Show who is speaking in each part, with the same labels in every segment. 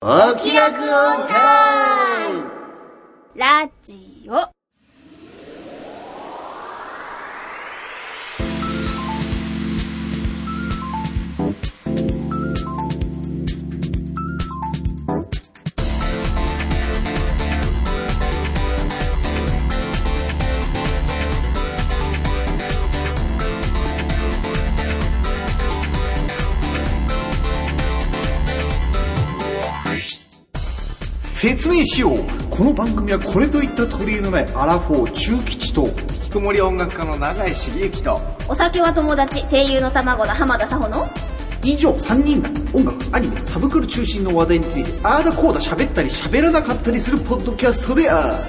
Speaker 1: お気楽オンタイム
Speaker 2: ラジオ。
Speaker 3: 説明しようこの番組はこれといった取り柄のないアラフォー中吉と
Speaker 1: 引きこもり音楽家の永井茂之と
Speaker 2: お酒は友達、声優の卵の浜田さほの。
Speaker 3: 以上3人が音楽アニメサブクル中心の話題についてああだこうだ喋ったり喋らなかったりするポッドキャストである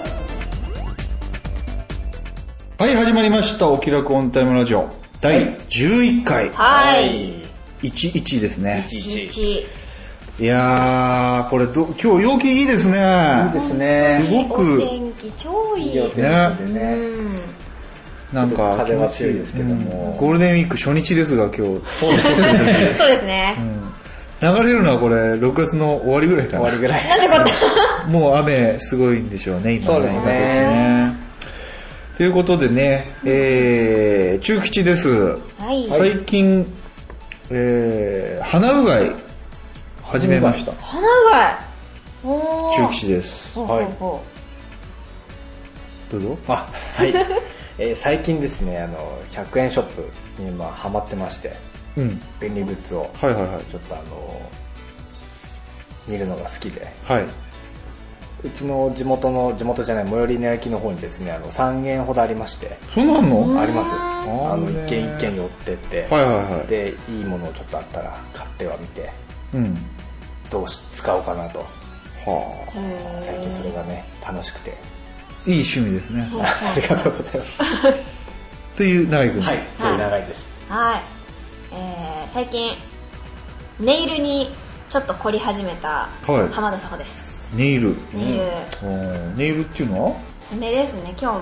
Speaker 4: はい、始まりました。お気楽オンタイムラジオ。第11回。
Speaker 2: はい。
Speaker 4: 11ですね。
Speaker 2: 一。
Speaker 4: いやー、これど、今日陽気いいですね。いいですね。すごく、ね。
Speaker 2: 天気超いい。
Speaker 4: なんか、風は強いですけども、ゴールデンウィーク初日ですが、今日。
Speaker 2: そうですね。
Speaker 4: 流れるのはこれ、6月の終わりぐらいかな。終わりぐらい。なぜかもう雨すごいんでしょうね、今そうですね。ということでね、えー、中吉です。
Speaker 2: はい。
Speaker 4: 最近、えー、鼻うがい始めました
Speaker 2: 花がい。おー
Speaker 4: 中吉です
Speaker 2: ほうほうほ
Speaker 4: どうぞ
Speaker 5: あはい、 えー最近ですねあの100円ショップに今ハマってまして
Speaker 4: うん
Speaker 5: 便利グッズを
Speaker 4: はいはいはい
Speaker 5: ちょっとあの見るのが好きで
Speaker 4: はいう
Speaker 5: ちの地元の地元じゃない最寄りの駅の方にですねあの3軒ほどありまして
Speaker 4: そんなのあんの
Speaker 5: あります
Speaker 4: ー
Speaker 5: あの一軒一軒寄ってって、
Speaker 4: はいはいはい
Speaker 5: でいいものをちょっとあったら買ってはみて
Speaker 4: うん
Speaker 5: どうし使おうかなと
Speaker 4: はあ
Speaker 5: 最近それがね楽しくて
Speaker 4: いい趣味ですね
Speaker 5: ありがとうございます
Speaker 4: という長井君
Speaker 5: はいという長いです
Speaker 2: う。はい。えー、最近、ネイルにちょっと凝り始めた
Speaker 4: はい
Speaker 2: 浜田さほです。
Speaker 4: ネイル
Speaker 2: ネイル、
Speaker 4: おーネイルっていうのは
Speaker 2: 爪ですね、今日も。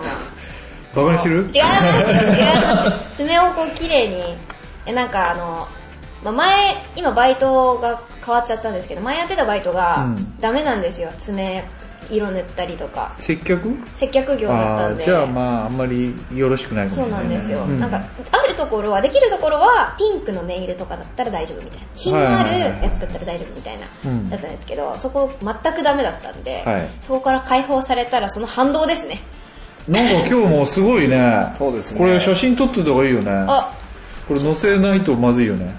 Speaker 4: バカにしてる
Speaker 2: 違いますよ違います爪をこう綺麗にえなんかあの、まあ前今バイトが変わっちゃったんですけど前やってたバイトが
Speaker 4: うん
Speaker 2: ダメなんですよ、爪色塗ったりとか
Speaker 4: 接客
Speaker 2: 接客業だった
Speaker 4: あ
Speaker 2: ん
Speaker 4: ー
Speaker 2: で
Speaker 4: じゃあまああんまりよろしくないかもし
Speaker 2: そ
Speaker 4: れ
Speaker 2: う
Speaker 4: な
Speaker 2: ないん
Speaker 4: ね
Speaker 2: ですよ、
Speaker 4: うん
Speaker 2: なんかあるところはできるところはピンクのネイルとかだったら大丈夫みたいな品のあるやつだったら大丈夫みたいな、
Speaker 4: うん
Speaker 2: だったんですけどそこ全くダメだったんで、
Speaker 4: はい
Speaker 2: そこから解放されたらその反動ですね
Speaker 4: なんか今日もすごいね
Speaker 5: そうですね
Speaker 4: これ写真撮ってた方がいいよね
Speaker 2: あ
Speaker 4: これ載せないとまずいよね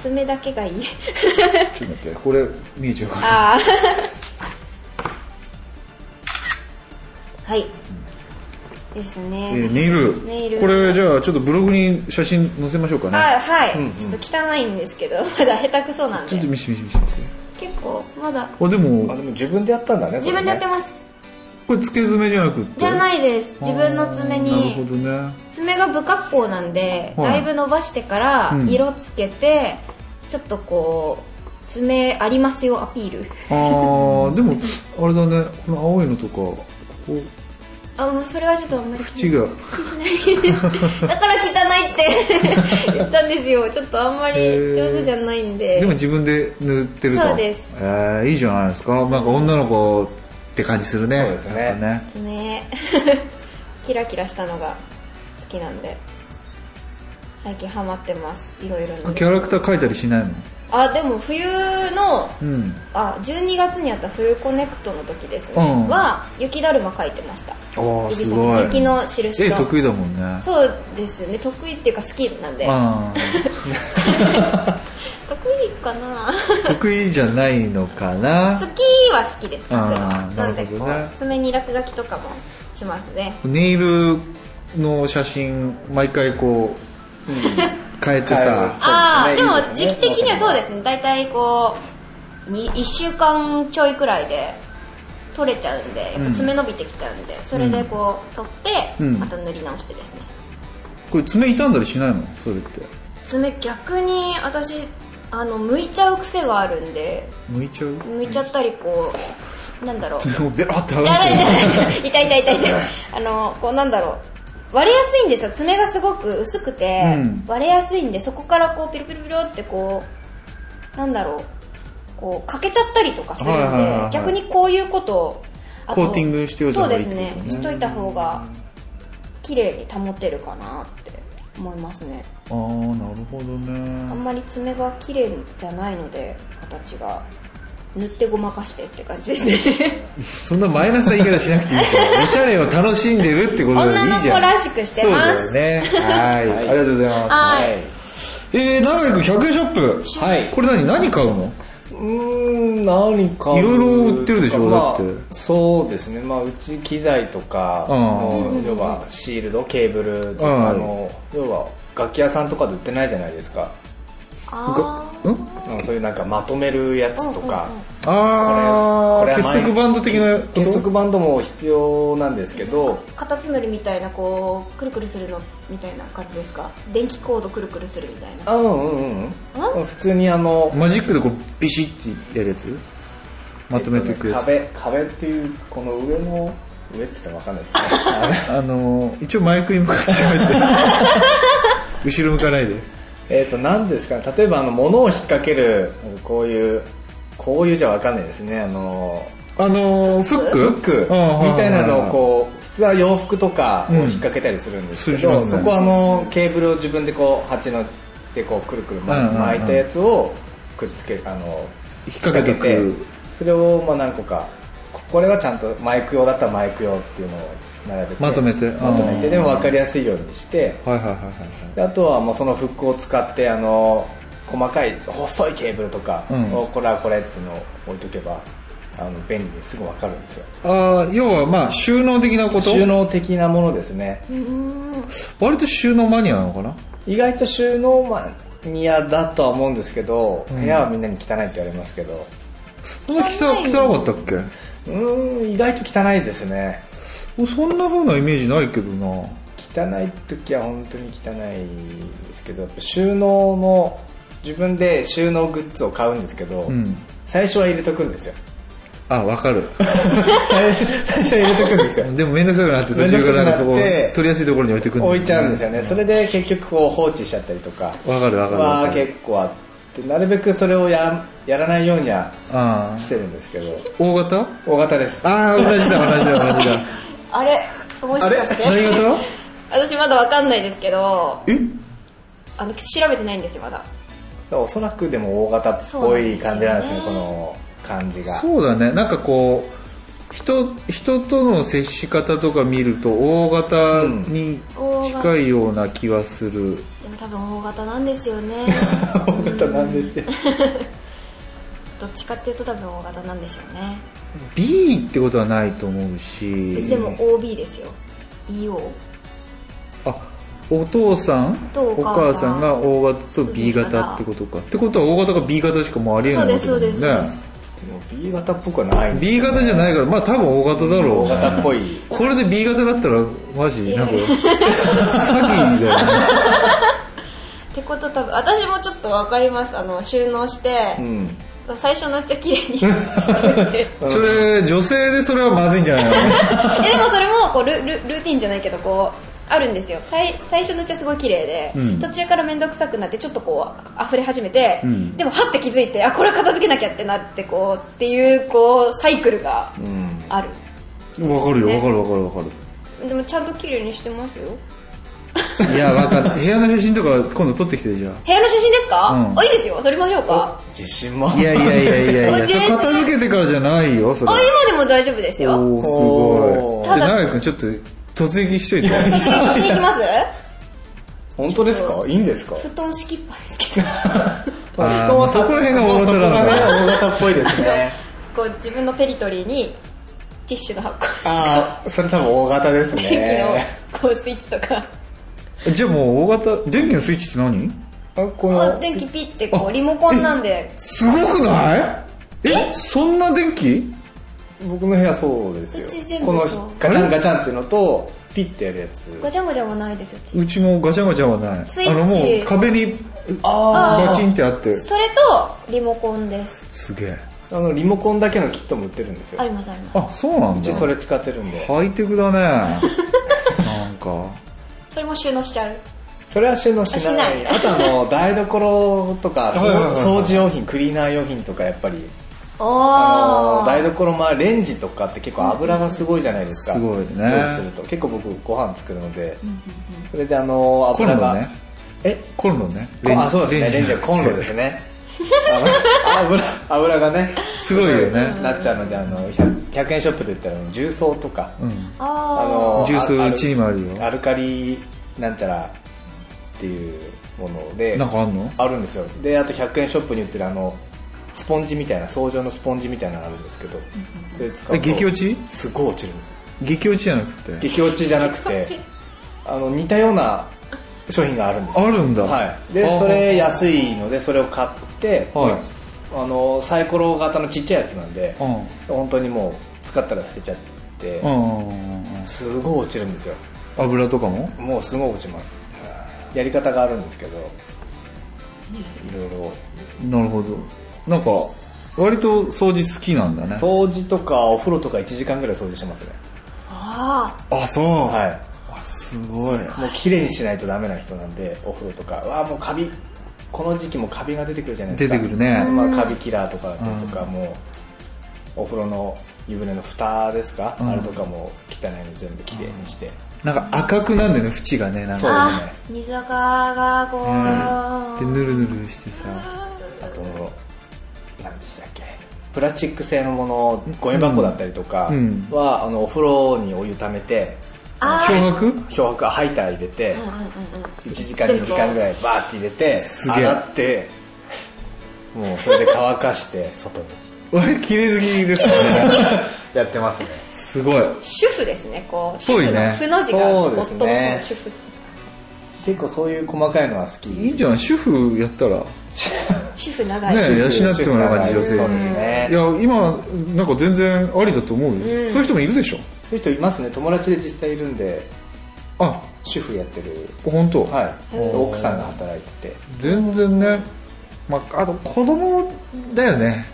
Speaker 2: 爪だけがい
Speaker 4: ち
Speaker 2: い
Speaker 4: ょっと待ってこれ見えちゃうから
Speaker 2: ああ。はい。です
Speaker 4: えー
Speaker 2: ね。
Speaker 4: ネイル
Speaker 2: ネイル
Speaker 4: これじゃあちょっとブログに写真載せましょうかね
Speaker 2: あ、はい、ちょっと汚いんですけど、まだ下手くそなん
Speaker 4: ち
Speaker 2: で
Speaker 4: ょっ。と見して見して見して見して
Speaker 2: 結構、まだ。
Speaker 4: あで
Speaker 5: あ
Speaker 4: も
Speaker 5: でも自分でやったんだね
Speaker 2: 自分でやって
Speaker 5: ま
Speaker 2: ます。
Speaker 4: これ付け爪じゃなくって
Speaker 2: じゃないです。自分の爪
Speaker 4: あーなる
Speaker 2: に
Speaker 4: ほ。どね
Speaker 2: 爪が不格好なんで、
Speaker 4: はい
Speaker 2: だいぶ伸ばしてから
Speaker 4: う、ん
Speaker 2: 色つけて、ちょっとこう、爪ありますよアピール。
Speaker 4: あーでもあれだねこの青いのとかこう
Speaker 2: あ、もうそれはちょっとあんまり気
Speaker 4: 縁
Speaker 2: に
Speaker 4: が
Speaker 2: だから汚いって 言ったんですよ。ちょっとあんまり上手じゃないんで。
Speaker 4: でも自分で塗ってると
Speaker 2: そうです
Speaker 4: えーいいじゃないですかなんか女の子って感じするね
Speaker 5: そうですね
Speaker 4: やっぱね
Speaker 2: 爪 キラキラしたのが好きなんで最近ハマってますいろいろに
Speaker 4: キャラクター描いたりしないの
Speaker 2: あでも冬の
Speaker 4: うん
Speaker 2: あ12月にやったフルコネクトの時ですね、
Speaker 4: うん
Speaker 2: は雪だるま描いてました
Speaker 4: ああ
Speaker 2: 指
Speaker 4: す
Speaker 2: 先
Speaker 4: ごい
Speaker 2: 雪の印
Speaker 4: 絵
Speaker 2: と
Speaker 4: 得意だもんね
Speaker 2: そうですね得意っていうか好きなんで
Speaker 4: あ
Speaker 2: 得意かな
Speaker 4: ー得意じゃないのか
Speaker 2: 好
Speaker 4: な
Speaker 2: きは好きですか
Speaker 4: あー
Speaker 2: なんで
Speaker 4: なる
Speaker 2: こ
Speaker 4: ほ
Speaker 2: う、
Speaker 4: どね
Speaker 2: 爪に落書きとかもしますね
Speaker 4: ネイルの写真毎回こう変えてさ
Speaker 5: そうですね
Speaker 2: ああーでも
Speaker 5: いいですね
Speaker 2: 時期的にはそうですね大体こうに1週間ちょいくらいで取れちゃうんでやっぱ爪伸びてきちゃうんで、それでこう取って、
Speaker 4: うん
Speaker 2: また塗り直してですね
Speaker 4: これ爪傷んだりしないのそれって
Speaker 2: 爪逆に私あの剥いちゃう癖があるんで
Speaker 4: 向いちゃう
Speaker 2: 剥いちゃったりこうなんだろう
Speaker 4: もうベロって剥
Speaker 2: じゃ
Speaker 4: がし
Speaker 2: ないじゃ
Speaker 4: て
Speaker 2: ないじゃない痛い痛い痛い痛いあのこうなんだろう割れやすいんですよ爪がすごく薄くて、
Speaker 4: うん
Speaker 2: 割れやすいんでそこからこうピロピロピロってこうなんだろうこう欠けちゃったりとかするんで、
Speaker 4: はいはいはいはい
Speaker 2: 逆にこういうことをあと
Speaker 4: コーティングしておいた方がいい
Speaker 2: そうで
Speaker 4: っ
Speaker 2: す
Speaker 4: てこと
Speaker 2: ね
Speaker 4: ね
Speaker 2: しといた方が綺麗に保てるかなって思いますね
Speaker 4: ああなるほど
Speaker 2: あ
Speaker 4: ね
Speaker 2: んまり爪が綺麗じゃないので形が塗ってごまかしてって感じですね
Speaker 4: そんなマイナスな言い方しなくていいからおしゃれを楽しんでるってことでいいじゃん
Speaker 2: 女の子らしくしてます
Speaker 4: そうだよねはい、ありがとうございます、
Speaker 2: はい
Speaker 4: えー、長井君100円ショップ
Speaker 5: はい
Speaker 4: これ何何買うの
Speaker 5: うーん何か
Speaker 4: いろいろ売ってるでしょ
Speaker 5: まあ
Speaker 4: だって
Speaker 5: そうですねまあうち機材とか
Speaker 4: うん
Speaker 5: の要はシールドケーブルとかの要は楽器屋さんとかで売ってないじゃないですか
Speaker 2: あ
Speaker 4: ん
Speaker 5: うんそういうなんかまとめるやつとか
Speaker 4: あ
Speaker 5: これ
Speaker 4: あ
Speaker 5: これは
Speaker 4: 結束バンド的なこと
Speaker 5: 結束バンドも必要なんですけど
Speaker 2: あカタツムリみたいなこうくるくるするのみたいな感じですか電気コードくるくるするみたいな
Speaker 5: あうんうんうん普通にあの
Speaker 4: マジックでこうビシッてやるやつまとめていくやつ、
Speaker 5: えっとね壁壁っていうこの上の上って言ったらわかんな いですねあの
Speaker 4: あのー一応マイクに向か ってやめて後ろ向かないで
Speaker 5: えっ、と、何ですかね、例えば、あの、物を引っ掛ける、こういう、こういうじゃわかんないですね、あの、
Speaker 4: あのーフック
Speaker 5: フックみたいなのをこう、普通は洋服とかを引っ掛けたりするんですけ
Speaker 4: うん
Speaker 5: ど、
Speaker 4: します
Speaker 5: そ
Speaker 4: ね
Speaker 5: こはあの、ケーブルを自分でこう、鉢の、でこう、くるくる
Speaker 4: うんうんうん
Speaker 5: 巻いたやつを、くっつけ、あの、
Speaker 4: 引っ掛けてくる
Speaker 5: 引っそれを、まあ何個か、ここれはちゃんとマイク用だったらマイク用っていうのを並べて、
Speaker 4: まとめて
Speaker 5: まとめ
Speaker 4: う
Speaker 5: て、
Speaker 4: ん
Speaker 5: でも分かりやすいようにして、
Speaker 4: はいはいはいはい
Speaker 5: であとはもうそのフックを使ってあの細かい細いケーブルとか
Speaker 4: うん
Speaker 5: をこれはこれっていうのを置いとけばあの便利ですぐ分かるんですよ
Speaker 4: あー要はまあ収納的なこと
Speaker 5: 収納的なものですね
Speaker 4: 割と収納マニアなのかな
Speaker 5: 意外と収納マニアだとは思うんですけど部屋はみんなに汚いって言われますけど
Speaker 4: そんな汚汚かったっけ
Speaker 5: うーん意外と汚いですね
Speaker 4: おそんな風なイメージないけどな
Speaker 5: 汚い時は本当に汚いですけどやっぱ収納の自分で収納グッズを買うんですけど、
Speaker 4: うん
Speaker 5: 最初は入れとくんですよ
Speaker 4: あわ かる
Speaker 5: 最初は入れとくんですよ
Speaker 4: でも面倒くさくなって途
Speaker 5: 面
Speaker 4: 中
Speaker 5: 倒くさく
Speaker 4: からなん
Speaker 5: なって
Speaker 4: かそこ取りやすいところに置いてくんだよ
Speaker 5: 置
Speaker 4: ね
Speaker 5: いちゃうんですよね、それで結局こう放置しちゃったりとか
Speaker 4: わかるわかるわ
Speaker 5: は
Speaker 4: かる
Speaker 5: 結構あってなるべくそれをややらないようには
Speaker 4: あ
Speaker 5: してるんですけど
Speaker 4: ー大型
Speaker 5: 大型です
Speaker 4: ああ同じだ同じだ同じ だ
Speaker 2: あれもしかして
Speaker 4: あれ何型
Speaker 2: 私まだわかんないですけど
Speaker 4: え
Speaker 2: あの調べてないんですよまだ
Speaker 5: おそらくでも大型っぽい感じなんですねこの感じが
Speaker 4: そうだねなんかこう人人との接し方とか見ると大型に近いような気はする、
Speaker 2: でも多分大型なんですよ ね
Speaker 5: 大型なんですよ
Speaker 2: どっちかっていうと多分大型なんでしょうね
Speaker 4: B ってことはないと思うし
Speaker 2: でも OB ですよ BO
Speaker 4: あお父さん
Speaker 2: とお
Speaker 4: お
Speaker 2: 母
Speaker 4: 母
Speaker 2: さ
Speaker 4: さ
Speaker 2: ん
Speaker 4: んが O 型と B 型ってことかってことは O 型か B 型しかもうありえ
Speaker 2: そ
Speaker 4: な
Speaker 2: う
Speaker 4: いわけだもんね
Speaker 2: ですそうですそうです、
Speaker 5: でも B 型っぽくはない
Speaker 4: B 型じゃないからまあ多分 O 型だろう、
Speaker 5: 大型っぽい
Speaker 4: これで B 型だったらマジなんか詐欺だよね
Speaker 2: ってこと多分私もちょっとわかりますあの収納して
Speaker 5: う、ん
Speaker 2: 最初のっちゃ綺麗にして て
Speaker 4: それ女性でそれはまずいんじゃないの
Speaker 2: えでもそれもこうルルルーティンじゃないけどこうあるんですよ最最初のうちはすごい綺麗で、
Speaker 4: うん
Speaker 2: 途中から面倒くさくなってちょっとこう溢れ始めて、
Speaker 4: ん
Speaker 2: でもはって気づいてあこれは片付けなきゃってなってこうっていうこうサイクルが
Speaker 5: うん
Speaker 2: ある、
Speaker 4: わかるよわかるわかるわか
Speaker 2: でもちゃんと綺麗にしてますよ
Speaker 4: るいやわかんない部屋の写真とか今度撮ってきてじゃ
Speaker 2: 部屋の写真ですか、
Speaker 4: うん
Speaker 2: あいいですよ撮りましょうか
Speaker 5: 自信も
Speaker 4: あ いやいやいやいやいやそれ片付けてからじゃないよそれ
Speaker 2: あ今でも大丈夫ですよ
Speaker 4: おーすご
Speaker 5: お
Speaker 4: い
Speaker 5: ー
Speaker 4: じゃあ長井君ちょっと突撃しといて
Speaker 2: 撮影しに行きます
Speaker 5: 本当ですかいいんですか
Speaker 2: 布団敷きっぱですけど
Speaker 4: あー
Speaker 5: 人は
Speaker 4: そこら辺が大型なんだ
Speaker 5: そこら辺が大型っぽいですね
Speaker 2: こう自分のテリトリーにティッシュの箱
Speaker 5: ああそれ多分大型です ね
Speaker 2: 電気のこうスイッチとか
Speaker 4: じゃあもう大型電気のスイッチって何
Speaker 5: あこ
Speaker 2: あ
Speaker 5: の
Speaker 2: 電気ピッてこうリモコンなんです
Speaker 4: ごくないえそんな電気
Speaker 5: 僕の部屋そうですよ
Speaker 2: うち全部
Speaker 5: この
Speaker 2: そう
Speaker 5: ガチャンガチャンっていうのとピッてやるやつ
Speaker 2: ガチャンガチャンはないですうち
Speaker 4: うちもガチャガチャはない
Speaker 2: スイッチ
Speaker 4: あのもう壁に
Speaker 5: あ
Speaker 4: バチンってあって
Speaker 2: それとリモコンです
Speaker 4: すげえ
Speaker 5: あのリモコンだけのキットも売ってるんです
Speaker 2: あ
Speaker 5: よ
Speaker 2: りますあります
Speaker 4: あそうなん
Speaker 5: う
Speaker 4: だ
Speaker 5: ちそれ使ってるんで
Speaker 4: ハイテクだねなんか
Speaker 2: それも収納しちゃう
Speaker 5: それは収納しない
Speaker 2: あしない
Speaker 5: あとあの台所とか
Speaker 4: はいはいはい
Speaker 5: 掃除用品クリーナー用品とかやっぱり
Speaker 2: お
Speaker 5: あの台
Speaker 2: ー
Speaker 5: 所まあレンジとかって結構油がすごいじゃないですか、
Speaker 4: うんすごいね
Speaker 5: 料理すると結構僕ご飯作るので、それであの
Speaker 4: コンロ
Speaker 5: 油が、
Speaker 4: ね
Speaker 5: え
Speaker 4: コンロね
Speaker 5: あそうですねレンジはコンロですねあの油油がね
Speaker 4: すごいよね
Speaker 5: なっちゃうのであの 100, 100円ショップで言ったらあの重曹とか、
Speaker 4: うん
Speaker 2: あ
Speaker 5: あの
Speaker 4: 重曹うちにもあるよ
Speaker 5: アルカリなんちゃらっていうもので
Speaker 4: なんかあんの
Speaker 5: あるんですよであと100円ショップに売ってるあのスポンジみたいな掃除のスポンジみたいなのがあるんですけどそれ使うと
Speaker 4: え激落ち
Speaker 5: すごい落ちるんですよ
Speaker 4: 激落ちじゃなくて
Speaker 5: 激落ちじゃなくてあの似たような商品があるんですよ
Speaker 4: あるんだ
Speaker 5: はい、
Speaker 4: あー
Speaker 5: でそれ安いのでそれを買って、
Speaker 4: は
Speaker 5: あのサイコロ型のちっちゃいやつなんで、
Speaker 4: うん
Speaker 5: 本当にもう使ったら捨てちゃって、
Speaker 4: うん
Speaker 5: すごい落ちるんですよ
Speaker 4: 油とかも
Speaker 5: もうすごい落ちますやり方があるんですけどいろいろ
Speaker 4: なるほどなんか割と掃除好きなんだね
Speaker 5: 掃除とかお風呂とか1時間ぐらい掃除してますね
Speaker 2: あ
Speaker 4: あそう
Speaker 5: はい
Speaker 4: あすごい
Speaker 5: もう綺麗にしないとダメな人なんでお風呂とかわあもうカビこの時期もカビが出てくるじゃないですか
Speaker 4: 出てくるね
Speaker 5: まあ、カビキラーとかだったりとかもうお風呂の湯船の蓋ですか、あれとかも汚いの全部綺麗にして、
Speaker 4: なんか赤くなんだよね縁がねなん
Speaker 5: そ
Speaker 4: か
Speaker 2: ー
Speaker 5: うですね
Speaker 2: あ水垢がこ
Speaker 4: で
Speaker 2: う
Speaker 4: ぬるぬるしてさ
Speaker 5: あと何でしたっけプラスチック製のものゴミ箱だったりとかは、
Speaker 4: うん
Speaker 5: あのお風呂にお湯溜めて
Speaker 2: あ
Speaker 4: 漂
Speaker 2: ー
Speaker 4: 白
Speaker 5: 漂白ハイター入れて、
Speaker 2: うんうんうんうん
Speaker 5: 1時間2時間ぐらいバーって入れて
Speaker 4: すげえ
Speaker 5: 洗ってもうそれで乾かして 外に
Speaker 4: 俺綺麗好きですね
Speaker 5: やってますね
Speaker 4: すごい
Speaker 2: 主婦ですねこう
Speaker 4: ぽいね
Speaker 2: 主婦の負の字が
Speaker 5: そうで
Speaker 2: 夫
Speaker 5: す
Speaker 2: の
Speaker 5: ね
Speaker 2: 主婦
Speaker 5: 結構そういう細かいのは好き
Speaker 4: いいんじゃない主婦やったらね
Speaker 2: 主婦長いし
Speaker 4: 養ってもらう感じ女性
Speaker 5: そうで
Speaker 4: に
Speaker 5: すね
Speaker 4: いや今なんか全然ありだと思うよ、そういう人もいるでしょ
Speaker 5: そういう人いますね友達で実際いるんで
Speaker 4: あ
Speaker 5: 主婦やってる
Speaker 4: 本当、
Speaker 5: はい奥さんが働いてて
Speaker 4: 全然ね、まあ、あと子供だよね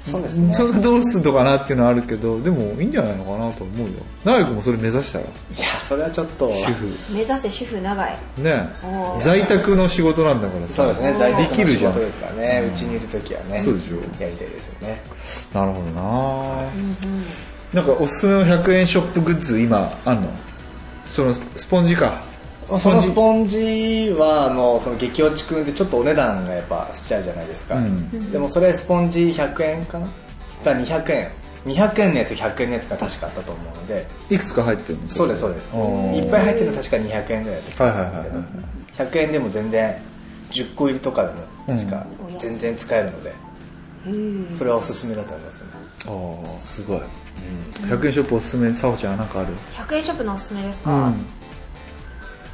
Speaker 5: そうですね
Speaker 4: それがどうすんのかなっていうのはあるけどでもいいんじゃないのかなと思うよ長井君もそれ目指したら
Speaker 5: いやそれはちょっと
Speaker 4: 主婦
Speaker 2: 目指せ主婦長い
Speaker 4: ね
Speaker 2: おー
Speaker 4: 在宅の仕事なんだからさ
Speaker 5: そうですね在
Speaker 4: で
Speaker 5: 宅
Speaker 4: き
Speaker 5: の
Speaker 4: る
Speaker 5: 仕
Speaker 4: じゃん
Speaker 5: 事ですからねうちにいる時はね
Speaker 4: そうでしょ
Speaker 5: やりたいですよね
Speaker 4: なるほどな、なんかおすすめの100円ショップグッズ今あんのそのスポンジか
Speaker 5: そのスポンジはあのその激落ちくんでちょっとお値段がやっぱしちゃうじゃないですか、
Speaker 4: うん
Speaker 5: でもそれスポンジ100円かなか200円200円のやつ100円のやつが確かあったと思うので
Speaker 4: いくつか入ってるんです
Speaker 5: そうですそうです
Speaker 4: おー
Speaker 5: いっぱい入ってるの確か200円ぐらいだったと
Speaker 4: はい
Speaker 5: 思
Speaker 4: はい
Speaker 5: うん
Speaker 4: はいはいはい
Speaker 5: ですけど100円でも全然10個入りとかでも確か
Speaker 2: うん
Speaker 5: 全然使えるので、それはおすすめだと思いますね
Speaker 4: ああすごい、100円ショップおすすめさほちゃんはなんかある
Speaker 2: 100円ショップのおすすめですか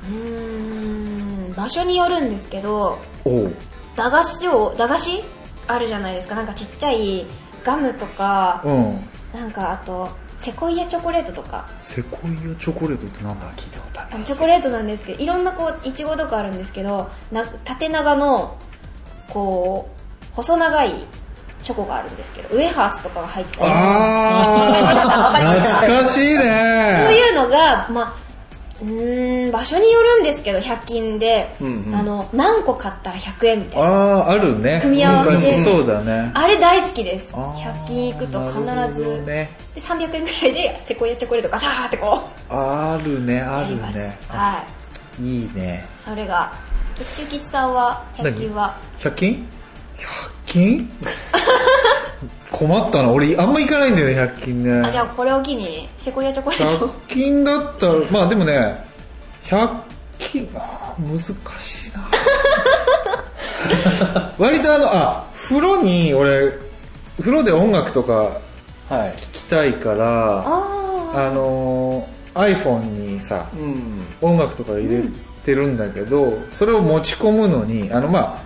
Speaker 2: うーん場所によるんですけど
Speaker 4: おう
Speaker 2: 駄菓子を駄菓子あるじゃないですかなんかちっちゃいガムとか
Speaker 4: うん
Speaker 2: なんかあとセコイアチョコレートとか
Speaker 4: セコイアチョコレートってなんだ聞いたことあ
Speaker 2: あのチョコレートなんですけどいろんなこういちごとかあるんですけどな縦長のこう細長いチョコがあるんですけどウエハースとかが入ってたり
Speaker 4: ああ懐かしい
Speaker 2: そう
Speaker 4: ね
Speaker 2: いうのが、まあ、うーん場所によるんですけど100均で、
Speaker 5: んうん
Speaker 2: あの何個買ったら100円みたい
Speaker 4: あ
Speaker 2: な
Speaker 4: ああるね
Speaker 2: 組み合わせで
Speaker 4: 昔そうだね
Speaker 2: あれ大好きです
Speaker 4: あー
Speaker 2: 100均行くと必
Speaker 4: なるほど
Speaker 2: ず、
Speaker 4: ね
Speaker 2: で300円ぐらいでセコイアチョコレートがさーってこ
Speaker 4: あるね
Speaker 2: う
Speaker 4: あ
Speaker 2: あ
Speaker 4: る
Speaker 2: ります、
Speaker 4: ね
Speaker 2: はい
Speaker 4: いいね
Speaker 2: それが宇宙吉さんは100均は
Speaker 4: 100均 ?100 均 困ったな俺あんま行かないんだよね100均ね
Speaker 2: あじゃあこれを機にセコイアチョコレート
Speaker 4: 100均だったらまあでもね100均あー難しいな割とあのあ風呂に俺風呂で音楽とか
Speaker 5: はい
Speaker 4: 聞きたいから
Speaker 2: あ
Speaker 4: あのー iPhone にさ
Speaker 5: うん
Speaker 4: 音楽とか入れてるんだけど、それを持ち込むのにあのまあ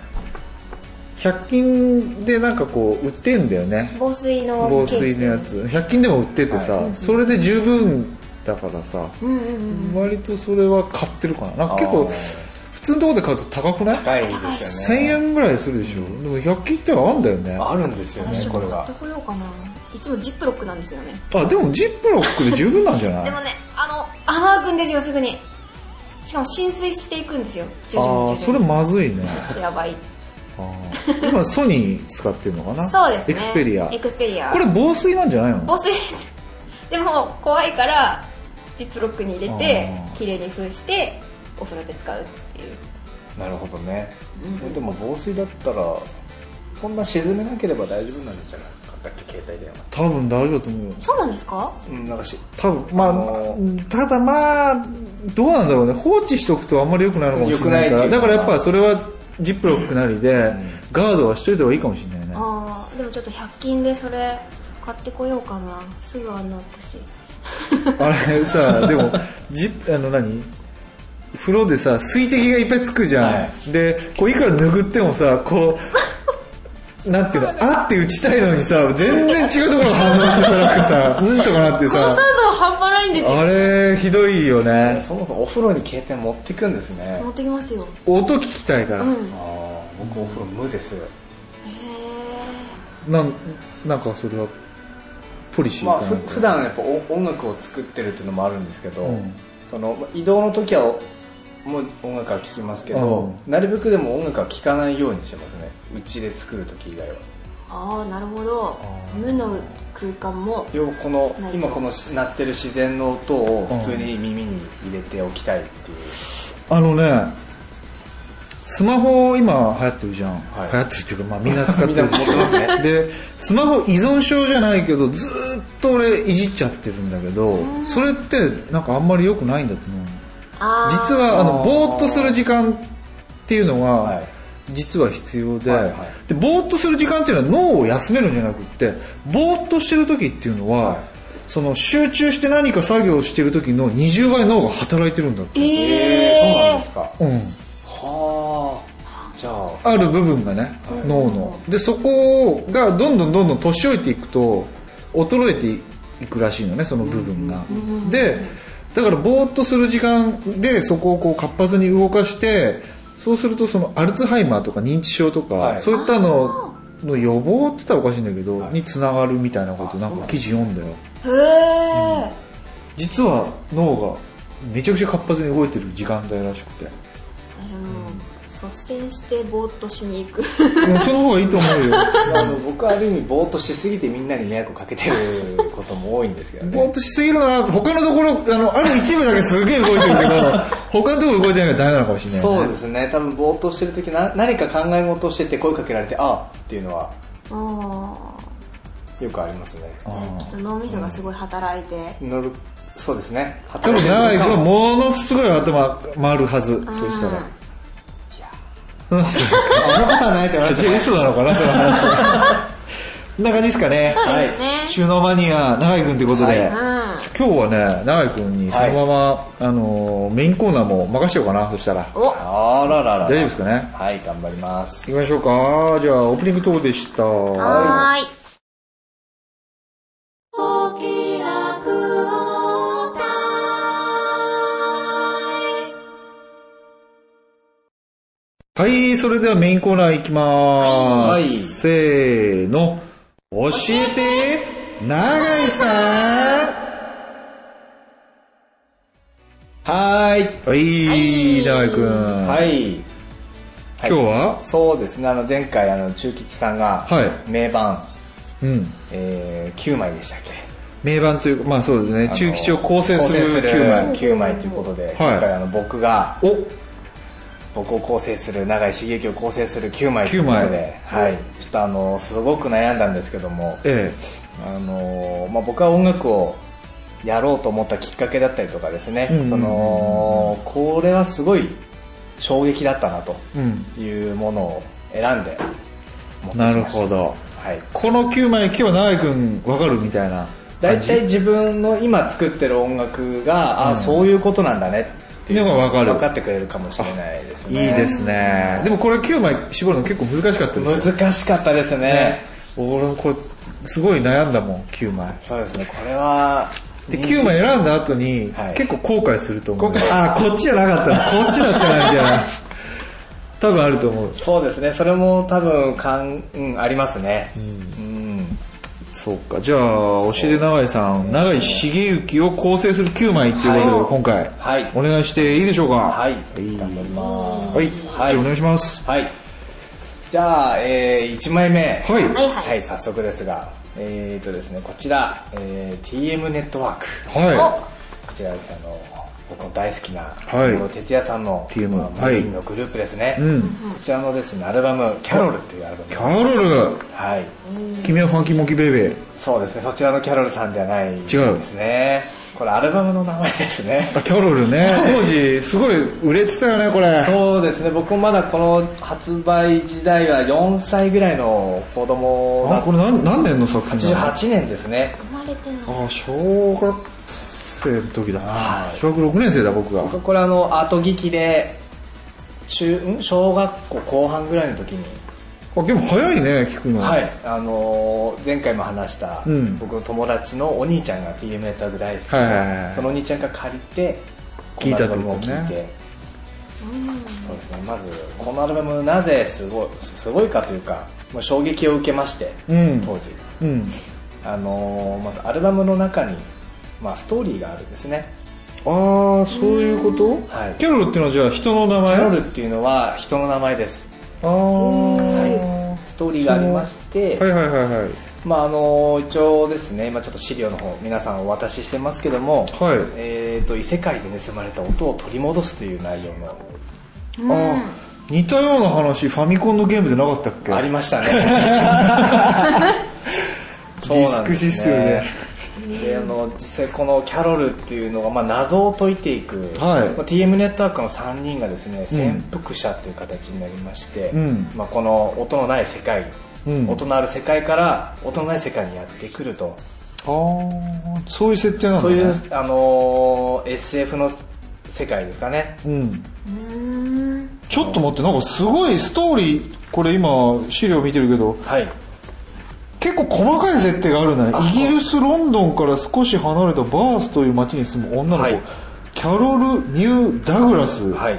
Speaker 4: 100均でなんかこう売ってんだよね
Speaker 2: あ防水の
Speaker 4: 防水のや
Speaker 2: ケー
Speaker 4: つ100均でも売っててさ、それで十分だからさ、
Speaker 2: スうんうんうん
Speaker 4: 割とそれは買ってるかななんか結
Speaker 5: あ
Speaker 4: 構
Speaker 5: ー
Speaker 4: 普通のところで買うと高くない
Speaker 5: 高いです
Speaker 4: 1000
Speaker 5: よね
Speaker 4: 円ぐらいするでしょ、でも100均ってあるんだよね
Speaker 5: あるんですよね
Speaker 2: 私
Speaker 5: こ
Speaker 2: も
Speaker 5: れ
Speaker 2: 買
Speaker 5: が
Speaker 2: ってこようかないつもジップロックなんですよね
Speaker 4: あでもジップロックで十分なんじゃない
Speaker 2: でもねあの穴開くんですよすぐにしかも浸水していくん ですよ徐々
Speaker 4: あ
Speaker 2: に
Speaker 4: あ
Speaker 2: 徐
Speaker 4: それ
Speaker 2: 々に
Speaker 4: まずいね
Speaker 2: やばい
Speaker 4: あー今ソニー使ってるのかな
Speaker 2: そうです
Speaker 4: エ
Speaker 2: ね
Speaker 4: クスペリア
Speaker 2: エクスペリア
Speaker 4: これ防水なんじゃないの
Speaker 2: 防水ですでも怖いからジップロックに入れて
Speaker 4: あー
Speaker 2: 綺麗に封してお風呂で使うっていう
Speaker 5: なるほどね、でも防水だったらそんな沈めなければ大丈夫なんじゃなかったっけ携帯電話
Speaker 4: 多分大丈夫だと思うよ
Speaker 2: そうなんですか
Speaker 5: うんなんかし
Speaker 4: 多分ま
Speaker 5: あ
Speaker 4: あ
Speaker 5: の
Speaker 4: ただまあどうなんだろうね放置しとくとあんまり良くないのかもしれないから
Speaker 5: 良くないってい
Speaker 4: だ
Speaker 5: う
Speaker 4: か
Speaker 5: から
Speaker 4: やっぱそれはジップロックなりで、ガードはしといた方がいいかもしれないね
Speaker 2: ああでもちょっと100均でそれ買ってこようかなすぐ穴開くし
Speaker 4: あれさ、でも、じあの何風呂でさ、水滴がいっぱいつくじゃん。、
Speaker 5: はい
Speaker 4: で、こういくら拭ってもさ、こう、なんていうの、あって打ちたいのにさ、全然違うところが反応してさ、なんかさ、うんとかなって
Speaker 2: この
Speaker 4: さ
Speaker 2: サ、度半端ないんですよ
Speaker 4: あれ、ひどいよね。
Speaker 5: そもそもお風呂に携帯持ってくんですね
Speaker 2: 持ってきますよ
Speaker 4: 音聞きたいから。
Speaker 2: うんへ
Speaker 5: ああ僕お風呂無です
Speaker 4: なんなんかそれは、ポリシー
Speaker 5: ま
Speaker 4: か
Speaker 5: あ
Speaker 4: な。
Speaker 5: ふ普段やっぱお音楽を作ってるっていうのもあるんですけど、
Speaker 4: うん
Speaker 5: そのまあ移動の時はおもう音楽は聴きますけど、
Speaker 4: う
Speaker 5: なるべくでも音楽は聴かないようにしてますねうちで作る時以外は
Speaker 2: ああなるほど
Speaker 4: ー
Speaker 2: 無の空間も
Speaker 5: 要はこの
Speaker 2: ない
Speaker 5: 今このし鳴ってる自然の音を普通に耳に入れておきたいっていう、
Speaker 4: あのね、スマホ今流行ってるじゃん。
Speaker 5: はい
Speaker 4: 流行ってるっていうか、まあみんな使ってるでしょ
Speaker 5: みんな持ってますね
Speaker 4: で、スマホ依存症じゃないけど、ずーっと俺いじっちゃってるんだけど、それってなんかあんまり良くないんだと思う。
Speaker 2: ああ
Speaker 4: 実は、あの、ぼーっとする時間っていうの
Speaker 5: は、
Speaker 4: はい実は必要で,、
Speaker 5: はいはい
Speaker 4: で、ぼーっとする時間っていうのは脳を休めるんじゃなくって、ぼーっとしてる時っていうのは、
Speaker 5: はい
Speaker 4: その集中して何か作業してる時の20倍脳が働いてるんだって。
Speaker 5: そうなん
Speaker 2: え
Speaker 5: ですか
Speaker 4: うん。
Speaker 5: はあじゃあ
Speaker 4: ある部分がね、脳のでそこがどんどんどんどん年老いていくと衰えていくらしいのねその部分が、でだからぼーっとする時間でそこをこう活発に動かしてそうするとそのアルツハイマーとか認知症とか、
Speaker 5: はい
Speaker 4: そういったのの予防って言ったらおかしいんだけど、につながるみたいなことなんか記事読んだよ
Speaker 2: ー、へえ
Speaker 4: 実は脳がめちゃくちゃ活発に動いてる時間帯らしく て
Speaker 2: 率先してぼーっとしに行く
Speaker 4: いやその方がいいと思うよ
Speaker 5: あの僕はある意味ぼーっとしすぎてみんなに迷惑をかけてることも多いんですけど
Speaker 4: ぼー
Speaker 5: ね
Speaker 4: っとしすぎるな他のところあのある一部だけすげえ動いてるけど 他のところ動いてないからダメなのかもしれない、ね、
Speaker 5: そうですね多分ぼーっとしてる時な何か考え事をしてて声かけられてああっていうのは
Speaker 2: あ
Speaker 5: よくありますね
Speaker 2: あきっと脳みそがすごい働いて
Speaker 5: 乗るそうですね
Speaker 4: 多分
Speaker 5: 働い
Speaker 4: 長
Speaker 5: てる
Speaker 4: い
Speaker 5: 時
Speaker 4: 人は
Speaker 5: 間も
Speaker 4: ものすごい頭回るはずそうしたらそんなこと
Speaker 5: そんなことはないって言 われ
Speaker 4: ない嘘なのかなその話こ んな感じですかね
Speaker 2: そうですね、
Speaker 4: はい収納マニア永井君ということで、
Speaker 2: うん
Speaker 4: ちょ今日はね永井君にそのまま、あのーメインコーナーも任せようかなそしたら
Speaker 2: お
Speaker 5: あららら
Speaker 4: 大丈夫ですかね
Speaker 5: はい頑張ります
Speaker 4: 行きましょうかじゃあオープニングトークでした
Speaker 2: はーい
Speaker 4: はい、それではメインコーナー行きまーす。
Speaker 5: はい
Speaker 4: せーの。教えて、長井さ
Speaker 5: はーい
Speaker 4: んはい、長井くん。。
Speaker 5: はいい
Speaker 4: 今日は
Speaker 5: そうですねあの前回あの中吉さんが
Speaker 4: はい
Speaker 5: 名盤
Speaker 4: うん。
Speaker 5: えー9枚でしたっけ
Speaker 4: 名盤というか、まあそうですね、中吉を構成する9
Speaker 5: 9枚
Speaker 4: 枚。
Speaker 5: 9枚ということで、今回あの僕が
Speaker 4: お
Speaker 5: 僕を構成する永井茂樹を構成する9枚というこ
Speaker 4: 9
Speaker 5: と
Speaker 4: 枚
Speaker 5: で、はい、ちょっとあのすごく悩んだんですけども、
Speaker 4: え
Speaker 5: あのまあ、僕は音楽をやろうと思ったきっかけだったりとかですね、
Speaker 4: うん
Speaker 5: そのこれはすごい衝撃だったな
Speaker 4: え。うん。
Speaker 5: というものを選んで持ってきました
Speaker 4: なるほ、ど。
Speaker 5: はい、
Speaker 4: この9枚、今日は長井くんわかるみたいな
Speaker 5: 大
Speaker 4: 感じ。
Speaker 5: 体自分の今作ってる音楽が、あそういうことなんだねっていう
Speaker 4: のが分かる
Speaker 5: 分かってくれるかもしれないです
Speaker 4: いい
Speaker 5: ね
Speaker 4: ですね。でもこれ9枚絞るの結構難しかったですよ。
Speaker 5: 難しかったですね
Speaker 4: ね。俺もこれ、すごい悩んだもん、9枚。
Speaker 5: そうですねこれは
Speaker 4: で9枚選んだ後に、
Speaker 5: はい
Speaker 4: 結構後悔すると思う
Speaker 5: 後悔
Speaker 4: ああこっちじゃなかったなこっちだったなみたいな多分あると思う
Speaker 5: そうですねそれも多分かん、うん、ありますねうん、
Speaker 4: そうかじゃあ教えて永井さん永井茂之を構成する9枚っていうことで、今回、
Speaker 5: はい
Speaker 4: お願いしていいでしょうか
Speaker 5: はい
Speaker 4: は
Speaker 5: 頑張り
Speaker 4: い、
Speaker 5: まはい
Speaker 4: じゃあお願いします
Speaker 5: すはいじゃあ、え1枚目
Speaker 4: はいは
Speaker 2: はいい
Speaker 5: は
Speaker 2: はい
Speaker 5: い、早速ですが、えーとですね、こちら、えー TM ネットワーク。こちらです、あの、僕の大好きな、
Speaker 4: はい
Speaker 5: 小室哲也さんの、
Speaker 4: TM
Speaker 5: まあ
Speaker 4: は
Speaker 5: マ
Speaker 4: い
Speaker 5: リンのグループですね。
Speaker 4: うん
Speaker 5: こちらのですね、アルバム、キャロルというアルバム。
Speaker 4: キャロル
Speaker 5: はい。
Speaker 4: 君はファンキーモンキーベイベー
Speaker 5: そうですね、そちらのキャロルさんではない
Speaker 4: 違う
Speaker 5: ですね。これアルバムの名前ですね。
Speaker 4: あキャロルね当時すごい売れてたよねこれ
Speaker 5: そうですね、僕もまだこの発売時代は4歳ぐらいの子供だ
Speaker 4: あこれ何何年の作品なの
Speaker 5: 88年ですね。
Speaker 2: 生まれてない
Speaker 4: あ小学生の時だな、
Speaker 5: はい
Speaker 4: 小学6年生だ僕が
Speaker 5: 僕はこれあの後聞きで中ん小学校後半ぐらいの時に、
Speaker 4: あでも早いね聞くの、
Speaker 5: はいあのー前回も話した、
Speaker 4: うん
Speaker 5: 僕の友達のお兄ちゃんが TM ネットワーク大好きで、
Speaker 4: はいはいはいはい
Speaker 5: そのお兄ちゃんが借りて
Speaker 4: 聞いたって
Speaker 5: こ
Speaker 4: ことね
Speaker 5: のアルバムを聞いて、そうですねまずこのアルバムなぜすごいすごいかというかもう衝撃を受けまして、
Speaker 4: うん
Speaker 5: 当時
Speaker 4: うん
Speaker 5: あのーまずアルバムの中に、まあ、ストーリーがあるんですね
Speaker 4: ああそういうこと
Speaker 5: はい
Speaker 4: キャロルっていうのはじゃあ人の名前
Speaker 5: キャロルっていうのは人の名前です
Speaker 4: ああ
Speaker 5: はいストーリーがありまして、
Speaker 4: はいはいはいはい
Speaker 5: まああの一応ですね、今ちょっと資料の方皆さんお渡ししてますけども、
Speaker 4: はい
Speaker 5: えー、と異世界で盗まれた音を取り戻すという内容の
Speaker 4: あー似たような話ファミコンのゲームでなかったっけ
Speaker 5: ありましたね
Speaker 4: ディスクシステムで
Speaker 5: であの実際このキャロルっていうのが、まあ、謎を解いていく、
Speaker 4: はい
Speaker 5: まあ、TM ネットワークの3人がですね潜伏者という形になりまして、
Speaker 4: うん
Speaker 5: まあ、この音のない世界、
Speaker 4: うん
Speaker 5: 音のある世界から音のない世界にやってくると
Speaker 4: あーそういう設定なんだ、
Speaker 5: そう
Speaker 4: ね、
Speaker 5: いう、あのー SF の世界ですかね。
Speaker 4: うん、ちょっと待ってなんかすごいストーリーこれ今資料見てるけど
Speaker 5: はい。
Speaker 4: 結構細かい設定があるんだね
Speaker 5: あ
Speaker 4: イギリスロンドンから少し離れたバースという町に住む女の子、
Speaker 5: はい
Speaker 4: キャロル・ニュー・ダグラス、
Speaker 5: はい。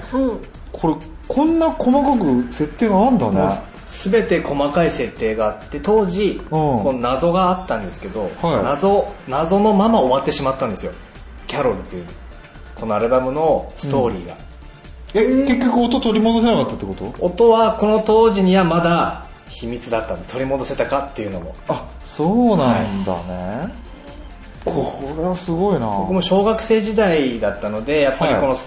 Speaker 4: これこんな細かく設定があんだね、
Speaker 5: すべて細かい設定があって、当時、この謎があったんですけど、
Speaker 4: はい
Speaker 5: 謎、謎のまま終わってしまったんですよ。キャロルという、このアルバムのストーリーが。
Speaker 4: え結局音取り戻せなかったってこと
Speaker 5: 音はこの当時にはまだ秘密だったんで、取り戻せたかっていうのも。
Speaker 4: あそうなんだね、これはすごいな
Speaker 5: 僕も小学生時代だったので、やっぱりこの、
Speaker 4: は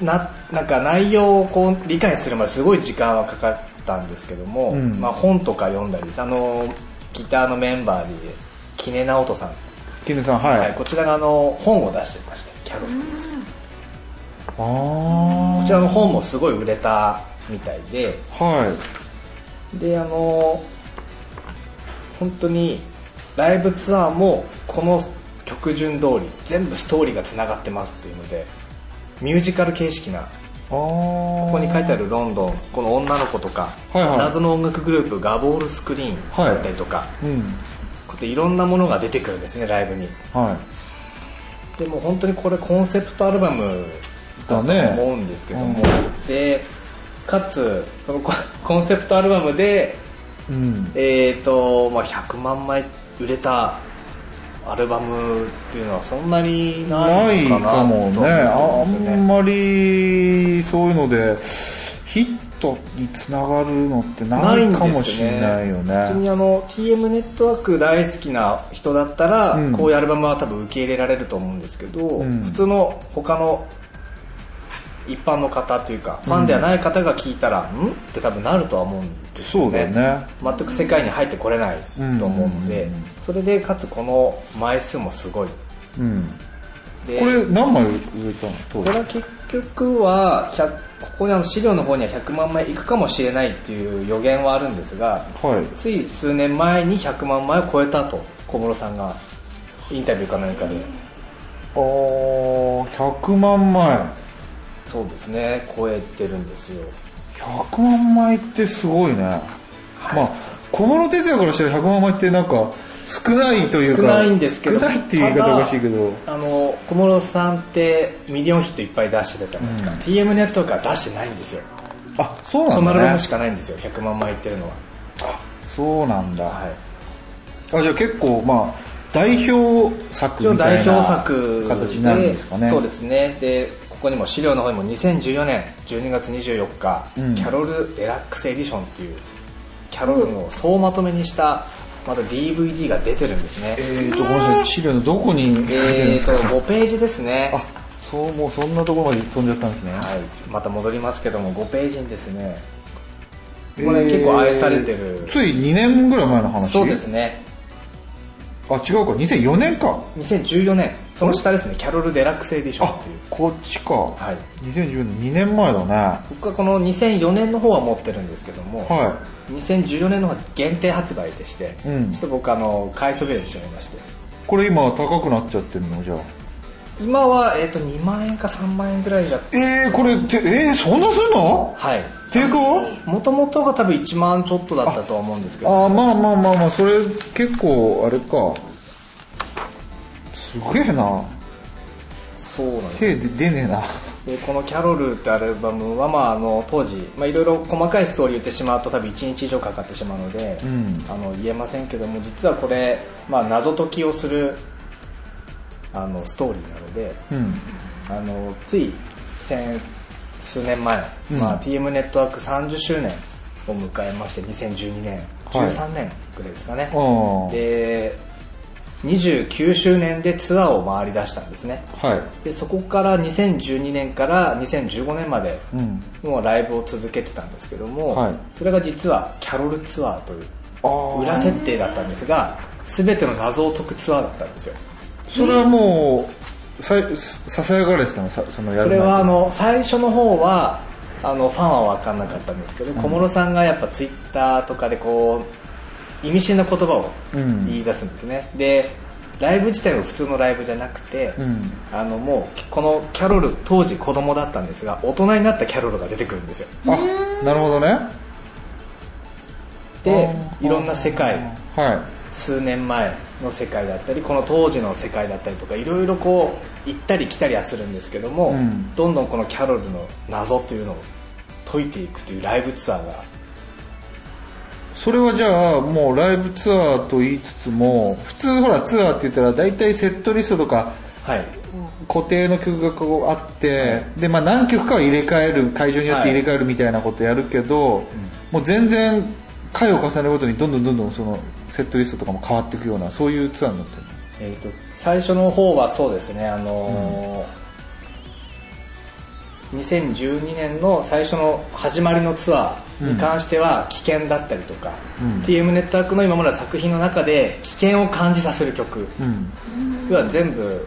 Speaker 5: な、なんか内容をこう理解するまですごい時間はかかったんですけども、
Speaker 4: うん
Speaker 5: まあ本とか読んだりですあの、ギターのメンバーで、キネナオトさん、
Speaker 4: キヌさんはい、
Speaker 5: はい、こちらがあの、本を出してました、キャロル。
Speaker 4: あ
Speaker 5: こちらの本もすごい売れたみたいで、
Speaker 4: あはい
Speaker 5: で、あの、本当にライブツアーもこの曲順通り、全部ストーリーが繋がってますっていうので、ミュージカル形式な
Speaker 4: あこ
Speaker 5: ここに書いてあるロンドンこの女の子とか、
Speaker 4: はいはい
Speaker 5: 謎の音楽グループガボールスクリーンだったりとか、
Speaker 4: うん
Speaker 5: こうやっていろんなものが出てくるんですねライブに
Speaker 4: はい
Speaker 5: でもう本当にこれコンセプトアルバムだ
Speaker 4: だ
Speaker 5: と
Speaker 4: ね
Speaker 5: 思うんですけども、でかつそのコ コンセプトアルバムで
Speaker 4: うん
Speaker 5: えーと、まあ、100万枚売れたアルバムっていうのはそんなにな
Speaker 4: ない
Speaker 5: いのかな
Speaker 4: かも
Speaker 5: と
Speaker 4: ね
Speaker 5: 思
Speaker 4: あ
Speaker 5: ってますよ
Speaker 4: んまりそういうのでヒットにつながるのってないかもしれないよ
Speaker 5: 普通に
Speaker 4: ね
Speaker 5: あの TM ネットワーク大好きな人だったら、
Speaker 4: うん
Speaker 5: こういうアルバムは多分受け入れられると思うんですけど、
Speaker 4: ん
Speaker 5: 普通の他の一般の方というかファンではない方が聞いたら、んって多分なるとは思うんです
Speaker 4: そうだよね
Speaker 5: 全く世界に入ってこれないと思うので、
Speaker 4: うんうんうん
Speaker 5: それでかつこの枚数もすごい
Speaker 4: うん
Speaker 5: で
Speaker 4: これ何枚売れたの当
Speaker 5: こ
Speaker 4: 時
Speaker 5: れは結局は100ここにあの資料の方には100万枚いくかもしれないっていう予言はあるんですが、
Speaker 4: はい
Speaker 5: つい数年前に100万枚を超えたと小室さんがインタビューか何かで
Speaker 4: ああ100万枚
Speaker 5: そうですね超えてるんですよ
Speaker 4: 100万枚ってすごいね、まあ小室哲哉からしたら100万枚ってなんか少ないというか
Speaker 5: 少ないんですけど
Speaker 4: 少ないっていう言い方おかしいけど
Speaker 5: ただあの小室さんってミリオンヒットいっぱい出してたじゃないですか、TM ネットから出してないんですよ
Speaker 4: あそう
Speaker 5: この
Speaker 4: な
Speaker 5: ア
Speaker 4: ん
Speaker 5: ルバ
Speaker 4: だ
Speaker 5: ム
Speaker 4: ね
Speaker 5: しかないんですよ100万枚いってるのは
Speaker 4: そうなんだ、
Speaker 5: はい
Speaker 4: あじゃあ結構まあ代表作
Speaker 5: 一応
Speaker 4: みた
Speaker 5: 代
Speaker 4: いな
Speaker 5: 表作で
Speaker 4: 形になるんですかね
Speaker 5: そうですねでここにも資料の方にも2014年12月24日、
Speaker 4: うん
Speaker 5: キャロル・デラックス・エディションっていうキャロルの総まとめにしたまた DVD が出てるんですね
Speaker 4: えーとごめんなさい資料のどこに書いてるん
Speaker 5: え
Speaker 4: で
Speaker 5: ー
Speaker 4: すか、
Speaker 5: と5ページですね
Speaker 4: あそうもうそんなところまで飛んじゃったんですね、
Speaker 5: はい、また戻りますけども5ページにですね
Speaker 4: えー
Speaker 5: これ結構愛されてる
Speaker 4: つい2年ぐらい前の話
Speaker 5: そうですね
Speaker 4: あ違うか2004年か
Speaker 5: 2014年その下ですねキャロル・デラックス・エディション
Speaker 4: あ
Speaker 5: っていう
Speaker 4: こっちか、
Speaker 5: はい
Speaker 4: 2010年2年前だね
Speaker 5: 僕はこの2004年の方は持ってるんですけども、
Speaker 4: は
Speaker 5: 2014年の方は限定発売でして、
Speaker 4: うん
Speaker 5: ちょっと僕あの買いそびれてしまいまして
Speaker 4: いこれ今高くなっちゃってるのじゃあ
Speaker 5: 今は、えー、と2万円か3万円ぐらいだ
Speaker 4: えー、これてえー、そんなすんの
Speaker 5: はい
Speaker 4: 定価は
Speaker 5: もともとが多分1万ちょっとだったとは思うんですけど
Speaker 4: あーまあまあまあまあそれ結構あれかすげえな
Speaker 5: そうなんです
Speaker 4: 手で出ねえな
Speaker 5: でこの「キャロル」ってアルバムは、まあ、あの当時まあいろいろ細かいストーリー言ってしまうと多分1日以上かかってしまうので、
Speaker 4: うん
Speaker 5: あの言えませんけども実はこれ、まあ、謎解きをするあのストーリーなので
Speaker 4: うん
Speaker 5: あのつい先数年前、
Speaker 4: うん
Speaker 5: まあ、TM ネットワーク30周年を迎えまして2012年
Speaker 4: はい
Speaker 5: 13年ぐらいですかね、
Speaker 4: ああ
Speaker 5: で29周年でツアーを回り出したんですね
Speaker 4: はい
Speaker 5: でそこから2012年から2015年まで
Speaker 4: うん
Speaker 5: もうライブを続けてたんですけども、
Speaker 4: はい
Speaker 5: それが実はキャロルツアーという
Speaker 4: あー
Speaker 5: 裏設定だったんですが全ての謎を解くツアーだったんですよ
Speaker 4: それはもうさささやかれてたのさそのや
Speaker 5: そ
Speaker 4: る
Speaker 5: れ
Speaker 4: 前
Speaker 5: はあの最初の方はあのファンは分かんなかったんですけど、小室さんがやっぱツイッターとかでこう意味深な言葉を
Speaker 4: うん
Speaker 5: 言い出すんですね、でライブ自体は普通のライブじゃなくて、
Speaker 4: うん
Speaker 5: あのもうこのキャロル当時子供だったんですが大人になったキャロルが出てくるんですよ
Speaker 4: あなるほどね
Speaker 5: で
Speaker 4: あー
Speaker 5: いろんな世界
Speaker 4: は
Speaker 5: 数年前の世界だったりこの当時の世界だったりとかいろいろこう行ったり来たりはするんですけども、
Speaker 4: うん
Speaker 5: どんどんこのキャロルの謎というのを解いていくというライブツアーが
Speaker 4: いそれはじゃあもうライブツアーと言いつつも普通ほらツアーって言ったら大体セットリストとか
Speaker 5: はい
Speaker 4: 固定の曲がこうあってでまあ何曲かは入れ替える会場によって入れ替えるみたいなことやるけど、もう全然回を重ねるごとにどんどんどんどんそのセットリストとかも変わっていくようなそういうツアーになってる
Speaker 5: えー、と最初の方はそうですね、あのー2012年の最初の始まりのツアーに関しては危険だったりとか、
Speaker 4: うん
Speaker 5: TM ネットワークの今までの作品の中で危険を感じさせる曲、
Speaker 4: うん
Speaker 5: 要は全部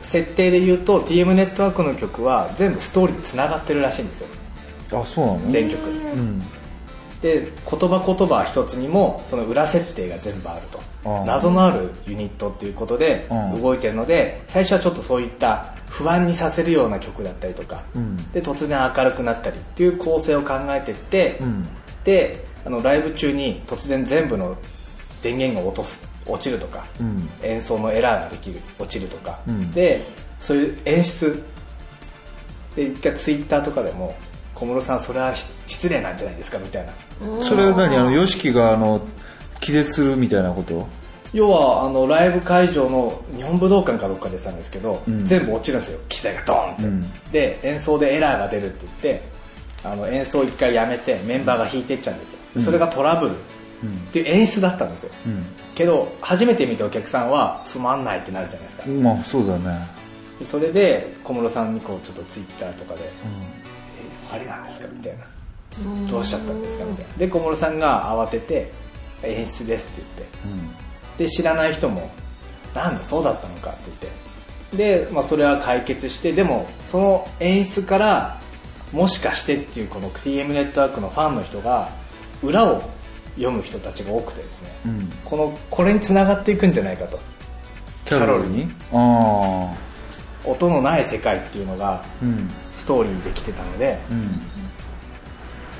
Speaker 5: 設定で言うと TM ネットワークの曲は全部ストーリーでつながってるらしいんですよ
Speaker 4: あそうなの
Speaker 5: 全曲
Speaker 4: うん
Speaker 5: で言葉言葉一つにもその裏設定が全部ある
Speaker 4: あ
Speaker 5: と
Speaker 4: あ
Speaker 5: 謎のあるユニットっていうことで
Speaker 4: うん
Speaker 5: 動いてるので最初はちょっとそういった不安にさせるような曲だったりとか、
Speaker 4: うん
Speaker 5: で突然明るくなったりっていう構成を考えてって、
Speaker 4: うん
Speaker 5: であのライブ中に突然全部の電源が落とす落ちるとか、
Speaker 4: うん
Speaker 5: 演奏のエラーができる落ちるとか、
Speaker 4: うん
Speaker 5: でそういう演出で一回ツイッターとかでも小室さんそれは失礼なんじゃないですかみたいな
Speaker 4: それは何あの YOSHIKI があの気絶するみたいなこと
Speaker 5: 要はあのライブ会場の日本武道館かどっかでしたんですけど、
Speaker 4: ん
Speaker 5: 全部落ちるんですよ機材がドーンって、
Speaker 4: うん
Speaker 5: で演奏でエラーが出るって言ってあの演奏を一回やめてメンバーが弾いてっちゃうんですよ、それがトラブルっていう演出だったんですよ、けど初めて見たお客さんはつまんないってなるじゃないですか、
Speaker 4: まあそうだね
Speaker 5: でそれで小室さんにこうちょっとツイッターとかで「えありなんですか?」みたいな「どうしちゃったんですか?」みたいなで小室さんが慌てて「演出です」って言ってで知らない人も「なんだそうだったのか」って言ってで、まあ、それは解決してでもその演出からもしかしてっていうこの TM ネットワークのファンの人が裏を読む人たちが多くてですね、
Speaker 4: うん
Speaker 5: このこれに繋がっていくんじゃないかと
Speaker 4: キャロルにああ
Speaker 5: 音のない世界っていうのが
Speaker 4: うん
Speaker 5: ストーリーできてたので
Speaker 4: うん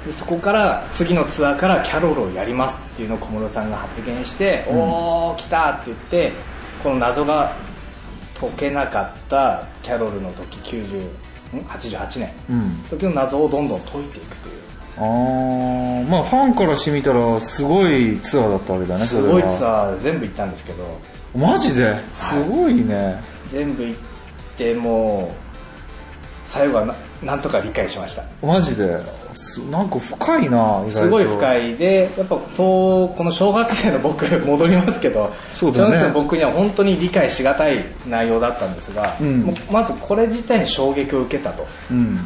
Speaker 5: でそこから次のツアーからキャロルをやりますっていうのを小室さんが発言して「おー来た!」って言ってこの謎が解けなかったキャロルの時90ん88年
Speaker 4: うん
Speaker 5: 時の謎をどんどん解いていくという
Speaker 4: あーまあファンからしてみたらすごいツアーだったわけだね
Speaker 5: すごいツ
Speaker 4: ー
Speaker 5: アー全部行ったんですけど
Speaker 4: マジですごいね、
Speaker 5: 全部行ってもう最後はななんとか理解しました
Speaker 4: マジですなんか深いな意外と
Speaker 5: すごい深いでやっぱとこの小学生の僕 戻りますけど、
Speaker 4: そ
Speaker 5: 小
Speaker 4: うだね
Speaker 5: 学生の僕には本当に理解しがたい内容だったんですが、
Speaker 4: うん
Speaker 5: もうまずこれ自体に衝撃を受けたと
Speaker 4: うん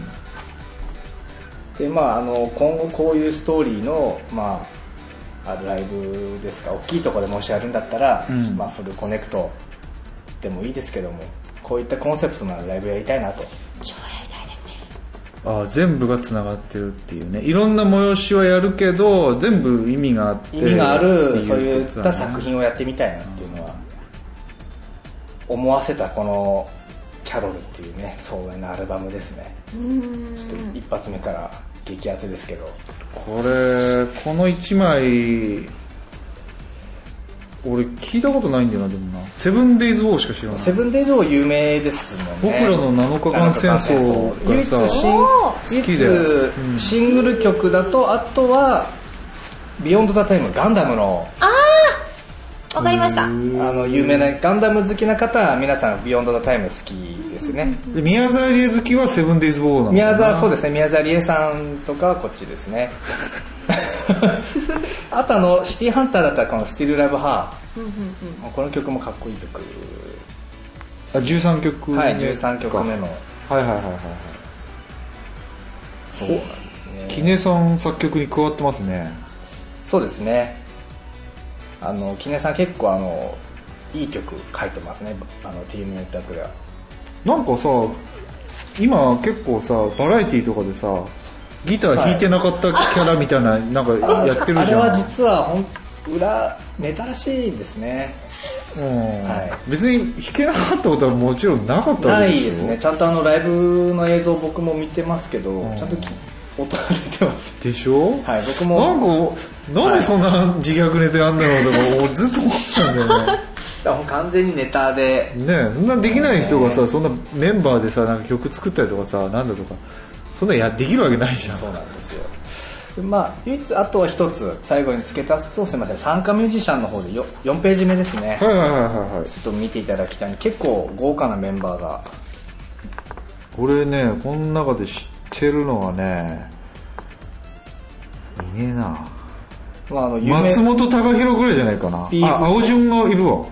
Speaker 5: でまああの今後こういうストーリーのまああライブですか大きいところでもしやるんだったら、
Speaker 4: うん
Speaker 5: まあ、フルコネクトでもいいですけどもこういったコンセプトのあるライブやりたいなと
Speaker 4: あ全部がつながってるっていうねいろんな催しはやるけど全部意味があって
Speaker 5: 意味があ
Speaker 4: って
Speaker 5: る
Speaker 4: う
Speaker 5: そういっ
Speaker 4: こと
Speaker 5: た
Speaker 4: だね
Speaker 5: 作品をやってみたいなっていうのは思わせたこの「キャロル」っていうね壮大なアルバムですねちょっと一発目から激アツですけど
Speaker 4: これこの1枚俺聞いたことないんだよなでもな「セブンデイズ・ウォー」しか知らな
Speaker 5: 「
Speaker 4: い
Speaker 5: セブンデイズは有名ですもんね
Speaker 4: 僕らの7日間戦争がさ
Speaker 2: お
Speaker 5: 唯
Speaker 4: 好
Speaker 5: 一シ
Speaker 4: き
Speaker 5: ン
Speaker 4: で
Speaker 5: 唯一シングル曲だとあとは「ビヨンド・ザ・タイム」ガンダムの
Speaker 2: わかりました
Speaker 5: あの有名なガンダム好きな方は皆さん「ビヨンド・ザ・タイム」好きですね
Speaker 4: で宮沢りえ好きは「セブンデイズ・ウォー」なんだ
Speaker 5: 宮沢
Speaker 4: な
Speaker 5: そうですね宮沢りえさんとかはこっちで すねあとあのシティハンターだったらこの「スティル・ラブ・ハー」この曲もかっこいい曲
Speaker 4: あ13曲目
Speaker 5: はい13曲目の
Speaker 4: はいはいはいはい
Speaker 5: そうなんですね
Speaker 4: きねさん作曲に加わってますね
Speaker 5: そうですねあのキネさん結構あのいい曲書いてますねあの TM ネットワークでは
Speaker 4: なんかさ今結構さバラエティーとかでさギター弾いてなかったキャラみたいな、なんかやってるじゃん
Speaker 5: あれは実はほん裏ネタらしいですね
Speaker 4: うん
Speaker 5: は
Speaker 4: 別に弾けなかったことはもちろんなかったわ
Speaker 5: な
Speaker 4: け
Speaker 5: い
Speaker 4: でしょ
Speaker 5: ですねちゃんとあのライブの映像僕も見てますけど、
Speaker 4: ん
Speaker 5: ちゃんとき音が出てます
Speaker 4: でしょ
Speaker 5: はい僕
Speaker 4: なん
Speaker 5: も
Speaker 4: かなんでそんな自虐ネタやんだろうとか、俺ずっと思ってたんだよね
Speaker 5: 完全にネタで
Speaker 4: ねえそんなできない人がさそんなメンバーでさなんか曲作ったりとかさなんだとかそんなやできるわけないじゃん
Speaker 5: そうなんですよでまあ唯一あとは一つ最後に付け足すとすいません参加ミュージシャンの方でよ4ページ目ですね、
Speaker 4: はいはいはいはいはい
Speaker 5: ちょっと見ていただきたい結構豪華なメンバーが
Speaker 4: 俺ねこの中で知ってるのはねいねえな
Speaker 5: まあ、あの有
Speaker 4: 松
Speaker 5: 名
Speaker 4: 本隆弘ぐらいじゃないかな
Speaker 5: ビーズ
Speaker 4: あ青順がいるわ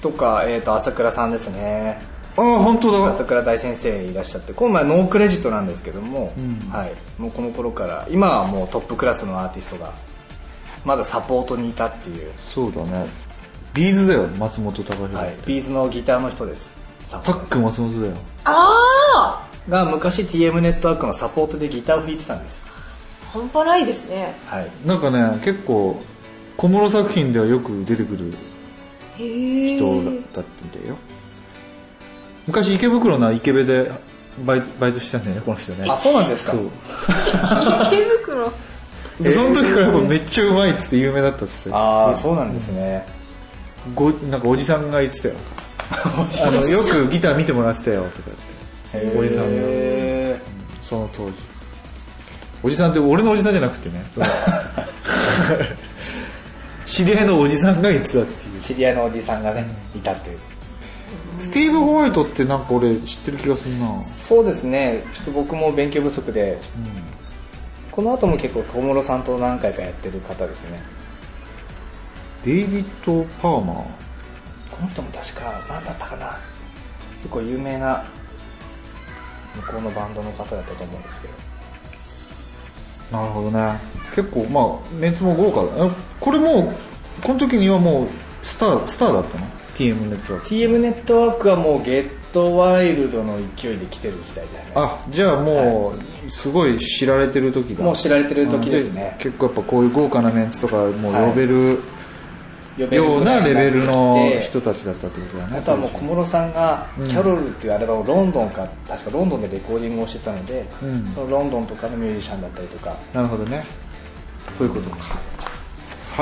Speaker 5: とか、えー、と朝倉さんですね
Speaker 4: ああ本当
Speaker 5: 朝
Speaker 4: だ
Speaker 5: 倉大先生いらっしゃって今回ノークレジットなんですけども、はい、もうこの頃から今はもうトップクラスのアーティストがまだサポートにいたっていう、
Speaker 4: そうだねビーズだよ松本隆弘、
Speaker 5: はい、ビーズのギターの人ですサ
Speaker 4: タ
Speaker 5: ポ
Speaker 4: ッ
Speaker 5: ート
Speaker 4: ク松本だよ
Speaker 2: あ
Speaker 5: が昔 TM ネットワークのサポートでギターを弾いてたんです、
Speaker 2: ー半端ないですね
Speaker 5: はい、
Speaker 4: なんかね結構小室作品ではよく出てくる
Speaker 2: へえ
Speaker 4: 人だったみたいよ昔池袋の池辺でバイトバイトしてたんだよねこの人ね
Speaker 5: あそうなんですか
Speaker 4: そう
Speaker 2: 池袋
Speaker 4: その時からやっぱめっちゃうまいっつって有名だったっつって
Speaker 5: ああそうなんですね、
Speaker 4: ごなんかおじさんが言 ってたよあのよくギター見てもらってたよとか言っておじさんが
Speaker 5: へ
Speaker 4: その当時おじさんって俺のおじさんじゃなくてね その知り合いのおじさんが言ってたっていう
Speaker 5: ー知り合いのおじさんがねいたっていう
Speaker 4: スティーブ・ホワイトってなんか俺知ってる気がするな
Speaker 5: そうですねちょっと僕も勉強不足で、この後も結構小室さんと何回かやってる方ですね
Speaker 4: デイビッド・パーマー
Speaker 5: この人も確か何だったかな結構有名な向こうのバンドの方だったと思うんですけど
Speaker 4: なるほどね結構まあメンツも豪華だあこれもうこの時にはもうスタースターだったの TM ネットワーク
Speaker 5: TM ネットワークはもうゲットワイルドの勢いで来てる時代ですね
Speaker 4: あじゃあもうすごい知られてる時だ
Speaker 5: もう知られてる時ですね
Speaker 4: 結構やっぱこういう豪華なメンツとかもう呼べる、
Speaker 5: 呼べる
Speaker 4: ようなレベルの人
Speaker 5: で
Speaker 4: たちだったってことだね
Speaker 5: あとはもう小室さんが「
Speaker 4: ん
Speaker 5: キャロル」っていうアルバムをロンドンか確かロンドンでレコーディングをしてたので、
Speaker 4: うん
Speaker 5: そのロンドンとかのミュージシャンだったりとか
Speaker 4: なるほどねそういうことか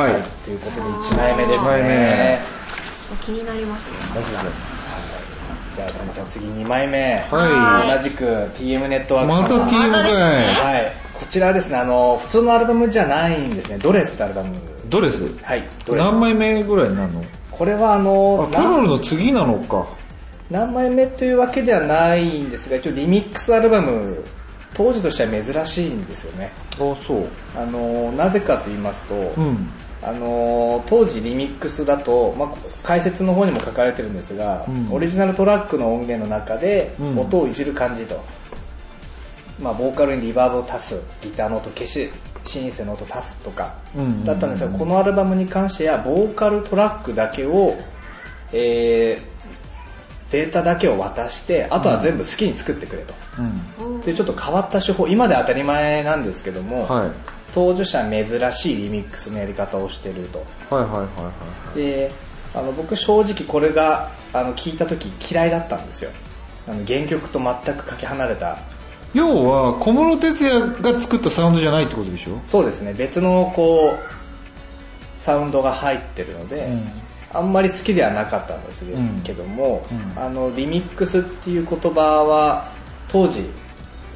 Speaker 4: はい、
Speaker 5: はい、ということで1枚目ですね
Speaker 4: 一枚目
Speaker 2: 気になりますね
Speaker 5: じゃあすいません次2枚目、
Speaker 4: は
Speaker 5: 同じく TM ネットワーク
Speaker 4: ま
Speaker 5: さん
Speaker 4: た TM
Speaker 2: またです
Speaker 4: かい
Speaker 2: ね
Speaker 5: はいこちらですね、あの、普通のアルバムじゃないんですね。ドレスってアルバム。
Speaker 4: ドレス
Speaker 5: はい、ドレス。
Speaker 4: 何枚目ぐらいになるの
Speaker 5: これはあ
Speaker 4: あ
Speaker 5: の、
Speaker 4: キ
Speaker 5: な
Speaker 4: ャロルの次なのか
Speaker 5: 何枚目というわけではないんですが、一応リミックスアルバム、当時としては珍しいんですよね。
Speaker 4: あそう
Speaker 5: あの、なぜかと言いますと、
Speaker 4: うん
Speaker 5: あのー当時リミックスだと、まあ、解説の方にも書かれてるんですが、
Speaker 4: うん
Speaker 5: オリジナルトラックの音源の中で
Speaker 4: うん
Speaker 5: 音をいじる感じと、まあ、ボーカルにリバーブを足すギターの音消しシンセの音足すとか
Speaker 4: うんうんうん
Speaker 5: だったんですが、このアルバムに関してはボーカルトラックだけを、えーデータだけを渡してあとは全部好きに作ってくれと。
Speaker 4: うん
Speaker 5: というちょっと変わった手法今で当たり前なんですけども、
Speaker 4: はい
Speaker 5: 当時としては珍しいリミックスのやり方をしてると
Speaker 4: はいはいはいはい
Speaker 5: であの僕正直これがあの聞いた時嫌いだったんですよあの原曲と全くかけ離れた
Speaker 4: 要は小室哲哉が作ったサウンドじゃないってことでしょ
Speaker 5: そうですね別のこうサウンドが入ってるので、
Speaker 4: うん
Speaker 5: あんまり好きではなかったんですけ
Speaker 4: うん
Speaker 5: けども、
Speaker 4: うん
Speaker 5: あのリミックスっていう言葉は当時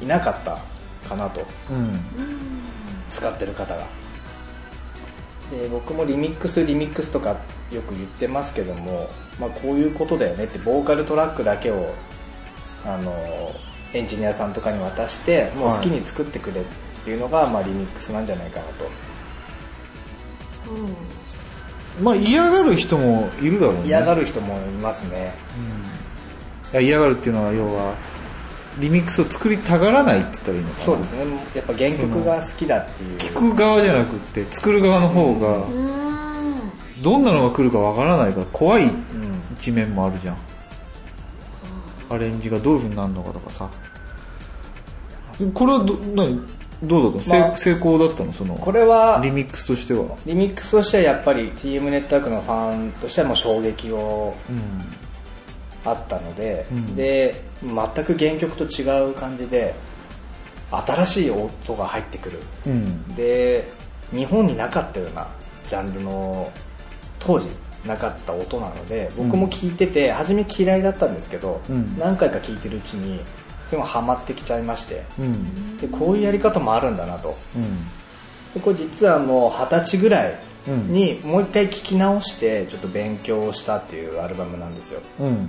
Speaker 5: いなかったかなと
Speaker 4: うん
Speaker 5: 使ってる方がで僕もリミックスリミックスとかよく言ってますけども、まあ、こういうことだよねってボーカルトラックだけをあのエンジニアさんとかに渡してもう好きに作ってくれっていうのが、まあ、リミックスなんじゃないかなと
Speaker 4: まあ嫌がる人もいるだろうね
Speaker 5: 嫌がる人もいますね
Speaker 4: いや嫌がるっていうのは要はリミックスを作りたがらないって言ったらいいのかな
Speaker 5: そうですねやっぱ原曲が好きだっていう
Speaker 4: 聞く側じゃなくって作る側の方が
Speaker 2: うーん
Speaker 4: どんなのが来るかわからないから怖い
Speaker 5: うん
Speaker 4: 一面もあるじゃんアレンジがどういう風になるのかとかさこれはど何どうだったの、
Speaker 5: まあ
Speaker 4: せ成功だったのその
Speaker 5: これは
Speaker 4: リミックスとしては
Speaker 5: リミックスとしてはやっぱり TM ネットワークのファンとしてはもう衝撃を
Speaker 4: うん
Speaker 5: あったので、
Speaker 4: うん
Speaker 5: で全く原曲と違う感じで新しい音が入ってくる
Speaker 4: うん
Speaker 5: で日本になかったようなジャンルの当時なかった音なので僕も聞いてて、初め嫌いだったんですけど、
Speaker 4: うん
Speaker 5: 何回か聞いてるうちにすごいハマってきちゃいまして
Speaker 4: うん
Speaker 5: でこういうやり方もあるんだなと
Speaker 4: うん
Speaker 5: でこれ実はもう二十歳ぐらいにもう一回聞き直してちょっと勉強をしたっていうアルバムなんですよ
Speaker 4: うん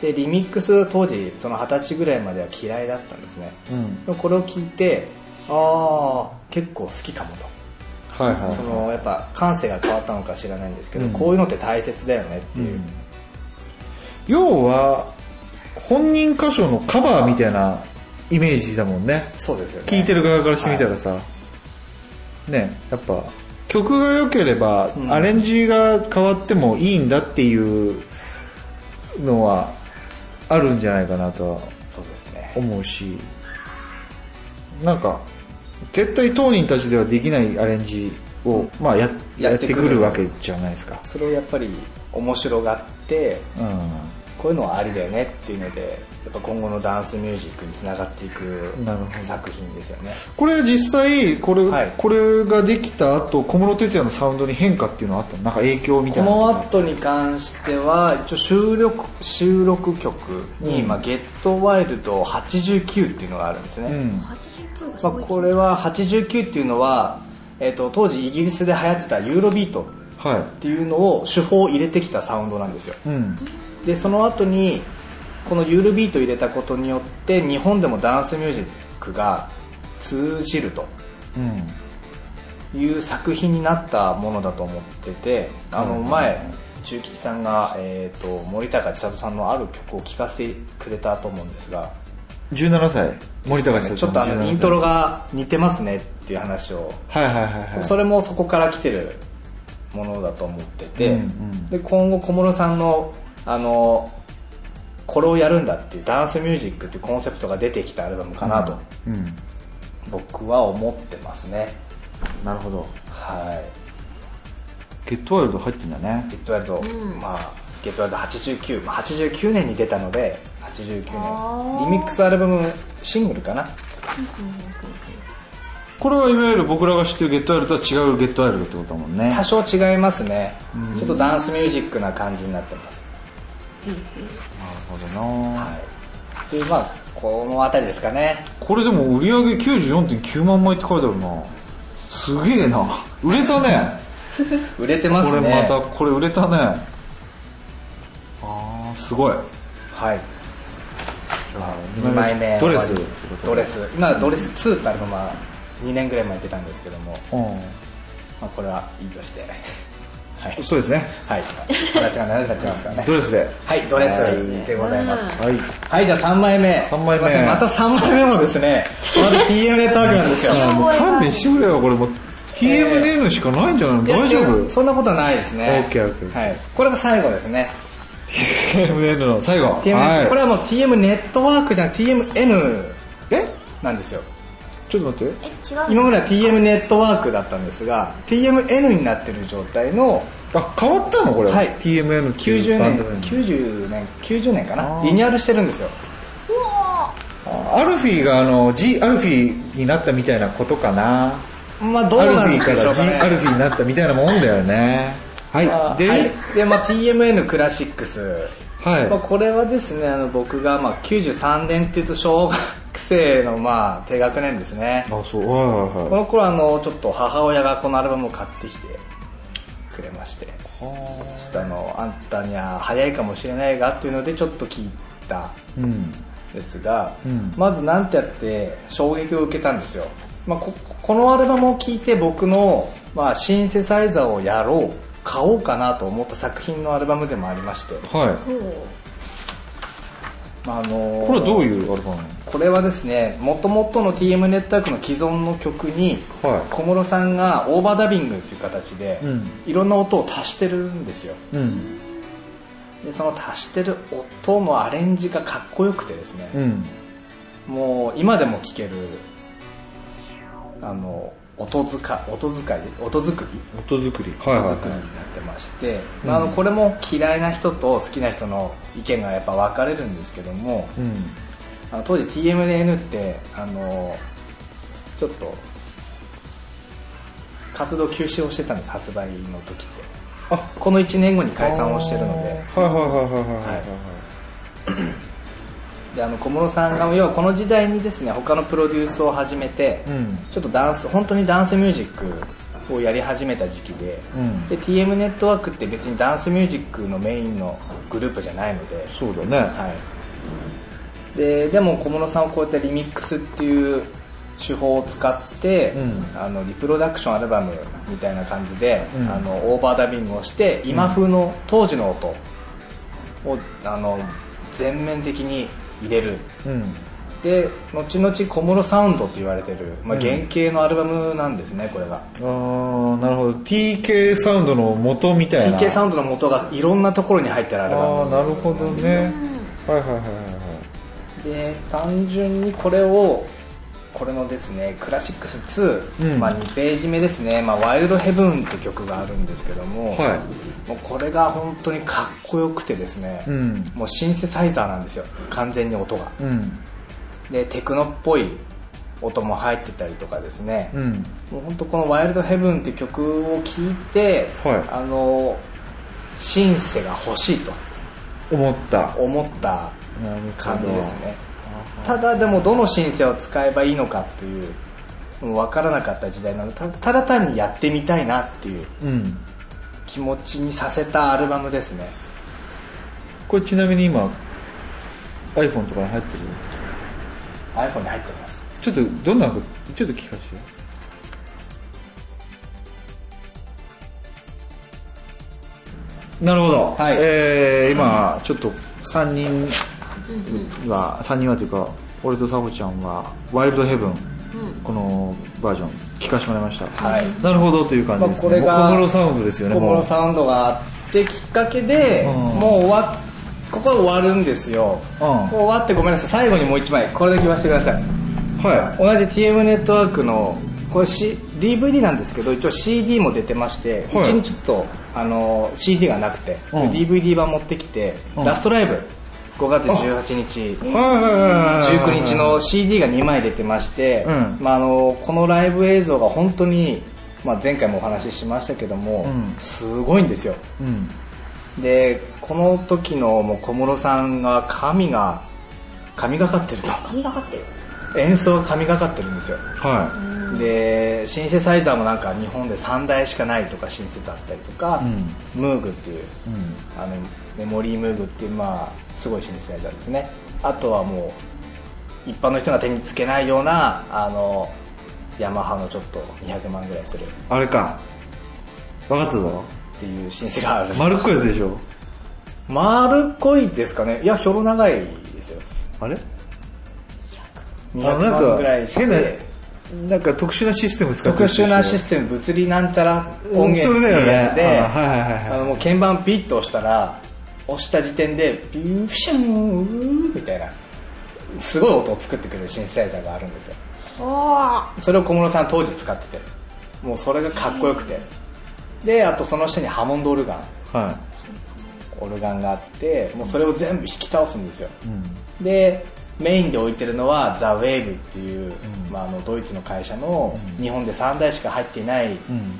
Speaker 5: でリミックス当時その二十歳ぐらいまでは嫌いだったんですね
Speaker 4: うん
Speaker 5: でこれを聞いてああ結構好きかもと、
Speaker 4: はいはい
Speaker 5: そのやっぱ感性が変わったのか知らないんですけど、
Speaker 4: うん
Speaker 5: こういうのって大切だよねっていう、
Speaker 4: 要は本人歌手のカバーみたいなイメージだもんね
Speaker 5: そうですよね
Speaker 4: 聴いてる側からしてみたらさ、ねやっぱ曲が良ければ
Speaker 5: うん
Speaker 4: アレンジが変わってもいいんだっていうのはあるんじゃないかなとは
Speaker 5: そうですね
Speaker 4: 思うしなんか絶対当人たちではできないアレンジを、まあ、やや
Speaker 5: や
Speaker 4: っ
Speaker 5: ってて
Speaker 4: く
Speaker 5: くる
Speaker 4: るわけじゃないですか、
Speaker 5: それをやっぱり面白がって
Speaker 4: う
Speaker 5: こういうのはありだよねっていうのでやっぱ今後のダンスミュージックにつながっていく
Speaker 4: なるほど
Speaker 5: 作品ですよね
Speaker 4: ん、これ実際これ,、
Speaker 5: はい
Speaker 4: これができた後小室哲哉のサウンドに変化っていうのはあったのなんか影響みた
Speaker 5: こ
Speaker 4: いな
Speaker 5: の
Speaker 4: の
Speaker 5: 後に関しては一応収録収録曲に、
Speaker 4: うん
Speaker 5: まあ、ゲットワイルド89っていうのがあるんですね、
Speaker 4: うん
Speaker 2: 89がす
Speaker 5: まあ、
Speaker 2: ごい
Speaker 5: これは89っていうのは、えっと当時イギリスで流行ってたユーロビート
Speaker 4: は
Speaker 5: っていうのを手法を入れてきたサウンドなんですよ
Speaker 4: いうん
Speaker 5: でその後にこのユーロビートを入れたことによって日本でもダンスミュージックが通じると
Speaker 4: うん
Speaker 5: いう作品になったものだと思っててあの前中吉さんが、えー、と森高千里さんのある曲を聴かせてくれたと思うんですが
Speaker 4: 17歳森高千里
Speaker 5: ちょっとあのイントロが似てますねっていう話を
Speaker 4: はいはいはいはい
Speaker 5: それもそこから来てるものだと思ってて、
Speaker 4: うんうん
Speaker 5: で今後小室さんのあのこれをやるんだっていうダンスミュージックっていうコンセプトが出てきたアルバムかなと
Speaker 4: うん
Speaker 5: 僕は思ってますね、
Speaker 4: なるほど
Speaker 5: はい
Speaker 4: ゲットワイルド入ってんだね
Speaker 5: ゲットワイルド、まあ、ゲットワイルド89、まあ、89年に出たので、89
Speaker 2: あ
Speaker 5: 年。
Speaker 2: ー
Speaker 5: リミックスアルバム、シングルかな
Speaker 4: これはいわゆる僕らが知ってるゲットワイルドとは違うゲットワイルドってことだもんね
Speaker 5: 多少違いますね。ちょっとダンスミュージックな感じになってます。
Speaker 4: なるほどな、
Speaker 5: はい。っていうまあこの辺りですかね
Speaker 4: これでも売り上げ94.9万枚って書いてあるなすげえな売れたね
Speaker 6: 売れてます
Speaker 4: これ
Speaker 6: ね
Speaker 4: またこれ売れたねあーすごい
Speaker 5: はい
Speaker 6: 2枚目
Speaker 4: ドレス
Speaker 5: ドレス今ドレス2ってアルバムは2年ぐらい前に出たんですけども、
Speaker 4: う
Speaker 5: まあ、これはいいとして はい
Speaker 4: んそうですね
Speaker 5: はい話が長くなっちゃいますからね
Speaker 4: ドレスで
Speaker 5: はいドレスでございます、はいじゃあ3枚目
Speaker 4: 三枚目
Speaker 5: すいませんまた3枚目もですねまだ TM ネットワークなん ですよ
Speaker 2: うん
Speaker 4: もう勘弁してくれよこれもう TMN しかないんじゃないの
Speaker 5: いや
Speaker 4: 大丈
Speaker 5: 違う
Speaker 4: 夫
Speaker 5: そんなことはないですね
Speaker 4: OKOK
Speaker 5: はいこれが最後ですね
Speaker 4: TMN の最後
Speaker 5: TM
Speaker 4: はい
Speaker 5: これはもう TM ネットワークじゃなく TMN
Speaker 4: え
Speaker 5: なんですよ
Speaker 4: ちょっと待って
Speaker 2: え違う
Speaker 5: 今までは TM ネットワークだったんですが TMN になってる状態の
Speaker 4: あ変わったのこれ
Speaker 5: はい
Speaker 4: TMN ってい
Speaker 5: 90
Speaker 4: うバン
Speaker 5: 年
Speaker 4: ド名
Speaker 5: 90年90年か
Speaker 4: あ
Speaker 5: な
Speaker 4: ー
Speaker 5: リニューアルしてるんですよ
Speaker 4: あアルフィーがあの G アルフィーになったみたいなことかな
Speaker 5: まあどう
Speaker 4: アル
Speaker 5: な
Speaker 4: フ
Speaker 5: ん
Speaker 4: ィ
Speaker 5: で
Speaker 4: ーか
Speaker 5: しょう
Speaker 4: ら G
Speaker 5: かね
Speaker 4: アルフィーになったみたいなもんだよねはい
Speaker 5: あー
Speaker 4: で、
Speaker 5: はいでまあ、TMN クラシックス、
Speaker 4: はい
Speaker 5: まあ、これはですねあの僕がまあ93年っていうと小学生のまあ低学年ですね
Speaker 4: あそうはいはいは
Speaker 5: こ
Speaker 4: い
Speaker 5: の頃あのちょっと母親がこのアルバムを買ってきてくれましてちょっとあのあんたには早いかもしれないがっていうのでちょっと聞いた
Speaker 4: うん
Speaker 5: ですが、
Speaker 4: うん
Speaker 5: まずなんてやって衝撃を受けたんですよ、まあ、ここのアルバムを聴いて僕の、まあ、シンセサイザーをやろう買おうかなと思った作品のアルバムでもありまして、
Speaker 4: はい
Speaker 5: まああのー
Speaker 4: これはどういうアルバム
Speaker 5: これはですねもともとの TM ネットワークの既存の曲に
Speaker 4: はい
Speaker 5: 小室さんがオーバーダビングっていう形で、
Speaker 4: うん
Speaker 5: いろんな音を足してるんですよ
Speaker 4: うん
Speaker 5: でその足してる音のアレンジがかっこよくてですね、
Speaker 4: うん
Speaker 5: もう今でも聴けるあの音づか音づかい音作り
Speaker 4: 音作りはい
Speaker 5: 音
Speaker 4: は
Speaker 5: 作りに
Speaker 4: い
Speaker 5: なってまして、まああのこれも嫌いな人と好きな人の意見がやっぱ分かれるんですけども
Speaker 4: うん
Speaker 5: あの当時 TMN ってあのちょっと活動休止をしてたんです発売の時って
Speaker 4: あ
Speaker 5: この1年後に解散をしてるの
Speaker 4: はい
Speaker 5: で
Speaker 4: はいはいはいはいはい
Speaker 5: はいであの小室さんが要はこの時代にですね他のプロデュースを始めて、
Speaker 4: うん
Speaker 5: ちょっとダンス本当にダンスミュージックをやり始めた時期で,、
Speaker 4: うん
Speaker 5: で TM ネットワークって別にダンスミュージックのメインのグループじゃないので、
Speaker 4: そうだね
Speaker 5: はい、ででも小室さんをこうやってリミックスっていう手法を使って、
Speaker 4: うん
Speaker 5: あのリプロダクションアルバムみたいな感じで、
Speaker 4: うん
Speaker 5: あのオーバーダビングをして今風の当時の音をあの全面的に入れる
Speaker 4: うん
Speaker 5: で後々小室サウンドって言われてる、まあ、
Speaker 4: うん
Speaker 5: 原型のアルバムなんですねこれが、
Speaker 4: ああなるほど TK サウンドの元みたいな
Speaker 5: TK サウンドの元がいろんなところに入ってるアルバム
Speaker 4: ああなるほどねはいはいはいはいはい
Speaker 5: で単純にこれをこれのですねクラシックス2、
Speaker 4: うん
Speaker 5: まあ、2ページ目ですね「まあ、ワイルドヘブン」って曲があるんですけども,、
Speaker 4: は
Speaker 5: もうこれが本当にかっこよくてですね、
Speaker 4: うん
Speaker 5: もうシンセサイザーなんですよ完全に音が
Speaker 4: うん
Speaker 5: でテクノっぽい音も入ってたりとかですね、
Speaker 4: うん
Speaker 5: もう本当この「ワイルドヘブン」って曲を聴いて、
Speaker 4: はい
Speaker 5: あのシンセが欲しいと
Speaker 4: 思った
Speaker 5: 思った
Speaker 4: なるほど
Speaker 5: 感じですねただでもどのシンセを使えばいいのかっていうもう分からなかった時代なのでたただ単にやってみたいなっていう
Speaker 4: うん
Speaker 5: 気持ちにさせたアルバムですね
Speaker 4: これちなみに今 iPhone とかに入ってる
Speaker 5: iPhone に入ってます
Speaker 4: ちょっとどんな曲ちょっと聞かせてなるほど、
Speaker 5: はい
Speaker 4: えー今ちょっと3人は3人はというか俺とサホちゃんは「ワイルドヘブン」このバージョン聞かせてもらいました、
Speaker 5: はい
Speaker 4: なるほどという感じ
Speaker 5: まあ
Speaker 4: です、ね
Speaker 5: これが
Speaker 4: もう小室サウンドですよね
Speaker 5: 小
Speaker 4: もう
Speaker 5: 室サウンドがあってきっかけで
Speaker 4: うん
Speaker 5: もう終わここは終わるんですよ、
Speaker 4: うん
Speaker 5: もう終わってごめんなさい最後にもう一枚これだけ言わせてください
Speaker 4: はい
Speaker 5: 同じ TM ネットワークのこれ、C、DVD なんですけど一応 CD も出てまして、
Speaker 4: はいう
Speaker 5: ちにちょっとあの CD がなくて、
Speaker 4: うん
Speaker 5: DVD 版持ってきて、
Speaker 4: うん
Speaker 5: ラストライブ5月18日
Speaker 4: 19
Speaker 5: 19日の CD が2枚出てまして、
Speaker 4: うん
Speaker 5: まあ、あのこのライブ映像が本当に、まあ、前回もお話ししましたけども、
Speaker 4: うん
Speaker 5: すごいんですよ
Speaker 4: うん
Speaker 5: でこの時のもう小室さんが髪が神がかってると
Speaker 2: 神がかってる
Speaker 5: 演奏が神がかってるんですよ
Speaker 4: は
Speaker 5: でシンセサイザーもなんか日本で3台しかないとかシンセだったりとか、ムーグっていう、あのメモリームーグっていうまあすごいシンセサイザーですねあとはもう一般の人が手につけないようなあのヤマハのちょっと200万ぐらいするっ
Speaker 4: い。あれか。わかったぞ。
Speaker 5: ていうシンセがある
Speaker 4: 丸っこいやつでしょ。
Speaker 5: 丸っこいですかねいやひょろ長いですよ
Speaker 4: あれ
Speaker 5: 200
Speaker 4: あなん
Speaker 5: 万ぐらい
Speaker 4: か、
Speaker 5: し
Speaker 4: 変な
Speaker 5: て、
Speaker 4: なんか特殊なシステム使って
Speaker 5: 特
Speaker 4: るでしょ
Speaker 5: 殊なシステム物理なんちゃら音源って
Speaker 4: それだよ
Speaker 5: いう
Speaker 4: ね
Speaker 5: やつで、
Speaker 4: あはいはいはいはい
Speaker 5: あのもう鍵盤ピッと押したら押した時点でビューフシュンうーみたいなすごい音を作ってくれるシンセサイザーがあるんですよそれを小室さん当時使っててもうそれがかっこよくてであとその下にハモンドオルガン
Speaker 4: は
Speaker 5: オルガンがあってもうそれを全部引き倒すんですよ、
Speaker 4: い。うん。
Speaker 5: でメインで置いてるのはザ・ウェーブっていう、まあ、あのドイツの会社の日本で3台しか入っていな
Speaker 4: う
Speaker 5: い、
Speaker 4: ん。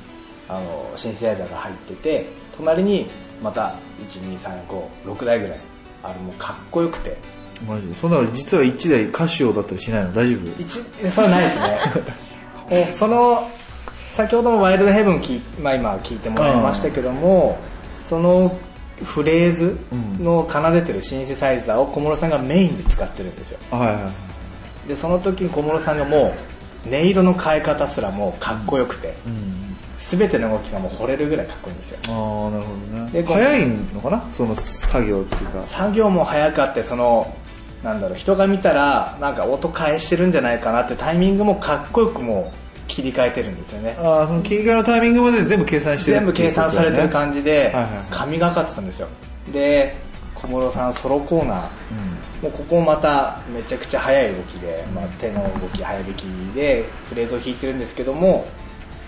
Speaker 5: あのシンセサイザーが入ってて隣にまた12356台ぐらいあれもうかっこよくて
Speaker 4: マジで。そんなの実は1台カシオだったりしないの大丈夫
Speaker 5: 一それはないです ねえその先ほども「ワイルドヘブン聞い」まあ、今聞いてもらいましたけども、そのフレーズの奏でてるシンセサイザーを小室さんがメインで使ってるんですよ
Speaker 4: はいはいはい。
Speaker 5: でその時に小室さんがもう音色の変え方すらもうかっこよくて、
Speaker 4: うん。
Speaker 5: 全ての動きがもう惚れるぐらいかっこいいんですよ
Speaker 4: ああ、なるほどね。
Speaker 5: でこう
Speaker 4: 早いのかなその作業っていうか。
Speaker 5: 作業も早かってそのなんだろう人が見たらなんか音返してるんじゃないかなってタイミングもかっこよくもう切り替えてるんですよね
Speaker 4: ああ、その切り替えのタイミングまで全部計算して
Speaker 5: 全部計算されてる感じで
Speaker 4: はいはい
Speaker 5: 神がかってたんですよで小室さんソロコーナーもうここもまためちゃくちゃ速い動きで、まあ、手の動き早弾きでフレーズを弾いてるんですけども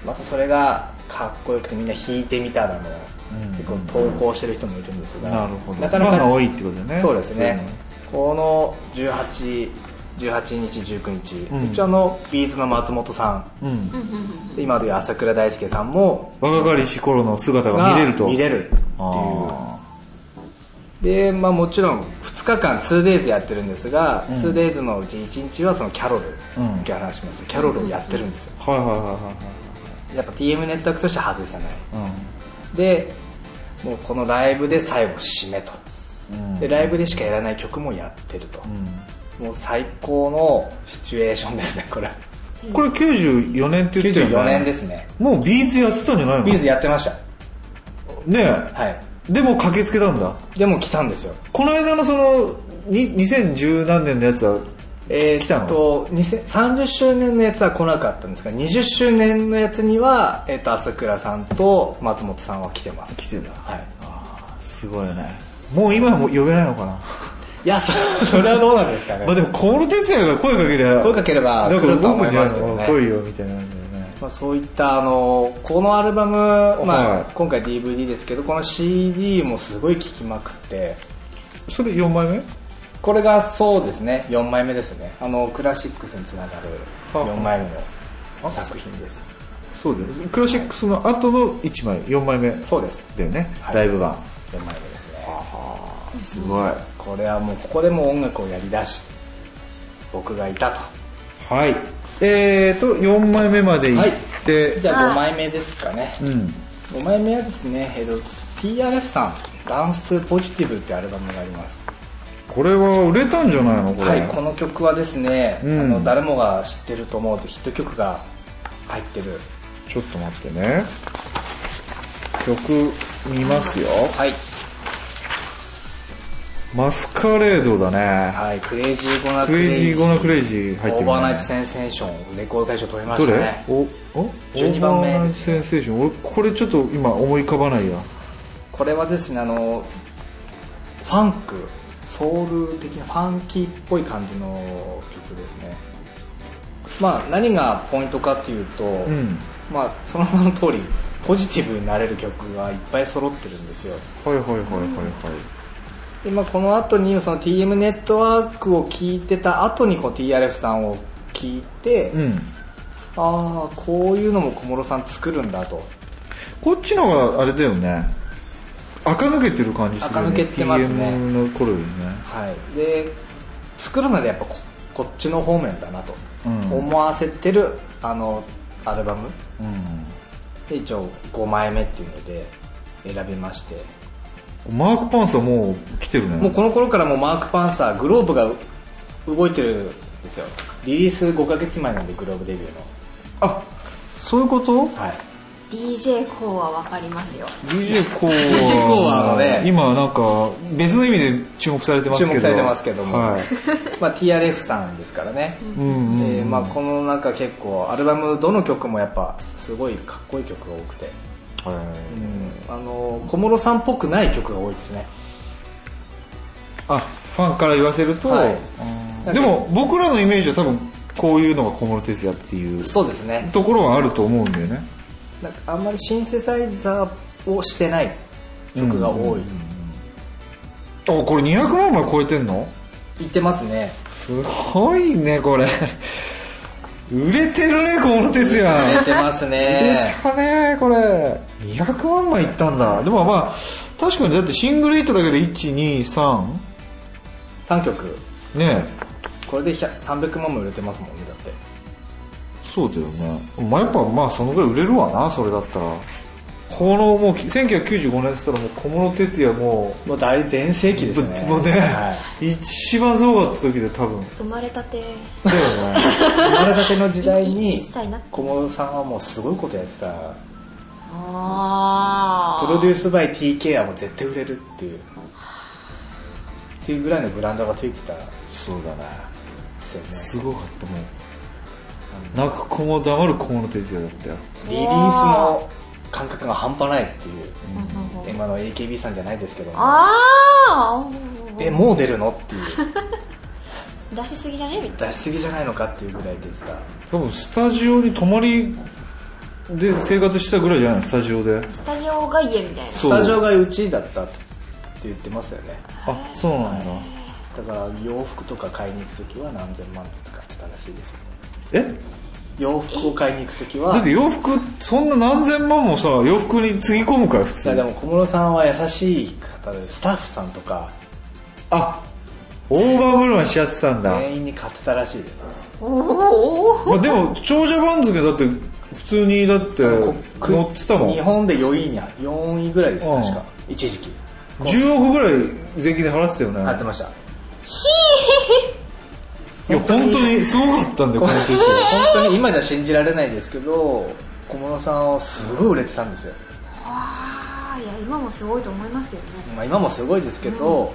Speaker 5: またそれがかっこよくてみんな弾いてみたらの、
Speaker 4: うん
Speaker 5: 結構投稿してる人もいるんですが、
Speaker 4: なるほど
Speaker 5: なかなか、
Speaker 4: ファンが多いってことだよね
Speaker 5: そうですねこの1818日19日、
Speaker 4: うん
Speaker 5: 一応あのビーズの松本さ
Speaker 4: じ。うん。
Speaker 5: んで今でいう朝倉大輔さんも
Speaker 4: 若かりし頃の姿が見れると。
Speaker 5: 見れるっていう
Speaker 4: あ
Speaker 5: で、まあ、もちろん2日間 2days やってるんですが、2days のうち1日はそのキャロル、
Speaker 4: うん
Speaker 5: 今日話しましたキャロルをやってるんですよ
Speaker 4: あ。はいはいはい
Speaker 5: やっぱ TM ネットワークとしては外せない
Speaker 4: はいはい。
Speaker 5: でもうこのライブで最後締めと
Speaker 4: うん。うん
Speaker 5: でライブでしかやらない曲もやってると
Speaker 4: う、ん
Speaker 5: もう最高のシチュエーションですね これ
Speaker 4: これ94年って言ってる
Speaker 5: 94
Speaker 4: よね
Speaker 5: 年ですね
Speaker 4: もうビーズやってたんじゃないの
Speaker 5: ビーズやってました
Speaker 4: ね
Speaker 5: はい
Speaker 4: えでも駆けつけたんだ
Speaker 5: でも来たんですよ
Speaker 4: この間のそのに2010何年のやつは
Speaker 5: え
Speaker 4: 来た
Speaker 5: ー、っと2000 30周年のやつは来なかったんですが20周年のやつには、えー、っと朝倉さんと松本さんは来てます
Speaker 4: 来てんだ
Speaker 5: はい
Speaker 4: すごいよねもう今はもう呼べないのかない
Speaker 5: やそ それはどうなんですかね、
Speaker 4: まあでも小室哲哉が声かけりゃ
Speaker 5: 声かければ
Speaker 4: なんか
Speaker 5: 来るとは
Speaker 4: 動
Speaker 5: 思
Speaker 4: くん
Speaker 5: い
Speaker 4: じゃ
Speaker 5: ま
Speaker 4: ない
Speaker 5: すけど
Speaker 4: の
Speaker 5: ね
Speaker 4: 来いよみたいなんだよね
Speaker 5: まあ、そういったあのこのアルバム、ま
Speaker 4: は
Speaker 5: あ
Speaker 4: い、
Speaker 5: 今回 DVD ですけどこの CD もすごい聴きまくって
Speaker 4: それ4枚目
Speaker 5: これがそうですね4枚目ですねあのクラシックスにつながる4枚目の作品です
Speaker 4: そうだよねクラシックスの後の1枚4枚目
Speaker 5: そうです
Speaker 4: だよね
Speaker 5: はい
Speaker 4: ライブ版
Speaker 5: 4枚目ですね
Speaker 4: すごいは
Speaker 5: これはもうここでもう音楽をやりだし僕がいたと
Speaker 4: いえーと4枚目まで行って
Speaker 5: じゃあ5枚目ですかね
Speaker 4: うん
Speaker 5: 5枚目はですね、えっと TRF さん「ダンス2ポジティブ」ってアルバムがあります
Speaker 4: これは売れたんじゃないのこれ
Speaker 5: はい、この曲はですね、
Speaker 4: うん
Speaker 5: あの誰もが知ってると思うヒット曲が入ってる
Speaker 4: ちょっと待ってね曲見ますよ
Speaker 5: はい、
Speaker 4: マスカレードだね
Speaker 5: はい、クレイジーゴナ
Speaker 4: クレイジーゴナクレイジー入ってるね
Speaker 5: オーバーナイトセンセーションレコード大賞取りま
Speaker 4: ど
Speaker 5: した
Speaker 4: れ
Speaker 5: ね
Speaker 4: おお
Speaker 5: 12番目
Speaker 4: オーバーナイ
Speaker 5: で
Speaker 4: ト
Speaker 5: す
Speaker 4: センセーション俺これちょっと今思い浮かばないや
Speaker 5: これはですねあのファンクソウル的なファンキーっぽい感じの曲ですねまあ何がポイントかっていうと、
Speaker 4: うん
Speaker 5: まあその名の通りポジティブになれる曲がいっぱい揃ってるんですよ
Speaker 4: はいはいはいはいはい
Speaker 5: で、まあ、この後にその TM ネットワークを聞いてた後にこう TRF さんを聞いて、
Speaker 4: うん
Speaker 5: ああこういうのも小室さん作るんだと
Speaker 4: こっちの方があれだよね垢抜けてる感じするよね
Speaker 5: 垢抜けてますね
Speaker 4: TM の頃よりね
Speaker 5: はい、で作るのでやっぱここっちの方面だなと
Speaker 4: うん
Speaker 5: 思わせてる、あのアルバム
Speaker 4: うん
Speaker 5: で一応5枚目っていうので選びまして
Speaker 4: マークパンサーもう来てるね
Speaker 5: もうこの頃からもうマーク・パンサーグローブが動いてるんですよリリース5ヶ月前なんでグローブデビューの
Speaker 4: あそういうこと
Speaker 5: はい
Speaker 2: DJ コーはわかりますよ
Speaker 4: DJ コー
Speaker 5: DJ コーはあのね
Speaker 4: 今なんか別の意味で注目されてますけ
Speaker 5: 注
Speaker 4: ど
Speaker 5: 目されてますけども、
Speaker 4: はい、
Speaker 5: まあ、TRF さんですからね、
Speaker 4: うんうん
Speaker 5: でまあ、この中結構アルバムどの曲もやっぱすごいかっこいい曲が多くて、
Speaker 4: はい
Speaker 5: あの小室さんっぽくない曲が多いですね
Speaker 4: あファンから言わせると、
Speaker 5: はい
Speaker 4: うんでも僕らのイメージは多分こういうのが小室哲哉っていう
Speaker 5: そうですね
Speaker 4: ところはあると思うんだよね
Speaker 5: なんかあんまりシンセサイザーをしてない曲が多い、
Speaker 4: あこれ200万枚超えてんの
Speaker 5: 言ってますね
Speaker 4: すごいねこれ売れてるね小室哲哉
Speaker 5: 言ってますね
Speaker 4: 出たねこれ200万枚いったんだでもまあ確かにだってシングルヒットだけで123
Speaker 5: 3曲
Speaker 4: ね
Speaker 5: これで100 300万も売れてますもんねだって
Speaker 4: そうだよねまあやっぱまあそのぐらい売れるわなそれだったらこのもう1995年っつったらもう小室哲哉も
Speaker 5: もう大全盛期
Speaker 4: う
Speaker 5: ですね
Speaker 4: もうね、
Speaker 5: は
Speaker 4: 一番すごかった時で多分
Speaker 2: 生まれたて
Speaker 4: だよね
Speaker 5: い、生まれたての時代に
Speaker 2: 一歳な
Speaker 5: 小室さんはもうすごいことやってた
Speaker 2: ああ
Speaker 5: プロデュースバイ TK はもう絶対売れるっていうっていうぐらいのブランドがついてたんで
Speaker 4: そうだね
Speaker 5: すよね
Speaker 4: すごかったもう泣く子も黙る小室哲哉だったよ
Speaker 5: リリースの感覚が半端ないっていう、
Speaker 2: うん
Speaker 5: 今の AKB さんじゃないですけども
Speaker 2: ああ
Speaker 5: えもう出るのっていう
Speaker 2: 出しすぎじゃねみたいな
Speaker 5: 出しすぎじゃないのかっていうぐらいでした
Speaker 4: 多分スタジオに泊まりで生活したぐらいじゃないのスタジオで
Speaker 2: スタジオが家みたいな
Speaker 4: そ
Speaker 5: スタジオがうちだったって言ってますよね
Speaker 4: あそうなんだ
Speaker 5: だから洋服とか買いに行く時は何千万って使ってたらしいですよ
Speaker 4: え
Speaker 5: 洋服を買いに行く時は
Speaker 4: だって洋服そんな何千万もさ洋服につぎ込むから普
Speaker 5: いやで
Speaker 4: 通
Speaker 5: も小室さんは優しい方でスタッフさんとか
Speaker 4: あオーバーブルーンしちゃってたんだ、
Speaker 5: 全員に買ってたらしいですね
Speaker 2: おー
Speaker 4: まあ、でも長者番付だって普通にだって
Speaker 5: こ
Speaker 4: 乗ってたもん
Speaker 5: 日本で4位に4位ぐらいです
Speaker 4: うん
Speaker 5: 確か一時期
Speaker 4: 10億ぐらい税金で払ってたよね
Speaker 5: 買ってました
Speaker 4: いや本当にすごかったんだよこ
Speaker 5: 本
Speaker 4: の年
Speaker 5: 当に今じゃ信じられないですけど小室さんはすごい売れてたんですよ、
Speaker 2: あーいや今もすごいと思いますけどね
Speaker 5: まあ、今もすごいですけど、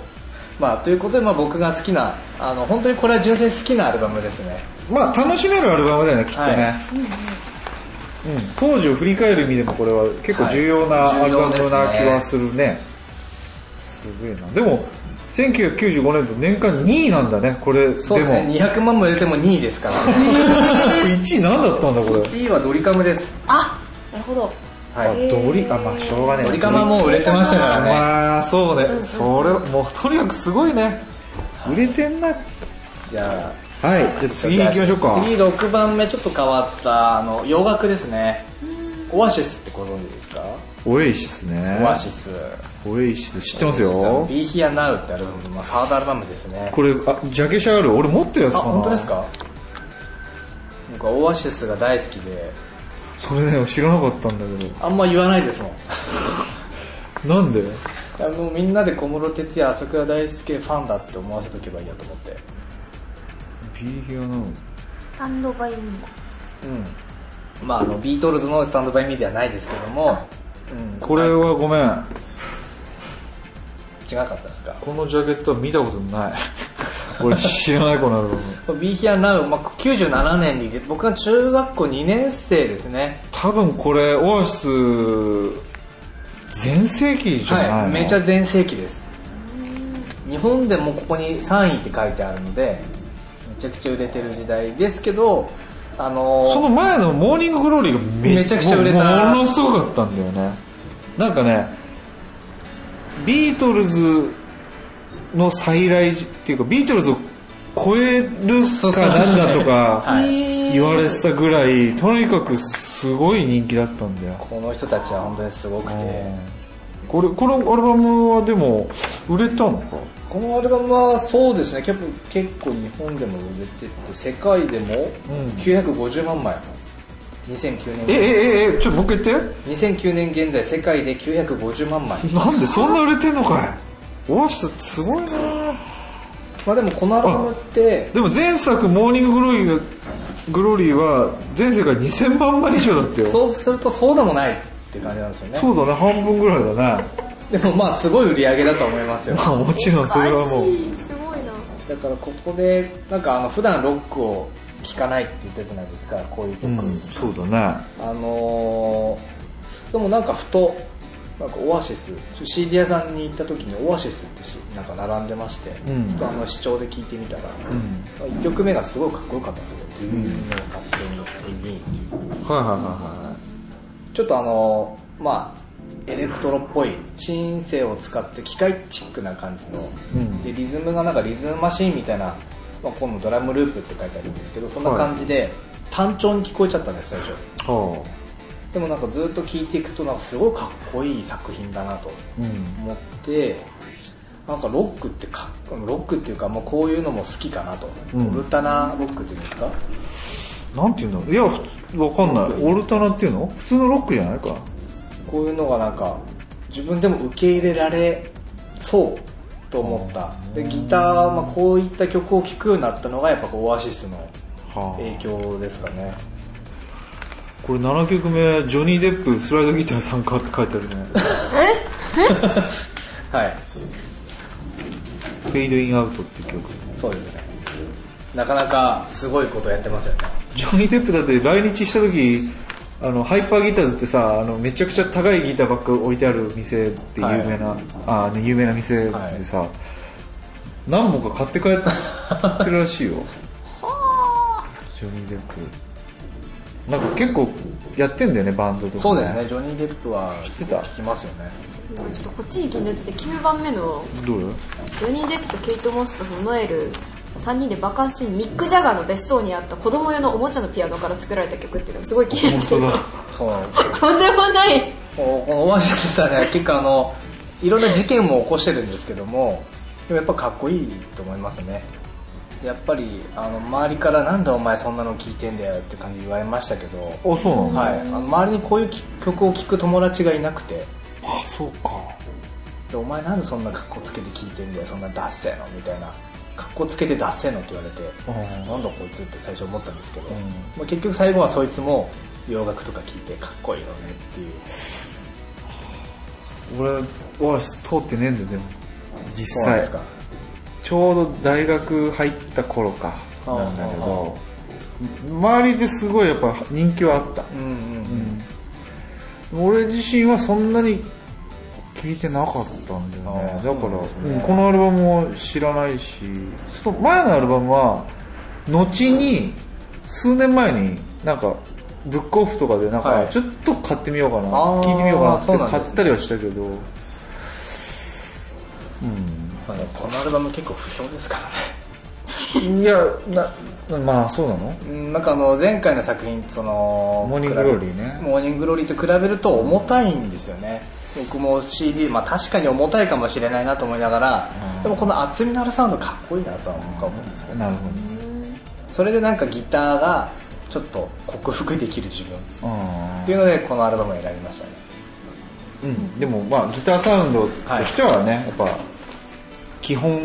Speaker 5: まあということでまあ僕が好きなあの本当にこれは純粋に好きなアルバムですね
Speaker 4: まあ楽しめるアルバムだよねきっとね、
Speaker 5: はい
Speaker 4: うん、当時を振り返る意味でもこれは結構重要な
Speaker 6: はい
Speaker 4: アルバム
Speaker 6: 重要
Speaker 4: な
Speaker 6: です
Speaker 4: 気
Speaker 6: ね
Speaker 4: はするね,、すごいなでも1995年と年間2位なんだねこれで
Speaker 5: そうですね
Speaker 4: も
Speaker 5: 200万も入れても2位ですから、ね、
Speaker 4: 1位何だったんだこれ
Speaker 6: 1位はドリカムです。
Speaker 2: あなるほど
Speaker 4: あ
Speaker 5: はい
Speaker 4: ドリあまあしょうがねえ
Speaker 5: ドリカムはもう売れてましたからね
Speaker 4: まあそうねそれもうとにかくすごいね売れてんなはい
Speaker 5: じゃあ
Speaker 4: じゃあ次行きましょうか
Speaker 5: 次6番目ちょっと変わったあの洋楽ですねオアシスってご存知ですか
Speaker 4: オエイシスね
Speaker 5: オアシス
Speaker 4: オエイシス知ってますよ
Speaker 5: Be Here Now ってアルバム、まあ、サードアルバムですね
Speaker 4: これあジャケシャある俺持ってるやつ
Speaker 5: あ
Speaker 4: かな
Speaker 5: 本当ですか僕はオアシスが大好きで
Speaker 4: それね知らなかったんだけ
Speaker 5: あんま言わないです もん
Speaker 4: どなんで
Speaker 5: あのみんなで小室哲哉朝倉大輔ファンだって思わせとけばいいやと思って
Speaker 4: ビーヒアなの
Speaker 2: スタンドバイミー
Speaker 5: うんまああのビートルズの「スタンドバイミー」ではないですけども、うん、
Speaker 4: これはごめん
Speaker 5: 違かったですか
Speaker 4: このジャケットは見たことない俺知らないこのアルバム
Speaker 5: Be Here Now、まあ、97年にで僕が中学校2年生ですね
Speaker 4: 多分これオアシス全盛期じゃないの、
Speaker 5: はいめちゃ全盛期です日本でもここに3位って書いてあるのでめちゃくちゃ売れてる時代ですけどあのー
Speaker 4: その前の「モーニンググローリー」がめ
Speaker 5: めちゃくちゃ売れた
Speaker 4: もうものすごかったんだよねなんかねビートルズの再来っていうかビートルズを超えるかなんだとか
Speaker 5: はい
Speaker 4: 言われてたぐらいとにかくすごい人気だったんだよ
Speaker 5: この人たちは本当にすごくて
Speaker 4: うん
Speaker 5: 小
Speaker 4: これこのアルバムはでも売れたのか
Speaker 5: このアルバムはそうですね結構結構日本でも売れてて世界でも
Speaker 4: ん
Speaker 5: 950万枚2009
Speaker 4: ええ
Speaker 5: 年
Speaker 4: えええちょっともう一回言って
Speaker 5: 2009年現在世界で950万 枚
Speaker 4: なんでそんな売れてんのかいオアシスってすごいな
Speaker 5: まあでもこのアルバムって
Speaker 4: でも前作「モーニンググローリーが」グローリーは全世界2000万枚以上だってよ
Speaker 5: そうするとそうでもないって感じなんですよね
Speaker 4: そうだね半分ぐらいだね
Speaker 5: でもまあすごい売り上げだと思い ますよ
Speaker 4: まあもちろんそれはもう
Speaker 2: すごいな
Speaker 5: だからここでなんかあの普段ロックを聴かないって言ったじゃないですかこういう
Speaker 4: う
Speaker 5: 曲、
Speaker 4: んそうだね
Speaker 5: あのーでもなんかふとなんかオアシス CD 屋さんに行った時にオアシスってしなんか並んでまして、
Speaker 4: うん
Speaker 5: ちょっとあの視聴で聞いてみたら、
Speaker 4: ん
Speaker 5: 1曲目がすごいかっこよかったんですよ「ドゥーンの勝手に」に
Speaker 4: はいはいはいは
Speaker 5: ちょっとあのーまあエレクトロっぽいシンセを使って機械チックな感じの、
Speaker 4: ん
Speaker 5: でリズムがなんかリズムマシーンみたいな、まあ、このドラムループって書いてあるんですけどそんな感じで単調に聞こえちゃったんです最初。
Speaker 4: いは
Speaker 5: でもなんかずっと聴いていくとなんかすごいかっこいい作品だなと
Speaker 4: あうん
Speaker 5: 思ってなんかロックってかっロックっていうかもうこういうのも好きかなと、
Speaker 4: うん
Speaker 5: オルタナロックっていうんですか
Speaker 4: なんていうんだろういや普通わかんないオルタナっていうの普通のロックじゃないか
Speaker 5: こういうのがなんか自分でも受け入れられそうと思ったでギター、まあ、こういった曲を聴くようになったのがやっぱこうオアシスの
Speaker 4: は
Speaker 5: 影響ですかね
Speaker 4: これ7曲目ジョニー・デップスライドギター参加って書いてある ね
Speaker 5: はい
Speaker 4: フェイド・イン・アウトっていう曲
Speaker 5: そうですねなかなかすごいことやってますよね
Speaker 4: ジョニー・デップだって来日した時あのハイパーギターズってさあのめちゃくちゃ高いギターばっか置いてある店って有名な、あね有名な店でさ、何本か買って帰ってるらしい よジョニー・デップなんか結構やってんだよねバンドとか、
Speaker 5: そうですねジョニー・デップは知
Speaker 4: ってた
Speaker 5: 聞きますよね
Speaker 2: 今ちょっとこっちに飛んでって9番目の
Speaker 4: どうよ
Speaker 2: ジョニー・デップとケイト・モスとそのノエル3人で爆発しにミック・ジャガーの別荘にあった子供用のおもちゃのピアノから作られた曲っていうのがすごい気に
Speaker 4: 本
Speaker 2: なって
Speaker 4: 当だ
Speaker 5: そう
Speaker 2: とんでもない
Speaker 5: こうこのオアシスさんね結構あの いろんな事件も起こしてるんですけどもでもやっぱかっこいいと思いますねやっぱりあの周りから「なんでお前そんなの聞いてんだよ」って感じ言われましたけど、
Speaker 4: あそうなんだ、
Speaker 5: はい、あの周りにこういう曲を聴く友達がいなくて
Speaker 4: あそうか
Speaker 5: で「お前なんでそんな格好つけて聴いてんだよそんなダッセーの」みたいな格好つけてダッセーのって言われて
Speaker 4: うん
Speaker 5: なんだこいつって最初思ったんですけど、
Speaker 4: ん
Speaker 5: まあ、結局最後はそいつも洋楽とか聴いてかっこいいよねっていう
Speaker 4: 俺オアシス通ってねえんだよでも実
Speaker 5: そうなんで
Speaker 4: 際
Speaker 5: すか
Speaker 4: ちょうど大学入った頃かなんだけど周りですごいやっぱ人気はあった、
Speaker 5: うんうん
Speaker 4: 俺自身はそんなに聞いてなかったんだよねだから、うんこのアルバムは知らないしその前のアルバムは後に数年前になんかブックオフとかでなん
Speaker 5: は
Speaker 4: か
Speaker 5: い
Speaker 4: ちょっと買ってみようかな、
Speaker 5: あー
Speaker 4: 聞いてみようかなって
Speaker 5: そうなんです
Speaker 4: 買
Speaker 5: ね
Speaker 4: ったりはしたけど
Speaker 5: まあねこのアルバム結構不評ですからね
Speaker 4: いやなまあそうなの
Speaker 5: うんなんかあの前回の作品その
Speaker 4: モーニンググローリーね
Speaker 5: 比べモーニンググローリーと比べると重たいんですよね僕も CD、まあ、確かに重たいかもしれないなと思いながら、でもこの厚みのあるサウンドかっこいいなとは僕は思うんですけど、
Speaker 4: なるほどね
Speaker 5: それでなんかギターがちょっと克服できる自分っ
Speaker 4: あ
Speaker 5: ていうのでこのアルバムを選びましたね
Speaker 4: ーうん、でもまあギターサウンドとしてはね、やっぱ基本を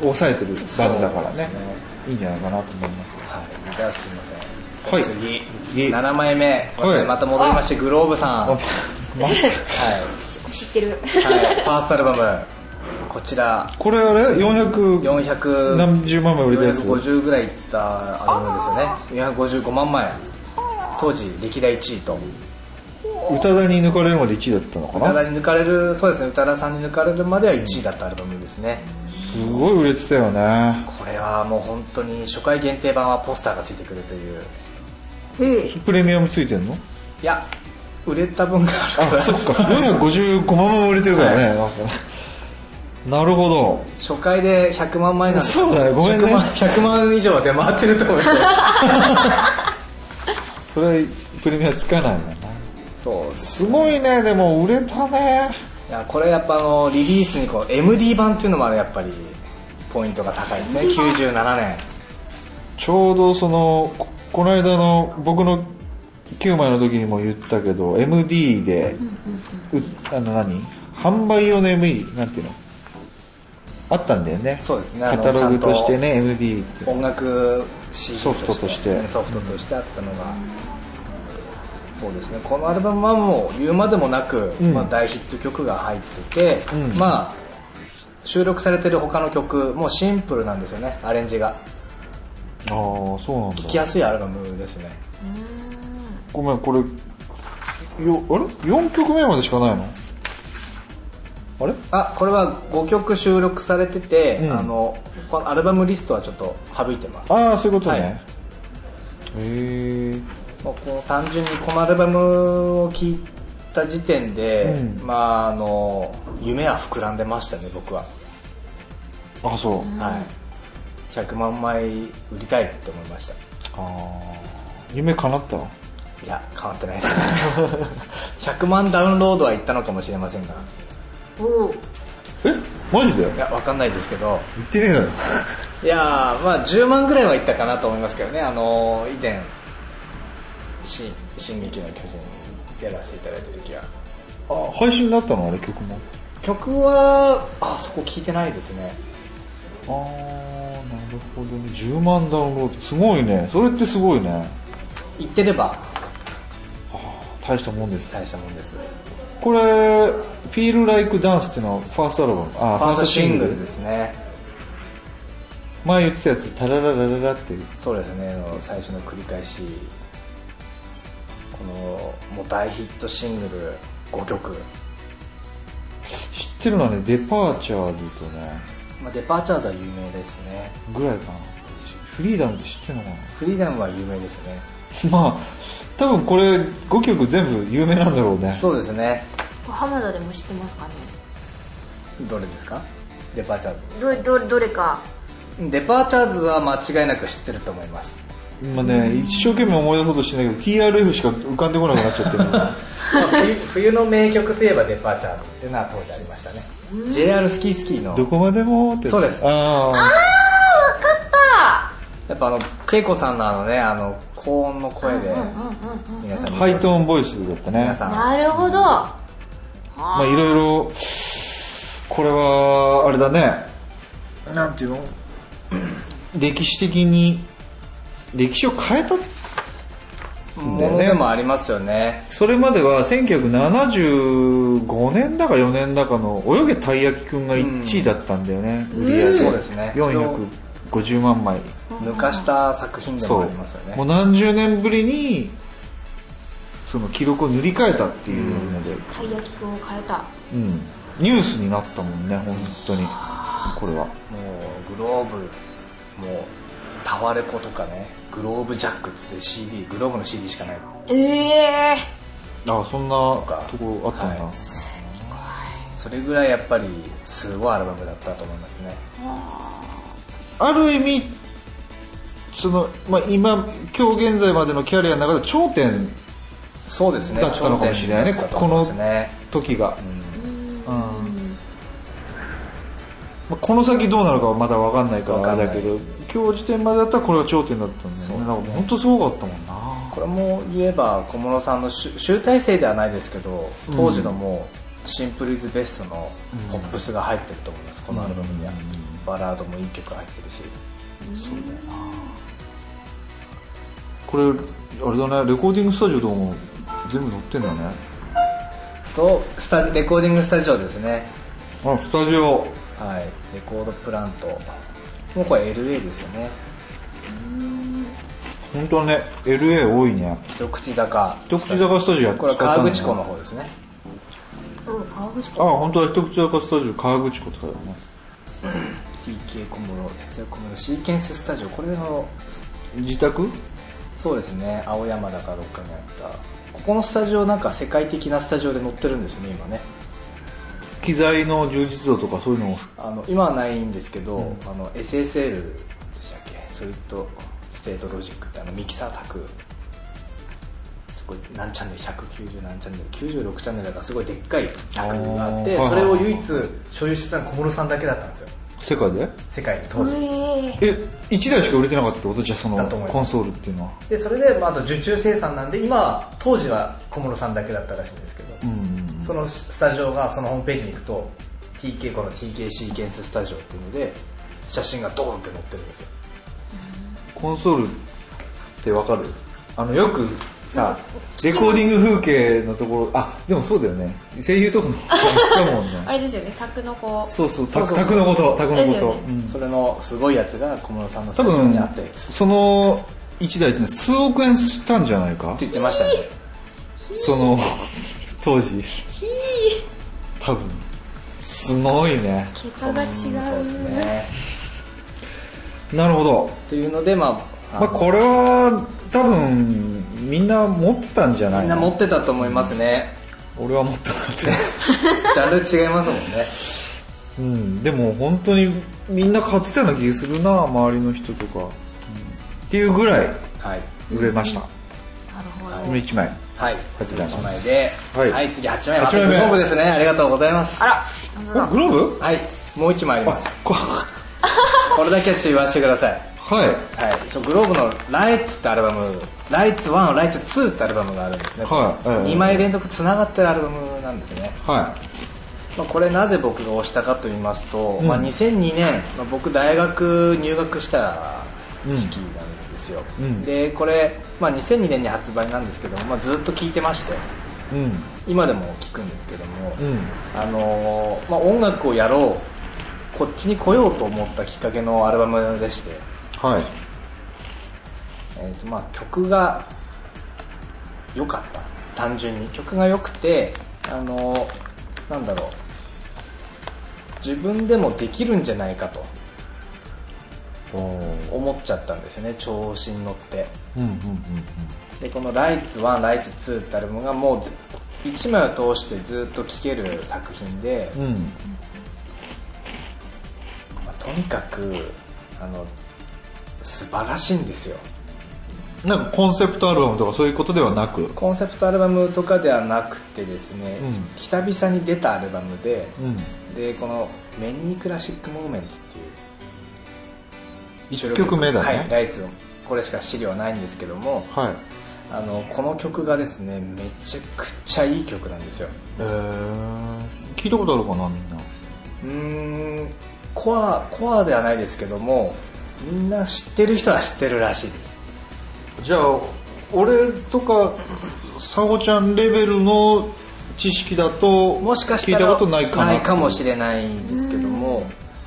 Speaker 4: 抑えてるバンドだからね
Speaker 5: そうですね
Speaker 4: いいんじゃないかなと思います
Speaker 5: はいじゃあすいません、
Speaker 4: はい
Speaker 5: 次
Speaker 4: 次
Speaker 5: 7枚目、すいませんまた戻りましてグローブさん、はい、
Speaker 2: 知ってる
Speaker 5: はい、ファーストアルバムこちら
Speaker 4: これあれ400
Speaker 5: 400
Speaker 4: 何十万枚売れたやつ
Speaker 5: 450ぐらいいったアルバムですよね455万枚当時歴代1位と
Speaker 4: 宇多田に抜かれるまで1位だったのか
Speaker 5: 宇多
Speaker 4: な
Speaker 5: 田に抜かれるそうですね宇多田さんに抜かれるまでは1位だったアルバムですね
Speaker 4: すごい売れてたよね
Speaker 5: これはもう本当に初回限定版はポスターがついてくるという
Speaker 2: え
Speaker 4: プレミアムついてんの
Speaker 5: いや売れた分があ
Speaker 4: あ
Speaker 5: るか ら
Speaker 4: そっか455万枚売れてるからね、 なるほど
Speaker 5: 初回で100万枚なんで
Speaker 4: そうだねごめんね
Speaker 5: 100万 ,100 万以上は出回ってると思うんですよ
Speaker 4: それプレミアつかないんだな
Speaker 5: そうです
Speaker 4: すごいねでも売れたね
Speaker 5: いやこれやっぱあのリリースにこう MD 版っていうのもあれやっぱりポイントが高いですね97年
Speaker 4: ちょうどそのここの間の僕の9枚の時にも言ったけど MD で、うあの何販売用の MD なんていうのあったんだよね
Speaker 5: そうですねあ
Speaker 4: カ
Speaker 5: の
Speaker 4: タログとしてね
Speaker 5: ち
Speaker 4: MD って
Speaker 5: 音楽 CD
Speaker 4: ソフトとして
Speaker 5: ソフトとしてあったのが、そうですねこのアルバムはもう言うまでもなく、
Speaker 4: うん
Speaker 5: まあ、大ヒット曲が入ってて、
Speaker 4: うん
Speaker 5: まあ収録されてる他の曲もシンプルなんですよねアレンジが
Speaker 4: ああそうなん
Speaker 5: 聴き
Speaker 4: だ
Speaker 5: やすいアルバムですね
Speaker 4: ごめんこれよあれ4曲目までしかないのあれ
Speaker 5: あこれは5曲収録されてて、
Speaker 4: うん
Speaker 5: あのこのアルバムリストはちょっと省いてます
Speaker 4: ああそういうことね、
Speaker 5: はい
Speaker 4: へえ
Speaker 5: もうこの単純にこのアルバムを聴いた時点で、
Speaker 4: うん
Speaker 5: まああの夢は膨らんでましたね僕は、
Speaker 4: あそう
Speaker 5: はい100万枚売りたいって思いました
Speaker 4: あー夢叶ったの
Speaker 5: いや変わってない です100万ダウンロードはいったのかもしれませんが
Speaker 2: お
Speaker 4: えマジで
Speaker 5: いやわかんないですけど
Speaker 4: 言ってねえだろ
Speaker 5: いやーまあ10万ぐらいはいったかなと思いますけどねあのー以前新「進撃の巨人」やらせていただいた時は
Speaker 4: あ配信だったのあれ曲も
Speaker 5: 曲はあそこ聞いてないですね
Speaker 4: ああなるほどね10万ダウンロードすごいねそれってすごいね
Speaker 5: 言ってれば
Speaker 4: 大したもんです
Speaker 5: 大したもんです
Speaker 4: これ「Feel Like Dance」っていうのはファーストアルバムあ
Speaker 5: ファーストシング
Speaker 4: ファ
Speaker 5: ル
Speaker 4: ースト
Speaker 5: ですね
Speaker 4: 前言ってたやつ「タラララララ」っていう
Speaker 5: そうですねあの最初の繰り返しこのもう大ヒットシングル5曲、
Speaker 4: 知ってるのはね「デパーチャーズ」とね
Speaker 5: まあ、デパーチャーズは有名ですね
Speaker 4: ぐらいかなフリーダムって知ってるのかな
Speaker 5: フリーダムは有名ですね
Speaker 4: まあ多分これ5曲全部有名なんだろうね
Speaker 5: そうですね
Speaker 2: 浜田でも知ってますかね
Speaker 5: どれですかデパーチャーズ
Speaker 2: どどどれか
Speaker 5: デパーチャーズは間違いなく知ってると思います
Speaker 4: 今ね一生懸命思い出そうとしてんだけど TRF しか浮かんでこなくなっちゃってる
Speaker 5: 冬冬の名曲といえばデパーチャーズっていうのは当時ありましたね JR スキースキーの
Speaker 4: どこまでもって
Speaker 5: そうです
Speaker 4: あ
Speaker 5: やっぱあの恵子さんのあのねあの高音の声で皆さん
Speaker 4: あ
Speaker 5: に
Speaker 4: ハイトーンボイスだったね
Speaker 5: 皆さん
Speaker 2: なるほど
Speaker 4: まあいろいろこれはあれだね
Speaker 5: なんていうの
Speaker 4: 歴史的に歴史を変えた
Speaker 5: ものでもありますよね
Speaker 4: それまでは1975年だか4年だかの泳げたい焼きくんが1位だったんだよね、売り上げ
Speaker 5: そうですね
Speaker 4: 450万枚
Speaker 5: 抜かした作品で
Speaker 4: そ
Speaker 5: も
Speaker 4: う
Speaker 5: ありますよ
Speaker 4: もう
Speaker 5: ね
Speaker 4: 何十年ぶりにその記録を塗り替えたっていうので、
Speaker 2: たい焼き粉を変えた
Speaker 4: うんニュースになったもんね本当にこれは
Speaker 5: もうグローブもうタワレコとかねグローブジャックっつって CD グローブの CD しかない
Speaker 2: ええ
Speaker 4: あそんな
Speaker 5: か
Speaker 4: とこあったんだ、
Speaker 5: はいそれぐらいやっぱりすごいアルバムだったと思いますね
Speaker 4: ある意味その、まあ、今今日現在までのキャリアの中で頂点
Speaker 5: そうですね
Speaker 4: だったのかもしれないね
Speaker 5: 頂点だったと思いますね
Speaker 4: 時が、うんまあ、この先どうなるかはまだ分かんないからあれだけど今日時点までだったらこれが頂点だったんだよねだから本当すごかったもんな
Speaker 5: これも言えば小室さんの集集大成ではないですけど当時のもうシンプルイズベストのポップスが入ってると思います、このアルバムには、バラードもいい曲入ってるし
Speaker 4: これあれだねレコーディングスタジオとかも全部載ってんだね
Speaker 5: とスタレコーディングスタジオですね
Speaker 4: あスタジオ
Speaker 5: はいレコードプラントもうこれ LA ですよね
Speaker 4: 本当はね LA 多いね
Speaker 5: 一口高
Speaker 4: 一口坂スタジオやっ
Speaker 5: これは
Speaker 4: 使ったん
Speaker 5: 河
Speaker 4: だ
Speaker 5: 口湖の方ですね
Speaker 2: ー、うん川口
Speaker 4: あ本当だ一口坂スタジオ川口湖とかだよね
Speaker 5: TK 小室哲也小室シーケンススタジオこれの
Speaker 4: 自宅
Speaker 5: そうですね青山だかどっかにあったここのスタジオなんか世界的なスタジオで載ってるんですね今ね
Speaker 4: 機材の充実度とかそういうのも
Speaker 5: あの今はないんですけど、あの SSL でしたっけそれとステートロジックってあのミキサー炊くスごい何チャンネル190何チャンネル96チャンネルだからすごいでっかい
Speaker 4: あー
Speaker 5: があっ
Speaker 4: はいはい
Speaker 5: て
Speaker 4: はい
Speaker 5: それを唯一所有してたのは小室さんだけだったんですよ
Speaker 4: 世界で
Speaker 5: 世界に当時
Speaker 2: え
Speaker 4: え1台しか売れてなかったってことじゃあその
Speaker 5: だと思います
Speaker 4: コンソールっていうのは
Speaker 5: でそれで、まあ、あと受注生産なんで今当時は小室さんだけだったらしいんですけど、
Speaker 4: ん
Speaker 5: そのスタジオがそのホームページに行くと TK この TK シーケンススタジオっていうので写真がドーンって載ってるんですよ
Speaker 4: コンソールってわかるあのよくさレコーディング風景のところあでもそうだよね声優 とかの使うもんね
Speaker 2: あれですよね宅のこう
Speaker 4: そうそうタク
Speaker 5: そうそう
Speaker 4: タクのことタクの
Speaker 2: で
Speaker 4: こ
Speaker 2: す
Speaker 4: と、
Speaker 2: よね
Speaker 4: うん
Speaker 5: それのすごいやつが小室さんのス
Speaker 4: 多
Speaker 5: タジオ
Speaker 4: 分
Speaker 5: にあったやつって
Speaker 4: その1台ってのは数億円したんじゃないか
Speaker 5: 言ってましたね
Speaker 4: その当時多分すごいね
Speaker 2: 桁が違う
Speaker 5: ね
Speaker 4: なるほど
Speaker 5: っていうのでまああ
Speaker 4: まあ、これは多分みんな持ってたんじゃない
Speaker 5: みんな持ってたと思います ね
Speaker 4: 俺は持ってなかった
Speaker 5: ジャンル違いますもんね
Speaker 4: うん、でも本当にみんな買ってたような気がするな周りの人とか、うんっていうぐらい
Speaker 5: はい
Speaker 4: 売れました、
Speaker 2: なるほど
Speaker 4: この1枚
Speaker 5: はい
Speaker 4: こちらの
Speaker 5: 1枚で
Speaker 4: は
Speaker 5: はいい、次8枚ま
Speaker 4: 八枚目
Speaker 5: たグローブですねありがとうございますあ
Speaker 4: あグローブ
Speaker 5: はいもう1枚あります
Speaker 4: こ
Speaker 5: これだけはちょっと言わせてください
Speaker 4: はい
Speaker 5: はい一応グローブの「ライツ」ってアルバム「ライツ1」「ライツ2」ってアルバムがあるんですね、
Speaker 4: はいはい
Speaker 5: 2枚連続つながってるアルバムなんですね、
Speaker 4: は
Speaker 5: まあ、これなぜ僕が押したかと言いますと、
Speaker 4: うん
Speaker 5: まあ、2002年、まあ、僕大学入学した時期なんですよ、
Speaker 4: うん
Speaker 5: でこれ、まあ、2002年に発売なんですけども、まあ、ずっと聴いてまして
Speaker 4: いうん
Speaker 5: 今でも聴くんですけども、
Speaker 4: うん
Speaker 5: あのーまあ、音楽をやろうこっちに来ようと思ったきっかけのアルバムでして、
Speaker 4: はい
Speaker 5: えーとまあ、曲が良かった単純に曲が良くてあのーなんだろう自分でもできるんじゃないかと
Speaker 4: おー
Speaker 5: 思っちゃったんですよね調子に乗って
Speaker 4: うんうんうん
Speaker 5: でこの「ライツ1」「ライツ2」ってアルバムがもう1枚を通してずっと聴ける作品で、
Speaker 4: うんうん
Speaker 5: まあとにかくあの素晴らしいんですよ
Speaker 4: なんかコンセプトアルバムとかそういうことではなく
Speaker 5: コンセプトアルバムとかではなくてですね、
Speaker 4: うん
Speaker 5: 久々に出たアルバムで、
Speaker 4: うん
Speaker 5: でこの「メニークラシック・モーメンツ」っていう
Speaker 4: 1曲目だ
Speaker 5: は
Speaker 4: ね
Speaker 5: い、ライツのこれしか資料はないんですけども
Speaker 4: はい、
Speaker 5: あのこの曲がですねめちゃくちゃいい曲なんですよ
Speaker 4: えー、聞いたことあるかなみんな
Speaker 5: うーんコアコアではないですけどもみんな知ってる人は知ってるらしいです
Speaker 4: じゃあ俺とかサホちゃんレベルの知識だと
Speaker 5: もしかしたら
Speaker 4: 聞いたことないかな
Speaker 5: ないかもしれないんですけども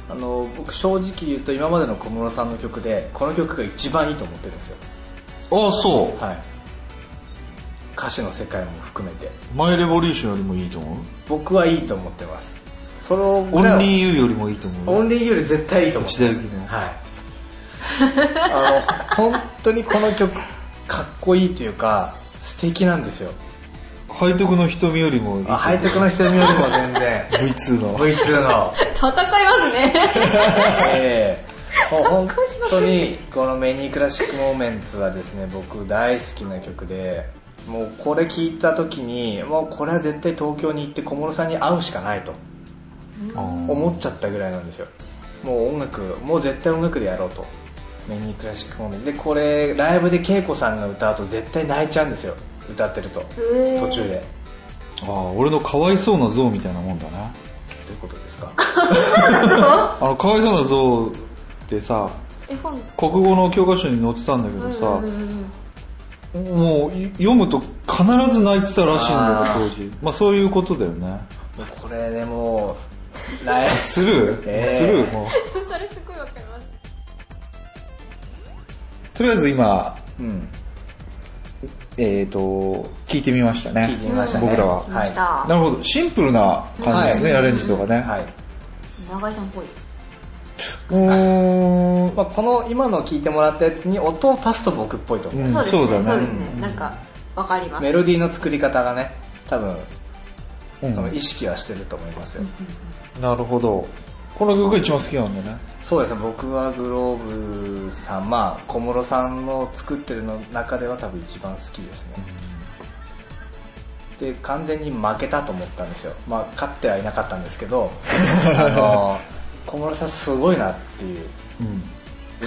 Speaker 5: あの僕正直言うと今までの小室さんの曲でこの曲が一番いいと思ってるんですよ
Speaker 4: ああそう、
Speaker 5: はい歌詞の世界も含めて
Speaker 4: マイレボリューションよりもいいと思う
Speaker 5: 僕はいいと思ってますそれをオ
Speaker 4: オンリーユーよりもいいと思う
Speaker 5: オンリーより絶対いいと思う
Speaker 4: 内田有紀の
Speaker 5: はい あの本当にこの曲かっこいいというか素敵なん ですよ
Speaker 4: 背徳の瞳よりもいいと
Speaker 5: あ
Speaker 4: 思
Speaker 5: ハイテクの人によりも全然
Speaker 4: う V2 の
Speaker 5: V2 の
Speaker 2: 戦いますね
Speaker 5: ええもう本当にこの「メニークラシック・モーメンツ」はですね僕大好きな曲でもうこれ聞いた時にもうこれは絶対東京に行って小室さんに会うしかないと思っちゃったぐらいなんですよもう音楽もう絶対音楽でやろうとメニークラシック・モーメンツでこれライブで恵子さんが歌うと絶対泣いちゃうんですよ歌ってると
Speaker 2: へえ
Speaker 5: 途中で
Speaker 4: ああ俺のかわいそうな像みたいなもんだな
Speaker 5: ということですか
Speaker 4: あのかわいそうな像ってさ
Speaker 2: 絵本
Speaker 4: 国語の教科書に載ってたんだけどさ、もうい読むと必ず泣いてたらしいんだよ
Speaker 5: あ
Speaker 4: 当時まあそういうことだよね
Speaker 5: もうこれでもうライブ
Speaker 4: スルー、
Speaker 5: えー
Speaker 4: スルーもう
Speaker 2: それすごいわかります
Speaker 4: とりあえず今
Speaker 5: うん
Speaker 4: えっ、と聞いてみましたね
Speaker 5: 聞いてみましたね
Speaker 4: 僕らは、
Speaker 5: い
Speaker 2: ました、
Speaker 4: なるほどシンプルな感じですね、
Speaker 5: は
Speaker 4: アレンジとかね、
Speaker 5: はい
Speaker 2: 長井さんっぽいう
Speaker 4: ーん
Speaker 5: まあ、この今の聞いてもらったやつに音を足すと僕っぽいと思う、
Speaker 4: うん
Speaker 2: そうです
Speaker 4: そ
Speaker 2: ねそうう
Speaker 4: だね
Speaker 2: ですねなんかわかります
Speaker 5: メロディーの作り方がね多分
Speaker 4: うん
Speaker 5: その意識はしてると思いますよ、
Speaker 4: なるほどこの曲が一番好きなんだね
Speaker 5: そうですね僕はグローブさんまあ小室さんの作ってるの中では多分一番好きですね、で完全に負けたと思ったんですよまあ勝ってはいなかったんですけど あの小室さんすごいなっていう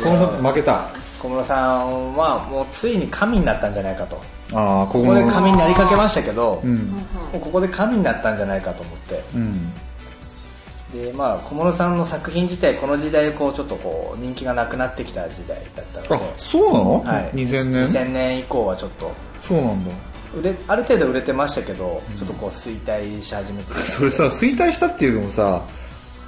Speaker 4: 小室さん負けた
Speaker 5: 小室さんはもうついに神になったんじゃないかと
Speaker 4: ああこ
Speaker 5: こ
Speaker 4: こ
Speaker 5: こで
Speaker 4: の
Speaker 5: 神になりかけましたけど、
Speaker 4: う
Speaker 5: も
Speaker 4: ん
Speaker 5: うここで神になったんじゃないかと思って
Speaker 4: うん
Speaker 5: でまあ小室さんの作品自体この時代こうちょっとこう人気がなくなってきた時代だったので
Speaker 4: あそうなの、
Speaker 5: はい、
Speaker 4: 2000年
Speaker 5: 2000年以降はちょっと
Speaker 4: そうなんだ
Speaker 5: 売れある程度売れてましたけど、ちょっとこう衰退し始めてき た
Speaker 4: それさ衰退したっていうよりもさ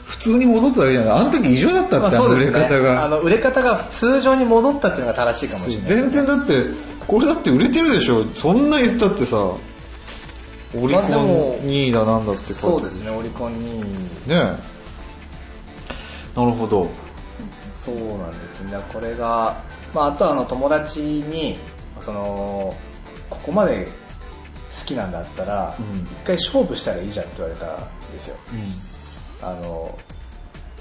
Speaker 4: 普通に戻っただけじゃないあの時異常だった
Speaker 5: まあ
Speaker 4: って、あ
Speaker 5: そ
Speaker 4: の
Speaker 5: う
Speaker 4: 売
Speaker 5: で
Speaker 4: れ
Speaker 5: すね
Speaker 4: 方
Speaker 5: あ
Speaker 4: が
Speaker 5: の売れ方が通常に戻ったっていうのが正しいかもしれない
Speaker 4: 全然だってこれだって売れてるでしょそんな言ったってさオリコン
Speaker 5: まあでも
Speaker 4: 2位だなんだって
Speaker 5: そうですねオリコンに
Speaker 4: ねえなるほど
Speaker 5: そうなんですねこれが、まあ、あとはあの友達にそのここまで好きなんだったら一、
Speaker 4: ん
Speaker 5: 回勝負したらいいじゃんって言われたんですよあの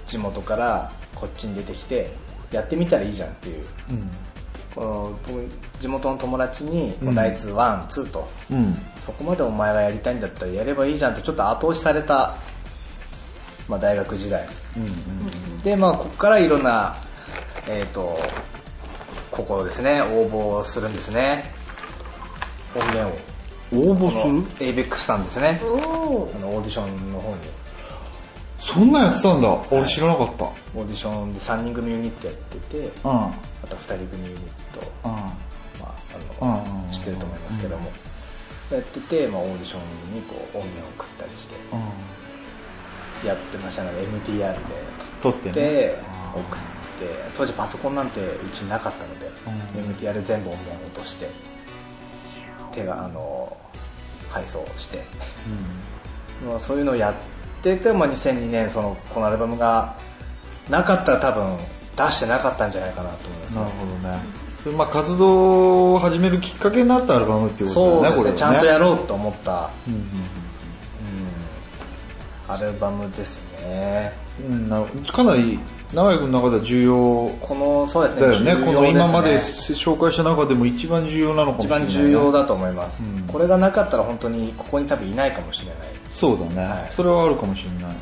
Speaker 5: 地元からこっちに出てきてやってみたらいいじゃんっていう
Speaker 4: うん
Speaker 5: この僕地元の友達に「
Speaker 4: うん
Speaker 5: ナイツワンツーと
Speaker 4: うん
Speaker 5: そこまでお前がやりたいんだったらやればいいじゃんとちょっと後押しされた、まあ、大学時代、でまあここからいろんなえっ、とここですね応募をするんですね音源を
Speaker 4: 応募
Speaker 5: この ABEX さんですね
Speaker 2: おお
Speaker 5: あのオーディションの方に
Speaker 4: するそんなんやってたんだ俺知らなかった
Speaker 5: オーディションで3人組ユニットやって
Speaker 4: う
Speaker 5: て
Speaker 4: ん
Speaker 5: あと2人組ユニット
Speaker 4: う
Speaker 5: まあ、
Speaker 4: う
Speaker 5: あ
Speaker 4: んうんうん
Speaker 5: の知ってると思いますけども、やってて、まあ、オーディションにこう音源を送ったりして
Speaker 4: んうん
Speaker 5: やってましたね MTR で
Speaker 4: 撮ってね
Speaker 5: 撮って送って当時パソコンなんてうちなかったので、MTR で全部音源を落として手があの配送して、まあ、そういうのをやってて、まあ、2002年そのこのアルバムがなかったら多分出してなかったんじゃないかなと思いますね
Speaker 4: なるほどねそれまあ活動を始めるきっかけになったアルバムっていうこと
Speaker 5: そう
Speaker 4: だね
Speaker 5: です
Speaker 4: こ
Speaker 5: ね
Speaker 4: れはね
Speaker 5: ちゃんとやろうと思った、
Speaker 4: うんうん
Speaker 5: うんアルバムですね
Speaker 4: うんなかなり長井君の中では重要
Speaker 5: このそうですね
Speaker 4: だよね
Speaker 5: 重要
Speaker 4: この今まです
Speaker 5: ね
Speaker 4: 紹介した中でも一番重要なのかも
Speaker 5: 一
Speaker 4: しれない
Speaker 5: 番
Speaker 4: ね、
Speaker 5: 重要だと思います、
Speaker 4: うん
Speaker 5: これがなかったら本当にここに多分いないかもしれない
Speaker 4: そうだね、
Speaker 5: はい
Speaker 4: それはあるかもしれない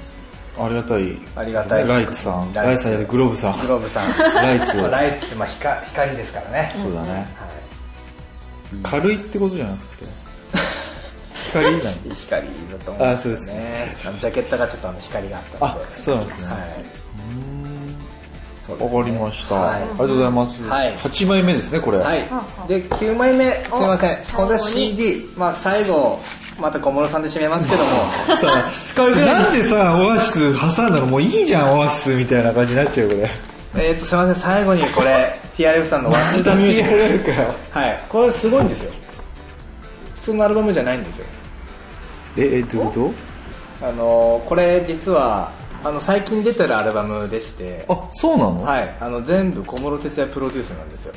Speaker 4: ありがたい
Speaker 5: ありがたい
Speaker 4: ライツさん
Speaker 5: ラ
Speaker 4: ラ
Speaker 5: イツ
Speaker 4: イツさんやでグローブさん
Speaker 5: グローブさん
Speaker 4: ラ イツ
Speaker 5: まあライツってまあ光光ですからね
Speaker 4: そうだね
Speaker 5: は
Speaker 4: 軽いってことじゃなくて光じゃない
Speaker 5: い、光だと思うんですよ
Speaker 4: あそうです
Speaker 5: ねあのジャケットがちょっとあの光があったので
Speaker 4: あそうなんですね
Speaker 5: はいそうですね
Speaker 4: わかりました、
Speaker 5: はい
Speaker 4: ありがとうございます、
Speaker 5: はい
Speaker 4: 8枚目ですねこれ、
Speaker 5: はい。で、9枚目、すいません。これ CD、まあ最後、また小室さんで締めますけども、
Speaker 4: さあ
Speaker 5: 日ぐらいに
Speaker 4: なんでさオアシス挟んだのもういいじゃんオアシスみたいな感じになっちゃうこれ
Speaker 5: えっと、すいません、最後にこれ、TRF さんのワンダミュージック。
Speaker 4: TRF かよ
Speaker 5: はい。これすごいんですよ。普通のアルバムじゃないんですよ。
Speaker 4: ええどういうこ
Speaker 5: あのー、これ実は、あの、最近出てるアルバムでして、
Speaker 4: とあそうなの、
Speaker 5: はい。あの、全部小室哲也プロデュースなんですよ。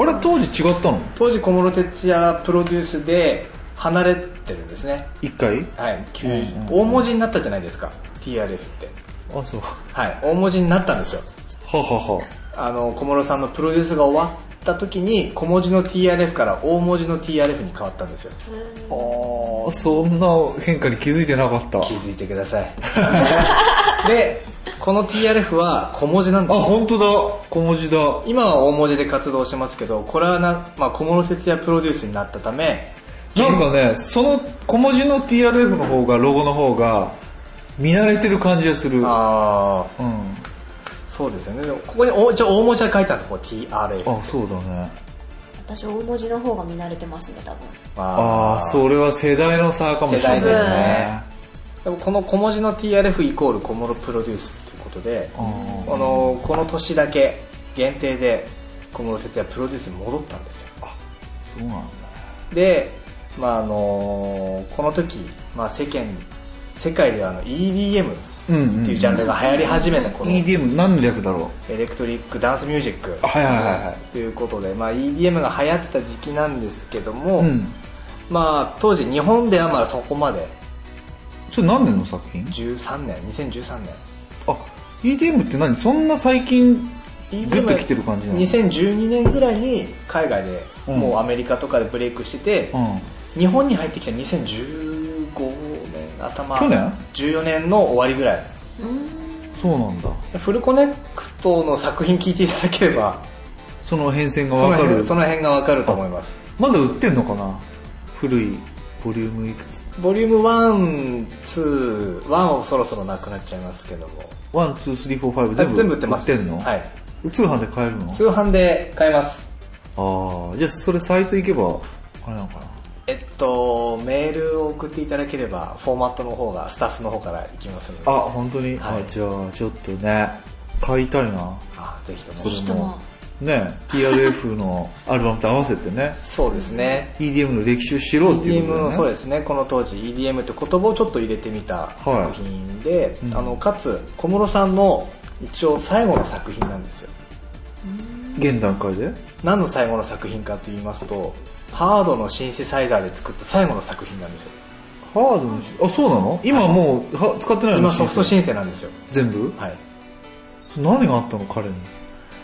Speaker 4: あれ当時違ったの
Speaker 5: 当時小室哲也プロデュースで離れてるんですね。
Speaker 4: 一回
Speaker 5: はい。大文字になったじゃないですか、TRF って。
Speaker 4: あそうは
Speaker 5: はい、大文字になったんですよ。
Speaker 4: はは
Speaker 5: あの、小室さんのプロデュースが終わった時に、小文字の TRF から大文字の TRF に変わったんですよ。
Speaker 4: あそんな変化に気づいてなかったあ
Speaker 5: 気づいてください。 で、この TRF は小文字なんですよ。
Speaker 4: 本当だ小文字だ
Speaker 5: 今は大文字で活動してますけど、これはな、まあ、小室哲也プロデュースになったため、
Speaker 4: なんかねその小文字の TRF の方がロゴの方が見慣れてる感じがする
Speaker 5: ああ、
Speaker 4: うん
Speaker 5: そうですよね。でもここにお、じゃあ大文字が書いてあるんですよ、こう TRF。
Speaker 4: あそうだね
Speaker 2: 私大文字の方が見慣れてますね多分
Speaker 4: ああそれは世代の差かもしれない
Speaker 5: 世代ですねでもこの小文字の TRF イコール小室プロデュースっていうことで、あのこの年だけ限定で小室哲也プロデュースに戻ったんですよ
Speaker 4: そうなんだ
Speaker 5: で、まああのこの時、まあ、世間世界ではあの EDM って
Speaker 4: うんうんうん
Speaker 5: いうジャンルが流行り始めたこのエ
Speaker 4: EDM 何の略だろ
Speaker 5: レクトリックダンスミュージック
Speaker 4: うはいはいはいはい
Speaker 5: ということで、まあ、EDM が流行ってた時期なんですけども、
Speaker 4: うん
Speaker 5: まあ、当時日本ではまだそこまで
Speaker 4: それ何年の作品
Speaker 5: 13年2013年
Speaker 4: あ EDM って何そんな最近グッときてる感じなの
Speaker 5: 2012年ぐらいに海外で
Speaker 4: うん
Speaker 5: もうアメリカとかでブレイクしてて、
Speaker 4: うん
Speaker 5: 日本に入ってきた2015年頭
Speaker 4: 去年
Speaker 5: ?14 年の終わりぐらい
Speaker 4: そうなんだ
Speaker 5: フルコネクトの作品聞いていただければ
Speaker 4: その変遷が
Speaker 5: その
Speaker 4: わかる
Speaker 5: 辺その辺がわかると思います
Speaker 4: まだ売ってんのかな古いボリュームいくつ
Speaker 5: ボリューム121はそろそろなくなっちゃいますけども
Speaker 4: ワンツースリーフォーファイブ
Speaker 5: あ
Speaker 4: 全部
Speaker 5: 全部売ってます
Speaker 4: 売ってんの、
Speaker 5: はい
Speaker 4: 通販で買えるの
Speaker 5: 通販で買えます
Speaker 4: ああじゃあそれサイト行けばあれなのかな
Speaker 5: えっとメールを送っていただければフォーマットの方がスタッフの方から行きますので
Speaker 4: あ
Speaker 5: あ
Speaker 4: 本当に、
Speaker 5: は
Speaker 4: あ
Speaker 5: い
Speaker 4: じゃあちょっとね買いたいな
Speaker 5: ぜひとも
Speaker 2: ぜひとも
Speaker 4: ね TRF のアルバムと合わせてね
Speaker 5: そうですね
Speaker 4: EDM の歴史を知ろうっていう
Speaker 5: EDM
Speaker 4: こと
Speaker 5: のそう
Speaker 4: だよね
Speaker 5: ですねこの当時 EDM って言葉をちょっと入れてみた作品で、
Speaker 4: いうん
Speaker 5: あのかつ小室さんの一応最後の作品なんですよ
Speaker 4: 現段階で
Speaker 5: 何の最後の作品かと言いますとハードのシンセサイザーで作った最後の作品なんですよ
Speaker 4: ハードのあそうなの今もうは使ってないの
Speaker 5: 今ソフト
Speaker 4: シ
Speaker 5: シ
Speaker 4: ン
Speaker 5: ンセなんですよ
Speaker 4: セ全部
Speaker 5: はい
Speaker 4: そ何があったの彼に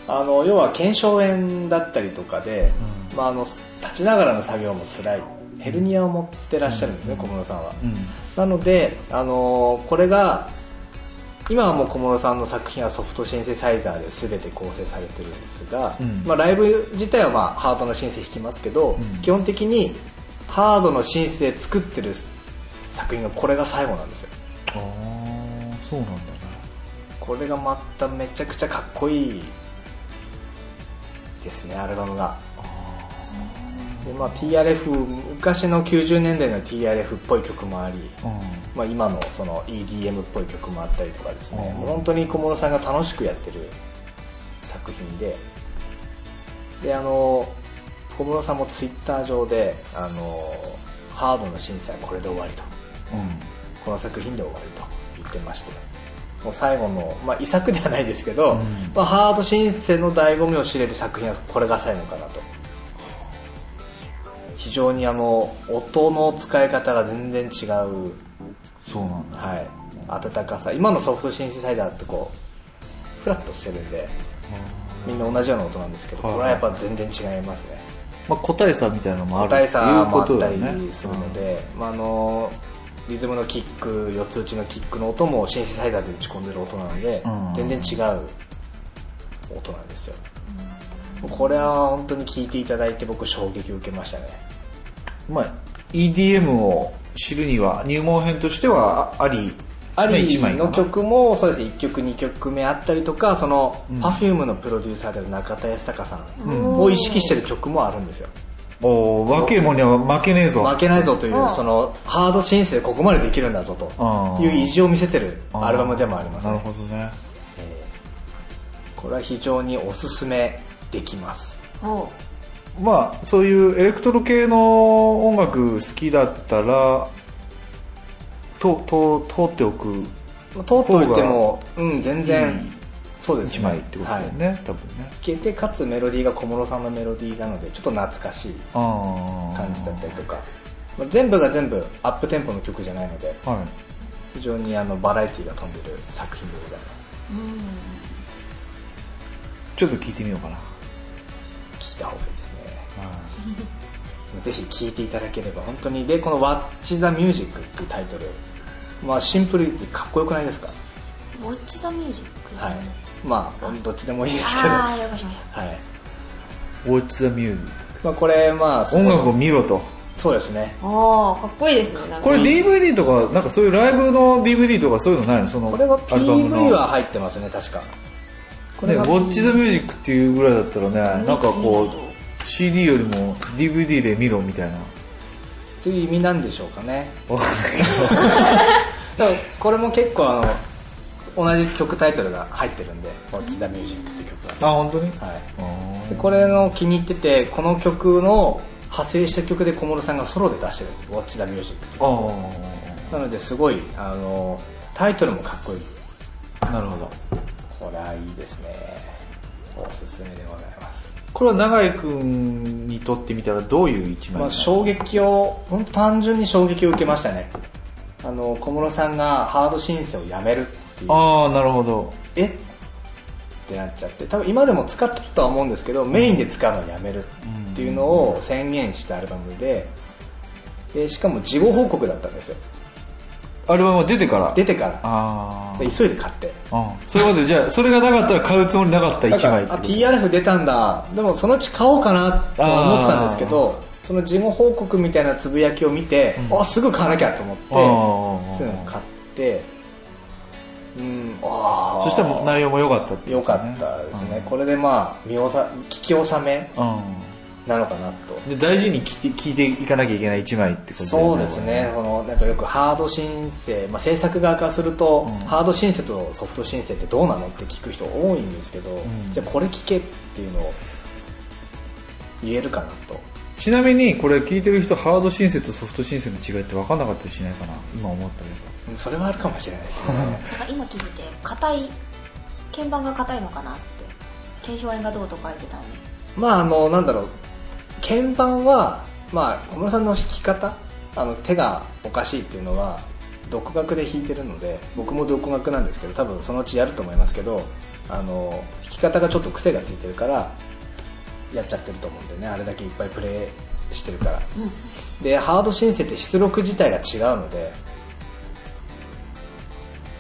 Speaker 5: あの要は腱鞘炎だったりとかで、
Speaker 4: う
Speaker 5: まあ、あの立ちながらの作業も辛いヘルニアを持ってらっしゃるんですね、小室さんは、
Speaker 4: うん
Speaker 5: なので、あのーこれが今はもう小室さんの作品はソフトシンセサイザーで全て構成されてるんですが、
Speaker 4: うん
Speaker 5: まあ、ライブ自体は、まあ、ハートのシンセ弾きますけど、
Speaker 4: ん
Speaker 5: 基本的にハードのシンセで作ってる作品がこれが最後なんですよ
Speaker 4: ああそうなんだね
Speaker 5: これがまためちゃくちゃかっこいいですねアルバムがで、まあ、TRF 昔の90年代の TRF っぽい曲もあり、
Speaker 4: うん
Speaker 5: まあ、今のその EDM っぽい曲もあったりとかですね
Speaker 4: うん
Speaker 5: もう本当に小室さんが楽しくやってる作品でであの小室さんもツイッター上であのハードの審査はこれで終わりと
Speaker 4: う
Speaker 5: この作品で終わりと言ってましてもう最後の、まあ、遺作ではないですけど、
Speaker 4: ん
Speaker 5: まあ、ハードシンセの醍醐味を知れる作品はこれが最後かなと非常にあの音の使い方が全然違う
Speaker 4: そうなんだ
Speaker 5: はい、温かさ今のソフトシンセサイザーってこうフラッとしてるんでみんな同じような音なんですけどこ
Speaker 4: はい
Speaker 5: れはやっぱ全然違いますね
Speaker 4: まあ個体差みたいなのもあ
Speaker 5: 個
Speaker 4: る
Speaker 5: 体差もあった
Speaker 4: と
Speaker 5: り
Speaker 4: いうことだよね
Speaker 5: するので、まあ、あのリズムのキック四つ打ちのキックの音もシンセサイザーで打ち込んでる音なので
Speaker 4: うん
Speaker 5: 全然違う音なんですよこれは本当に聞いていただいて僕衝撃を受けましたね
Speaker 4: まあ EDM を知るには入門編としてはああり
Speaker 5: アリ
Speaker 4: ね一枚
Speaker 5: ー
Speaker 4: か
Speaker 5: の
Speaker 4: な
Speaker 5: 曲もそうです1曲2曲目あったりとかその Perfume のプロデューサーである中田泰孝さんを意識してる曲もあるんですよ
Speaker 4: おー若いもんには負けねえぞ
Speaker 5: 負けないぞという
Speaker 2: うん
Speaker 5: そのハード申請でここまでできるんだぞ
Speaker 4: あ
Speaker 5: と
Speaker 4: ー
Speaker 5: いう意地を見せてるアルバムでもあります
Speaker 4: なる
Speaker 5: ね
Speaker 4: ほどね
Speaker 5: これは非常におすすめできます
Speaker 2: おう
Speaker 4: まあそういうエレクトロ系の音楽好きだったらとと通っておく
Speaker 5: 通っておいてもうん全然そうです
Speaker 4: 一
Speaker 5: ね
Speaker 4: 枚ってことだよね、多分ね
Speaker 5: 聴けてかつメロディーが小室さんのメロディーなのでちょっと懐かしい
Speaker 4: ああ
Speaker 5: 感じだったりとか、まあ、全部が全部アップテンポの曲じゃないので
Speaker 4: はい
Speaker 5: 非常にあのバラエティが飛んでる作品でございます
Speaker 4: ちょっと聞いてみようかな
Speaker 5: 聞いた方がいいですねぜひ聴いていただければ本当にでこの「Watch the Music」っていうタイトルまあシンプルにかっこよくないですか
Speaker 2: ウォッチ・ザ・ミュージック
Speaker 5: はいまあどっちでもいいですけどは
Speaker 2: ああよかしまし
Speaker 5: い、
Speaker 4: What's the music
Speaker 5: まあ、これまあそこ
Speaker 4: 音楽を見ろと
Speaker 5: そうですね
Speaker 2: たおおかっこいいですねなんか
Speaker 4: これ DVD とかなんかそういうライブの DVD とかそういうのないのその
Speaker 5: これは
Speaker 4: アルバムの
Speaker 5: PV は入ってますね確かこ
Speaker 4: ね、
Speaker 5: れ
Speaker 4: ウ
Speaker 5: が
Speaker 4: ォッチ・ザ・ミュージックっていうぐらいだったらね、なんかこう、CD よりも DVD で見ろみたいな。
Speaker 5: という意味なんでしょうかね
Speaker 4: わかんないけど
Speaker 5: でもこれも結構あの同じ曲タイトルが入ってるんで「Watch the Music」っていう曲が
Speaker 4: あ、本当に
Speaker 5: はい
Speaker 4: あ
Speaker 5: でこれの気に入っててこの曲の派生した曲で小室さんがソロで出してるんです「Watch the Music」っていう
Speaker 4: ーあ
Speaker 5: なのですごいあのタイトルもかっこいい
Speaker 4: ー、なるほど。
Speaker 5: これはいいですねおすすめでございます、
Speaker 4: これは永井くんにとってみたらどういう一枚な
Speaker 5: まあ、
Speaker 4: の
Speaker 5: 衝撃を本当単純に衝撃を受けましたねあの小室さんがハード申請をやめるっていう
Speaker 4: あー、なるほど。
Speaker 5: えってなっちゃって多分今でも使ってるとは思うんですけどメインで使うのをやめるっていうのを宣言したアルバムででしかも事後報告だったんですよ
Speaker 4: アルバムは出てから
Speaker 5: 出てから
Speaker 4: あ
Speaker 5: で急いで買って
Speaker 4: あうんそれまでじゃあそれがなかったら買うつもりなかった
Speaker 5: だ
Speaker 4: 1
Speaker 5: から
Speaker 4: 枚って
Speaker 5: あ
Speaker 4: こと
Speaker 5: TRF 出たんだでもそのうち買おうかなとは思ってたんですけどその事後報告みたいなつぶやきを見て、あすぐ買わなきゃと思って
Speaker 4: あー
Speaker 5: すぐ買ってうんああ
Speaker 4: そしたら内容も良かったって
Speaker 5: 良
Speaker 4: こと
Speaker 5: か
Speaker 4: ね
Speaker 5: ったですね、これでまあ見おさ聞き納め
Speaker 4: う
Speaker 5: なのかなと
Speaker 4: んで大事に聞いて聞いていかなきゃいけない1枚ってことだ
Speaker 5: そ
Speaker 4: よ
Speaker 5: うですね、そのなんかよくハード申請、まあ、制作側からすると、ハード申請とソフト申請ってどうなのって聞く人多いんですけど、じゃあこれ聞けっていうのを言えるかなと
Speaker 4: ちなみにこれ聞いてる人ハード申請とソフト申請の違いって分かんなかったりしないかな今思ったけど
Speaker 5: うんそれはあるかもしれないですね
Speaker 2: なんか今聞いてて硬い鍵盤が硬いのかなって腱鞘炎がどうとか言ってたのに
Speaker 5: まああのなんだろう鍵盤は、まあ、小室さんの弾き方あの手がおかしいっていうのは独学で弾いてるので僕も独学なんですけど多分そのうちやると思いますけどあの弾き方がちょっと癖がついてるからやっちゃってると思うんでねあれだけいっぱいプレイしてるから、でハードシンセって出力自体が違うので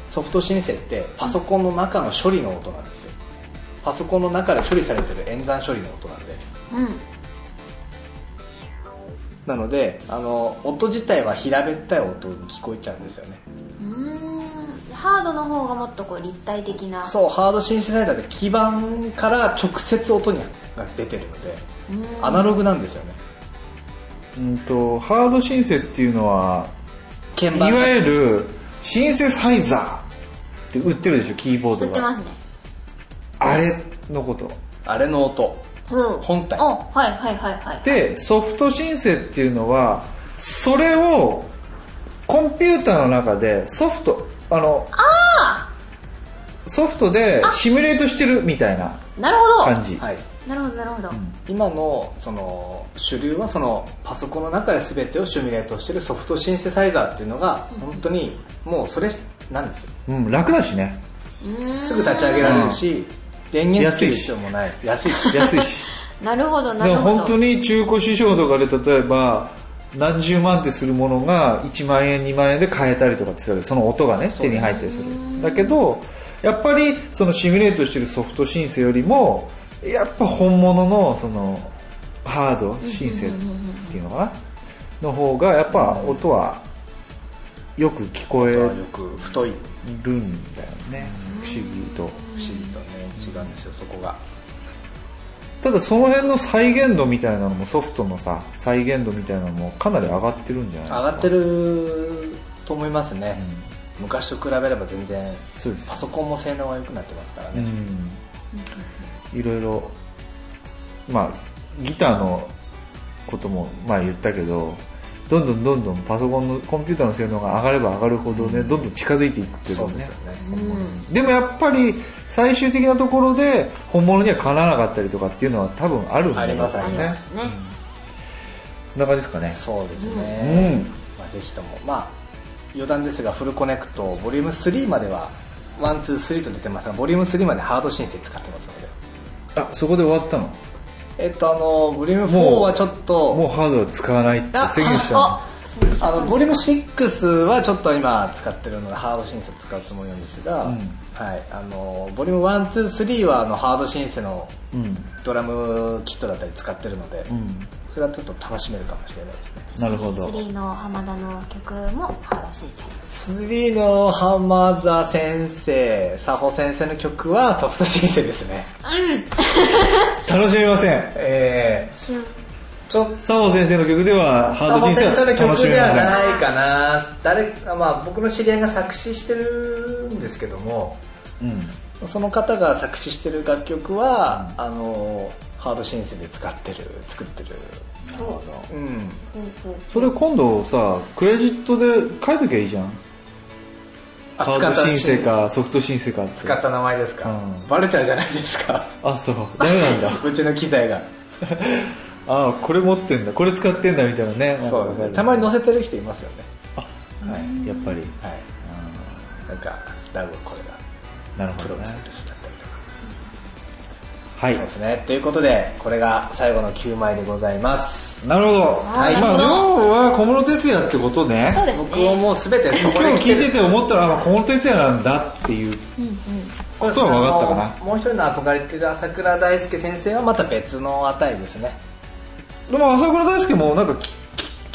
Speaker 5: ソフトシンセってパソコンの中の処理の音なんですよパソコンの中で処理されてる演算処理の音なんで
Speaker 2: うん
Speaker 5: なのであの音自体は平べったい音に聞こえちゃうんですよね
Speaker 2: うーんハードの方がもっとこう立体的な
Speaker 5: そうハードシンセサイザーで基板から直接音にが出てるのでアナログなんですよね
Speaker 4: うんとハードシンセっていうのは
Speaker 5: 鍵
Speaker 4: い
Speaker 5: 盤が
Speaker 4: わゆるシンセサイザーって売ってるでしょキーボード
Speaker 2: 売
Speaker 4: が
Speaker 2: ってますね
Speaker 4: あれのこと
Speaker 5: あれの音
Speaker 2: うん
Speaker 5: 本体
Speaker 2: あはいはいはいはい
Speaker 4: でソフトシンセっていうのはそれをコンピューターの中でソフトあのソフトでシミュレートしてるみたいな
Speaker 2: なるほど
Speaker 4: 感じ、
Speaker 5: はい
Speaker 2: なるほどなるほど、
Speaker 5: 今のその主流はそのパソコンの中で全てをシミュレートしてるソフトシンセサイザーっていうのが本当にもうそれなんですよ
Speaker 4: うん、楽だしね
Speaker 5: すぐ立ち上げられるし電源つける必要もない安い し
Speaker 4: 安いし
Speaker 2: なるほどな
Speaker 4: で
Speaker 2: る
Speaker 4: も
Speaker 2: ほど
Speaker 4: 本当に中古市場とかで例えば何十万ってするものが1万円2万円で買えたりとかってするわけその音がね手に入ったりするだけどやっぱりそのシミュレートしてるソフト申請よりもやっぱ本物のそのハード申請っていうのかなの方がやっぱ音はよく聞こえ
Speaker 5: よく太い
Speaker 4: るんだよね不思議と
Speaker 5: 不思議とね違うんですよそこが
Speaker 4: ただその辺の再現度みたいなのもソフトのさ再現度みたいなのもかなり上がってるんじゃないですか
Speaker 5: 上がってると思いますね、昔と比べれば全然
Speaker 4: そうです
Speaker 5: パソコンも性能は良くなってますから
Speaker 4: う
Speaker 5: ね、
Speaker 4: んいろいろまあギターのこともまあ言ったけどどんどんどんどんパソコンのコンピューターの性能が上がれば上がるほどね、どんどん近づいていくけ
Speaker 5: そ
Speaker 4: ど
Speaker 5: うで
Speaker 4: ね
Speaker 5: すよね、
Speaker 4: でもやっぱり最終的なところで本物にはかなわなかったりとかっていうのは多分あるんだ
Speaker 5: あります
Speaker 4: ね
Speaker 5: あ
Speaker 2: あ
Speaker 5: り
Speaker 2: り
Speaker 5: ま
Speaker 2: ますすね、
Speaker 4: そんな感じですかね
Speaker 5: そうです
Speaker 4: う
Speaker 5: ね、
Speaker 4: ん
Speaker 5: まあ、ぜひともまあ余談ですがフルコネクトボリューム3まではワンツースリーと出てますがボリューム3までハード申請使ってますので
Speaker 4: あそこで終わったの
Speaker 5: えっとあのボリューム
Speaker 4: も
Speaker 5: 4
Speaker 4: う
Speaker 5: はちょっと
Speaker 4: もうハードは使わないって宣言したの
Speaker 5: ああのボリューム6はちょっと今使ってるのでハードシンセ使うつもりなんですが、はい、あのボリューム123はあのハードシンセのドラムキットだったり使ってるので、それはちょっと楽しめるかもしれないですね
Speaker 4: なるほど
Speaker 2: 3の浜田の曲もハードシンセ
Speaker 5: 3の浜田先生佐保先生の曲はソフトシンセですね
Speaker 4: 楽しみません
Speaker 5: ええ
Speaker 2: シュン
Speaker 5: ちょっと
Speaker 4: 佐保先生の曲ではハー
Speaker 5: 佐
Speaker 4: ド
Speaker 5: 保
Speaker 4: シンセ
Speaker 5: 先生
Speaker 4: は
Speaker 5: の
Speaker 4: 楽し
Speaker 5: 曲
Speaker 4: め
Speaker 5: で
Speaker 4: ま
Speaker 5: は
Speaker 4: せん
Speaker 5: ないかな誰かまあ僕の知り合いが作詞してるんですけども
Speaker 4: うん
Speaker 5: その方が作詞してる楽曲は、あのハードシンセで使ってる作ってるうん
Speaker 4: それ今度さクレジットで書いときゃいいじゃん
Speaker 5: あ
Speaker 4: ハー
Speaker 5: 使
Speaker 4: ド
Speaker 5: った
Speaker 4: 申請かソフト申請かって
Speaker 5: 使った名前ですか、
Speaker 4: うん
Speaker 5: バレちゃうじゃないですか
Speaker 4: あそうダメ なんだ
Speaker 5: うちの機材が
Speaker 4: あこれ持ってんだこれ使ってんだみたいなねなんか
Speaker 5: そう
Speaker 4: わ
Speaker 5: で
Speaker 4: か
Speaker 5: す
Speaker 4: る
Speaker 5: ねたまに載せてる人いますよね
Speaker 4: やっぱり
Speaker 5: はいなんかダウはこれが
Speaker 4: なるほ
Speaker 5: プロ
Speaker 4: どね
Speaker 5: のスキルスだったりとか
Speaker 4: はい
Speaker 5: そうですね。ということで、これが最後の9枚でございます。
Speaker 4: なるほど。
Speaker 2: い
Speaker 4: まあ、要は小室哲哉ってことね。
Speaker 2: そうです
Speaker 5: 僕を
Speaker 2: ね
Speaker 5: もう全てそこ
Speaker 4: 今
Speaker 5: で
Speaker 4: 日聞いてて思ったら、あ小室哲哉なんだっていうことは分かったかな
Speaker 5: あ。のもう一人の憧れてる朝倉大輔先生はまた別の値ですね。
Speaker 4: でも朝倉大輔もなんかき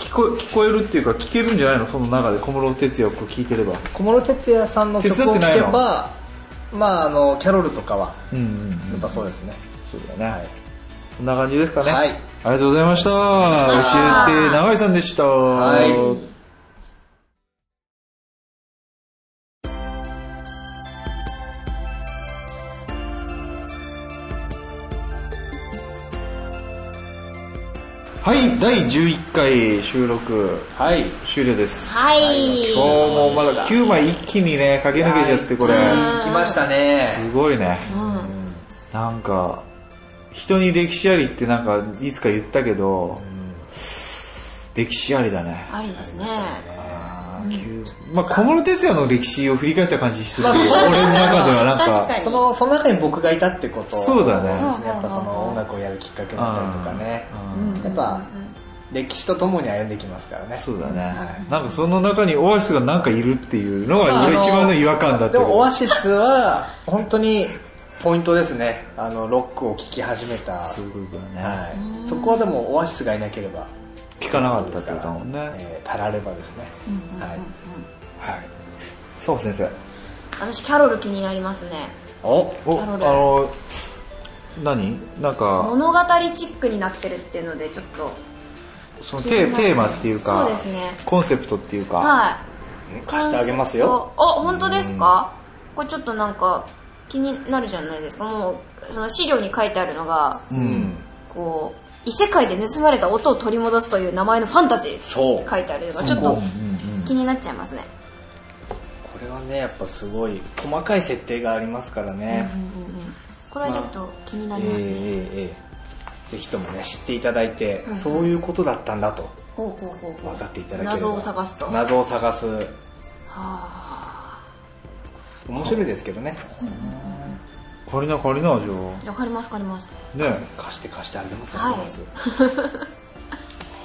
Speaker 4: き聞こ聞こえるっていうか聞けるんじゃないのその中で小室哲哉をこう聞いてれば。
Speaker 5: 小室哲哉さんの曲を聴
Speaker 4: 手
Speaker 5: け
Speaker 4: 伝ってない
Speaker 5: ば、まああの、キャロルとかは、
Speaker 4: うんうんうん。
Speaker 5: やっぱそうですね。
Speaker 4: そうだね。そんな感じですかね。
Speaker 5: はい
Speaker 4: ありがとうございました。教えて、永井さんでした。
Speaker 5: はい
Speaker 4: はい、第11回収録
Speaker 5: はい。
Speaker 4: 終了です。
Speaker 2: はい
Speaker 4: 今日もまだ9枚一気にね、駆け抜けちゃって、これ。
Speaker 5: 来ましたね。
Speaker 4: すごいね。
Speaker 2: うん
Speaker 4: なんか、人に歴史ありってなんか、いつか言ったけど、歴史ありだね。
Speaker 2: ありですね
Speaker 4: まあ、小室哲哉の歴史を振り返った感じするけど、俺の中ではなん
Speaker 2: 確か
Speaker 4: か、
Speaker 2: に
Speaker 5: その、その中に僕がいたってこと
Speaker 4: そうだね
Speaker 5: ですやっぱその音楽をやるきっかけだったりとかね。
Speaker 4: うん
Speaker 5: やっぱ、歴史とともに歩んできますからね。
Speaker 4: そうだね、なんかその中にオアシスがなんかいるっていうのが俺一番の違和感だったけ
Speaker 5: で
Speaker 4: ど
Speaker 5: もオアシスは本当にポイントですねあのロックを聴き始めた
Speaker 4: そういうことだね、
Speaker 5: はい、そこはでもオアシスがいなければ
Speaker 4: 聞かなかったってことだもんね、
Speaker 5: えーたらればですね、はい
Speaker 4: はいそう先生
Speaker 2: 私キャロル気になりますね
Speaker 5: お
Speaker 4: おあ
Speaker 2: なるほ
Speaker 4: の何なんか
Speaker 2: 物語チックになってるっていうのでちょっと
Speaker 4: そのテーテーマっていうか
Speaker 2: そうですね
Speaker 4: コンセプトっていうか、
Speaker 2: はい
Speaker 5: 貸してあげますよ
Speaker 2: あ本当ですかこれちょっとなんか気になるじゃないですかもうその資料に書いてあるのが、
Speaker 4: うん
Speaker 2: こう異世界で盗まれた音を取り戻すという名前のファンタジー
Speaker 5: そう
Speaker 2: 書いてあるのがちょっ
Speaker 5: そう
Speaker 2: と気になっちゃいますね
Speaker 5: これはねやっぱすごい細かい設定がありますからね、
Speaker 2: これはちょっと気にな
Speaker 5: え
Speaker 2: り
Speaker 5: ー
Speaker 2: ま
Speaker 5: え
Speaker 2: すね、
Speaker 5: ーえーぜひともね知っていただいて、そういうことだったんだと
Speaker 2: ほうほうほうほう
Speaker 5: 分かっていただければ
Speaker 2: 謎を探すとは
Speaker 5: 謎を探す
Speaker 2: あ
Speaker 5: 面白いですけどね
Speaker 4: 借りな借りなじゃ
Speaker 2: わかりますわかります
Speaker 4: あね
Speaker 5: 貸して貸してあげますよ、
Speaker 2: はい
Speaker 5: あげます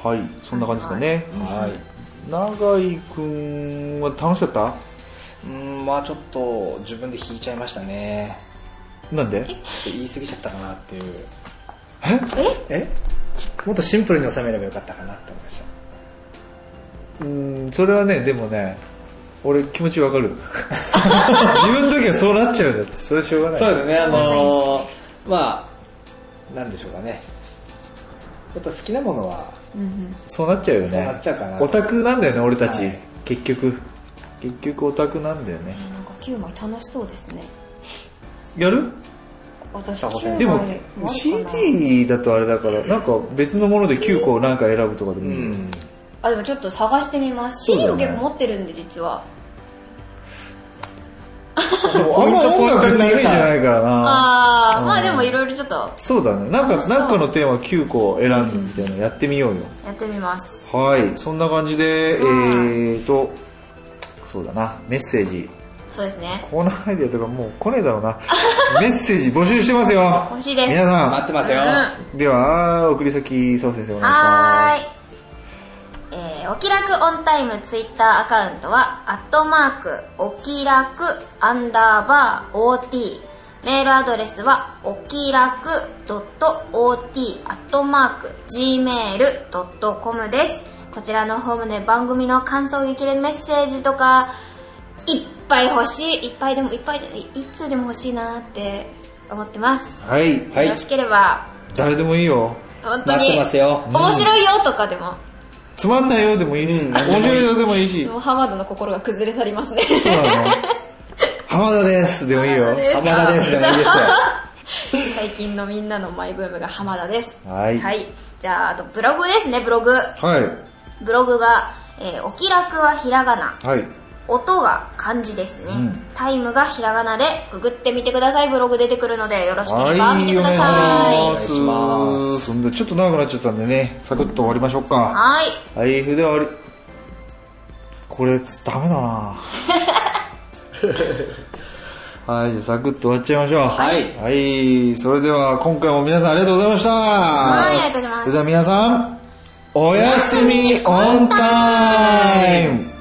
Speaker 4: はいそんな感じですかね、
Speaker 5: はい
Speaker 4: 永井くんは楽しかった
Speaker 5: うーんまあちょっと自分で引いちゃいましたね
Speaker 4: なんで
Speaker 5: ちょっと言い過ぎちゃったかなっていう
Speaker 2: え
Speaker 5: えもっとシンプルに収めればよかったかなって思いまし
Speaker 4: うんそれはねでもね俺気持ちわか る自分の時はそうなっちゃうんだってそれしょうがな
Speaker 5: た
Speaker 4: い
Speaker 5: そうですねあのーまあなんでしょうかねやっぱ好きなものは
Speaker 4: そうなっちゃうよね
Speaker 5: そうなっちゃうかな
Speaker 4: オタクなんだよね俺たち、
Speaker 5: はい
Speaker 4: 結局結局オタクなんだよね
Speaker 2: なんか9枚楽しそうですね
Speaker 4: やる
Speaker 2: 私
Speaker 5: サボテ
Speaker 2: 9
Speaker 5: ン
Speaker 2: 枚
Speaker 4: でも
Speaker 2: もあるかな
Speaker 4: CD だとあれだからなんか別のもので9個なんか選ぶとかでもいい、
Speaker 2: あでもちょっと探してみます
Speaker 4: そうだ
Speaker 2: CD
Speaker 4: ね
Speaker 2: を結構持ってるんで実は
Speaker 4: でもあんま音楽のイメージないからな
Speaker 2: ああまあでもいろいろちょっと
Speaker 4: そうだねなんか
Speaker 2: 楽しそう
Speaker 4: なんかのテーマ9個選んでみたいなのやってみようよ、
Speaker 2: やってみます
Speaker 4: はいそんな感じでえ
Speaker 2: は
Speaker 4: ーとそうだなメッセージ
Speaker 2: そうですね
Speaker 4: コーナーアイデアとかもう来ねえだろうなメッセージ募集してますよ
Speaker 2: 欲しいです
Speaker 4: 皆さん
Speaker 5: 待ってますよ、
Speaker 4: では送り先そう先生お願
Speaker 2: はいー
Speaker 4: し
Speaker 2: い。えー、お気楽オンタイムツイッターアカウントは、アットマーク、お気楽アンダーバー OT。メールアドレスは、お気楽 .ot アットマーク、gmail.com です。こちらのホームで番組の感想激励メッセージとか、いっぱい欲しい。いっぱいでも、いっぱいじゃない、いつでも欲しいなって思ってます。
Speaker 4: ますはい、
Speaker 5: はい
Speaker 2: よろしければ、
Speaker 4: 誰でもいいよ
Speaker 2: 本当に。
Speaker 5: 待ってますよ
Speaker 2: 面白いよとかでも、
Speaker 4: つまんないよでもいいし、面白いよでもいいし
Speaker 2: もうハマードの心が崩れ去りますね。
Speaker 4: そうなの浜田ですでもいいよ
Speaker 2: 浜田です
Speaker 5: 浜田ですでもいいですよ
Speaker 2: 最近のみんなのマイブームが浜田です。
Speaker 4: はい
Speaker 2: じゃあ、あとブログですね、ブログ。
Speaker 4: はい
Speaker 2: ブログが、えーお気楽はひらがな。
Speaker 4: はい
Speaker 2: 音が漢字ですね、
Speaker 4: うん
Speaker 2: タイムがひらがなでググってみてください。ブログ出てくるのでよろしければ
Speaker 4: は
Speaker 2: 見て
Speaker 4: い
Speaker 2: く
Speaker 4: お
Speaker 2: だ
Speaker 4: 願いし
Speaker 2: さい。
Speaker 4: ま
Speaker 2: はい。
Speaker 4: す
Speaker 5: お願いしま
Speaker 4: そんでちょっと長くなっちゃったんでねサクッと終わりましょうかはい筆あり これつダメだなはい、じゃあサクッと終わっちゃいましょう。
Speaker 6: はい
Speaker 4: はい、それでは今回も皆さんありがとうございました。
Speaker 2: いありがとうございます
Speaker 4: それでは皆さん、おやすみオンタイム